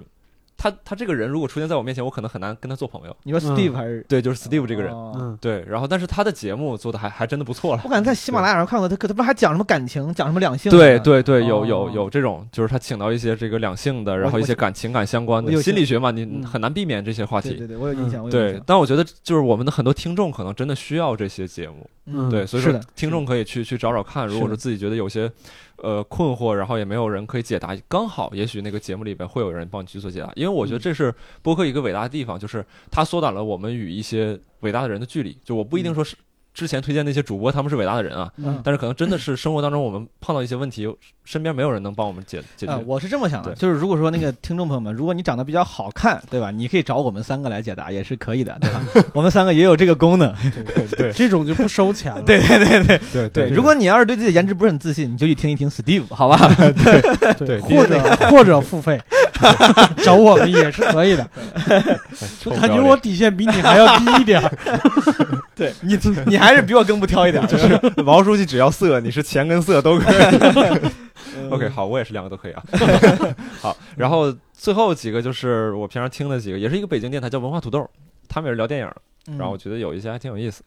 他他这个人如果出现在我面前，我可能很难跟他做朋友。
你说 Steve 还是
对，就是 Steve 这个人。
人？
哦嗯，
对，然后但是他的节目做的还还真的不错了
我。感觉在喜马拉雅上看过他，他他不是还讲什么感情，讲什么两性？
对，对对，有有
哦
有这种，就是他请到一些这个两性的，然后
我
一些感情感相关
我有
的心理学嘛，你
嗯
很难避免这些话
对
题。
对对，我有印象，我有印
对
象，。
但我觉得就是我们的很多听众可能真的需要这些节目，
嗯
对，所以
是
说
的
听众可以去去找找看，如果
是
说
的
自己觉得有些呃困惑，然后也没有人可以解答，刚好也许那个节目里边会有人帮你去做解答，因为我觉得
嗯
这是播客一个伟大的地方，就是它缩短了我们与一些伟大的人的距离。就我不一定说是之前推荐那些主播他们是伟大的人啊，
嗯
但是可能真的是生活当中我们碰到一些问题，身边没有人能帮我们解解决。
啊， 我是这么想的，
对
就是如果说那个听众朋友们，如果你长得比较好看，对吧？你可以找我们三个来解答，也是可以的， 对吧？我们三个也有这个功能。
对
这种就不收钱了。
对对对对
对
对，如果你要是对自己的颜值不是很自信，你就去听一听 Steve，好吧？
对
或者 或者付费找我们也是可以的。
就
我感觉我底线比你还要低一点儿。
对你，你还是比我更不挑一 点，就是
毛书记只要色，你是钱跟色都可以。OK，好，
嗯
我也是两个都可以啊。 好，然后最后几个就是我平常听的几个，也是一个北京电台叫文化土豆，他们也是聊电影，
嗯
然后我觉得有一些还挺有意思。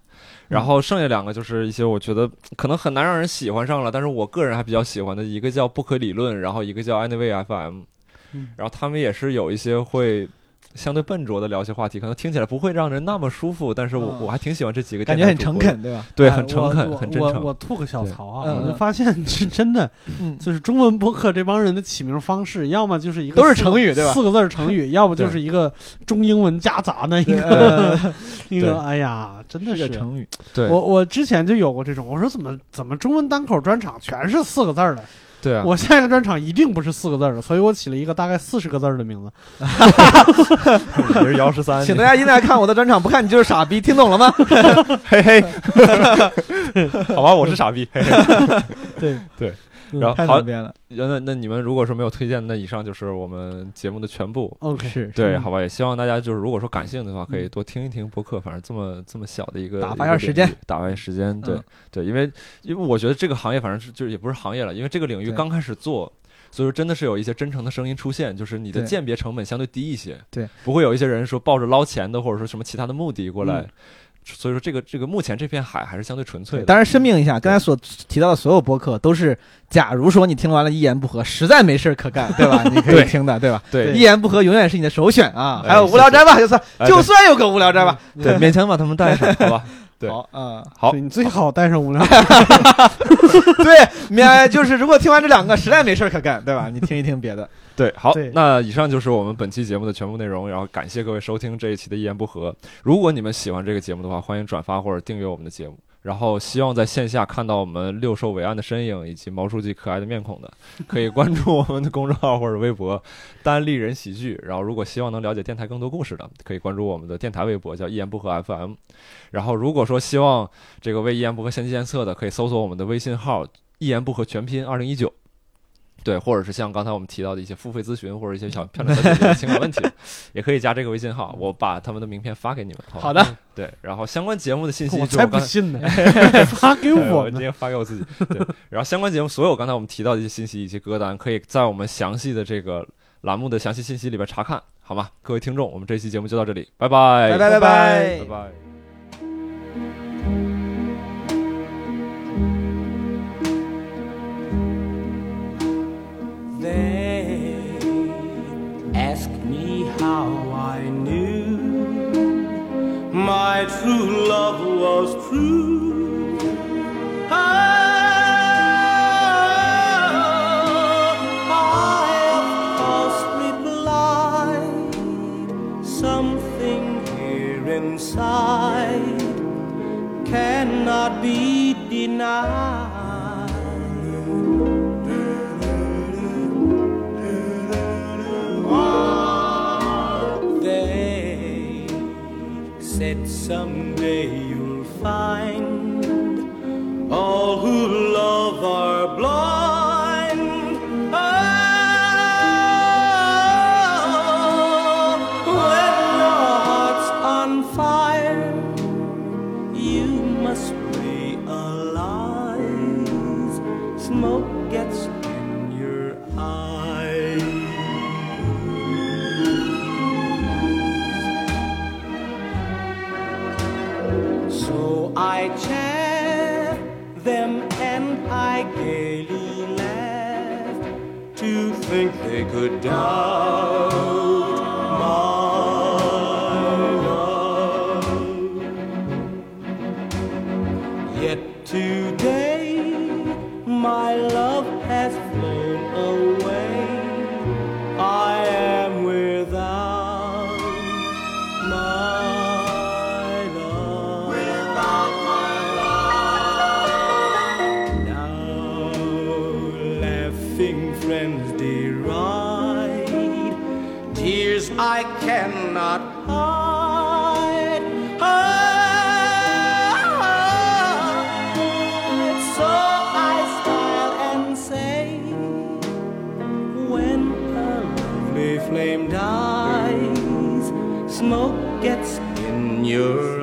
然后剩下两个就是一些我觉得可能很难让人喜欢上了，但是我个人还比较喜欢的一个叫不可理论，然后一个叫 Anyway FM，
嗯
然后他们也是有一些会。相对笨拙的聊一些话题，可能听起来不会让人那么舒服，但是我、
嗯
我还挺喜欢这几个，
感觉很诚，恳，啊对吧？
对，
哎
很诚
我
恳，
我
很真
我
诚。
我吐个小槽啊，
对
我
嗯
就发现是真的，
嗯，
就是中文播客这帮人的起名方式，要么就是一个
都是
四个
成语对吧
四个字儿成语，要么就是一个中英文夹杂的一个
呃，
一
对
个，哎呀，真的
是
是
个。成语，
对
我我之前就有过这种，我说怎么怎么中文单口专场全是四个字儿的，
对啊，
我下一个专场一定不是四个字儿的，所以我起了一个大概四十个字儿的名字。
你是姚十三
请大家一定要看我的专场，不看你就是傻逼，听懂了吗？
嘿嘿， 好吧，我是傻 逼。 嘿嘿
对
对，
嗯
然后
太
好
方，便了，
那那你们如果说没有推荐，那以上就是我们节目的全部。嗯
OK，
是
对，
嗯
好吧，也希望大家就是如果说感兴趣的话，可以多听一听播客。反正这么这么小的一个
打发
一个
一下时间
领域，打发一下时间。对
嗯
对，因为因为我觉得这个行业反正是就是也不是行业了，因为这个领域
对
刚开始做。所以说，真的是有一些真诚的声音出现，就是你的
对
鉴别成本相对低一些，
对，
不会有一些人说抱着捞钱的或者说什么其他的目的过来。
嗯
所以说，这个这个目前这片海还是相对纯粹的。
当然声明一下，刚才所提到的所有播客都是，假如说你听完了一言不合，实在没事儿可干，对吧？你可以
对
听的，对吧？
对
一言不合永远是你的首选啊！
哎
还有无聊斋吧，就算
哎嗯
就算有个无聊斋吧， 嗯
对，勉强把他们带 上，好吧？对
好啊，
好
对你最好带上无聊。
对，免就是如果听完这两个实在没事儿可干，对吧？你听一听别的，
对，好
对，
那以上就是我们本期节目的全部内容，然后感谢各位收听这一期的一言不合。如果你们喜欢这个节目的话，欢迎转发或者订阅我们的节目。然后希望在线下看到我们六兽伟岸的身影以及毛书记可爱的面孔的，可以关注我们的公众号或者微博“单立人喜剧”。然后，如果希望能了解电台更多故事的，可以关注我们的电台微博叫“一言不合 FM”。然后，如果说希望这个为一言不合献计献策的，可以搜索我们的微信号“一言不合全拼二零一九”。对，或者是像刚才我们提到的一些付费咨询，或者一些 小漂亮小姐姐的情感问题，也可以加这个微信号，我把他们的名片发给你们。好
好
吧
的，
对，然后相关节目的信息
我
就
才
刚
不
才
信呢，发给
对
我
今
呢。
天发给我自己。对，然后相关节目所有刚才我们提到的一些信息以及歌单，可以在我们详细的这个栏目的详细信息里边查看，好吗？各位听众，我们这期节目就到这里，拜拜，
拜拜
拜
拜
拜拜。
Thank through. Ah, I have falsely belied something here inside cannot be denied. They said someday you'll find all who love are blind. Oh, when your heart's on fire, you must realize smoke gets in your eyes. So I chaffed them and I gaily laughed to think they could doubt my love. Yet today my love has flown away. I am without my love. Without my love. Now laughing friends deride tears I cannot hide. Ah, So I smile and say, when a lovely flame dies, smoke gets in your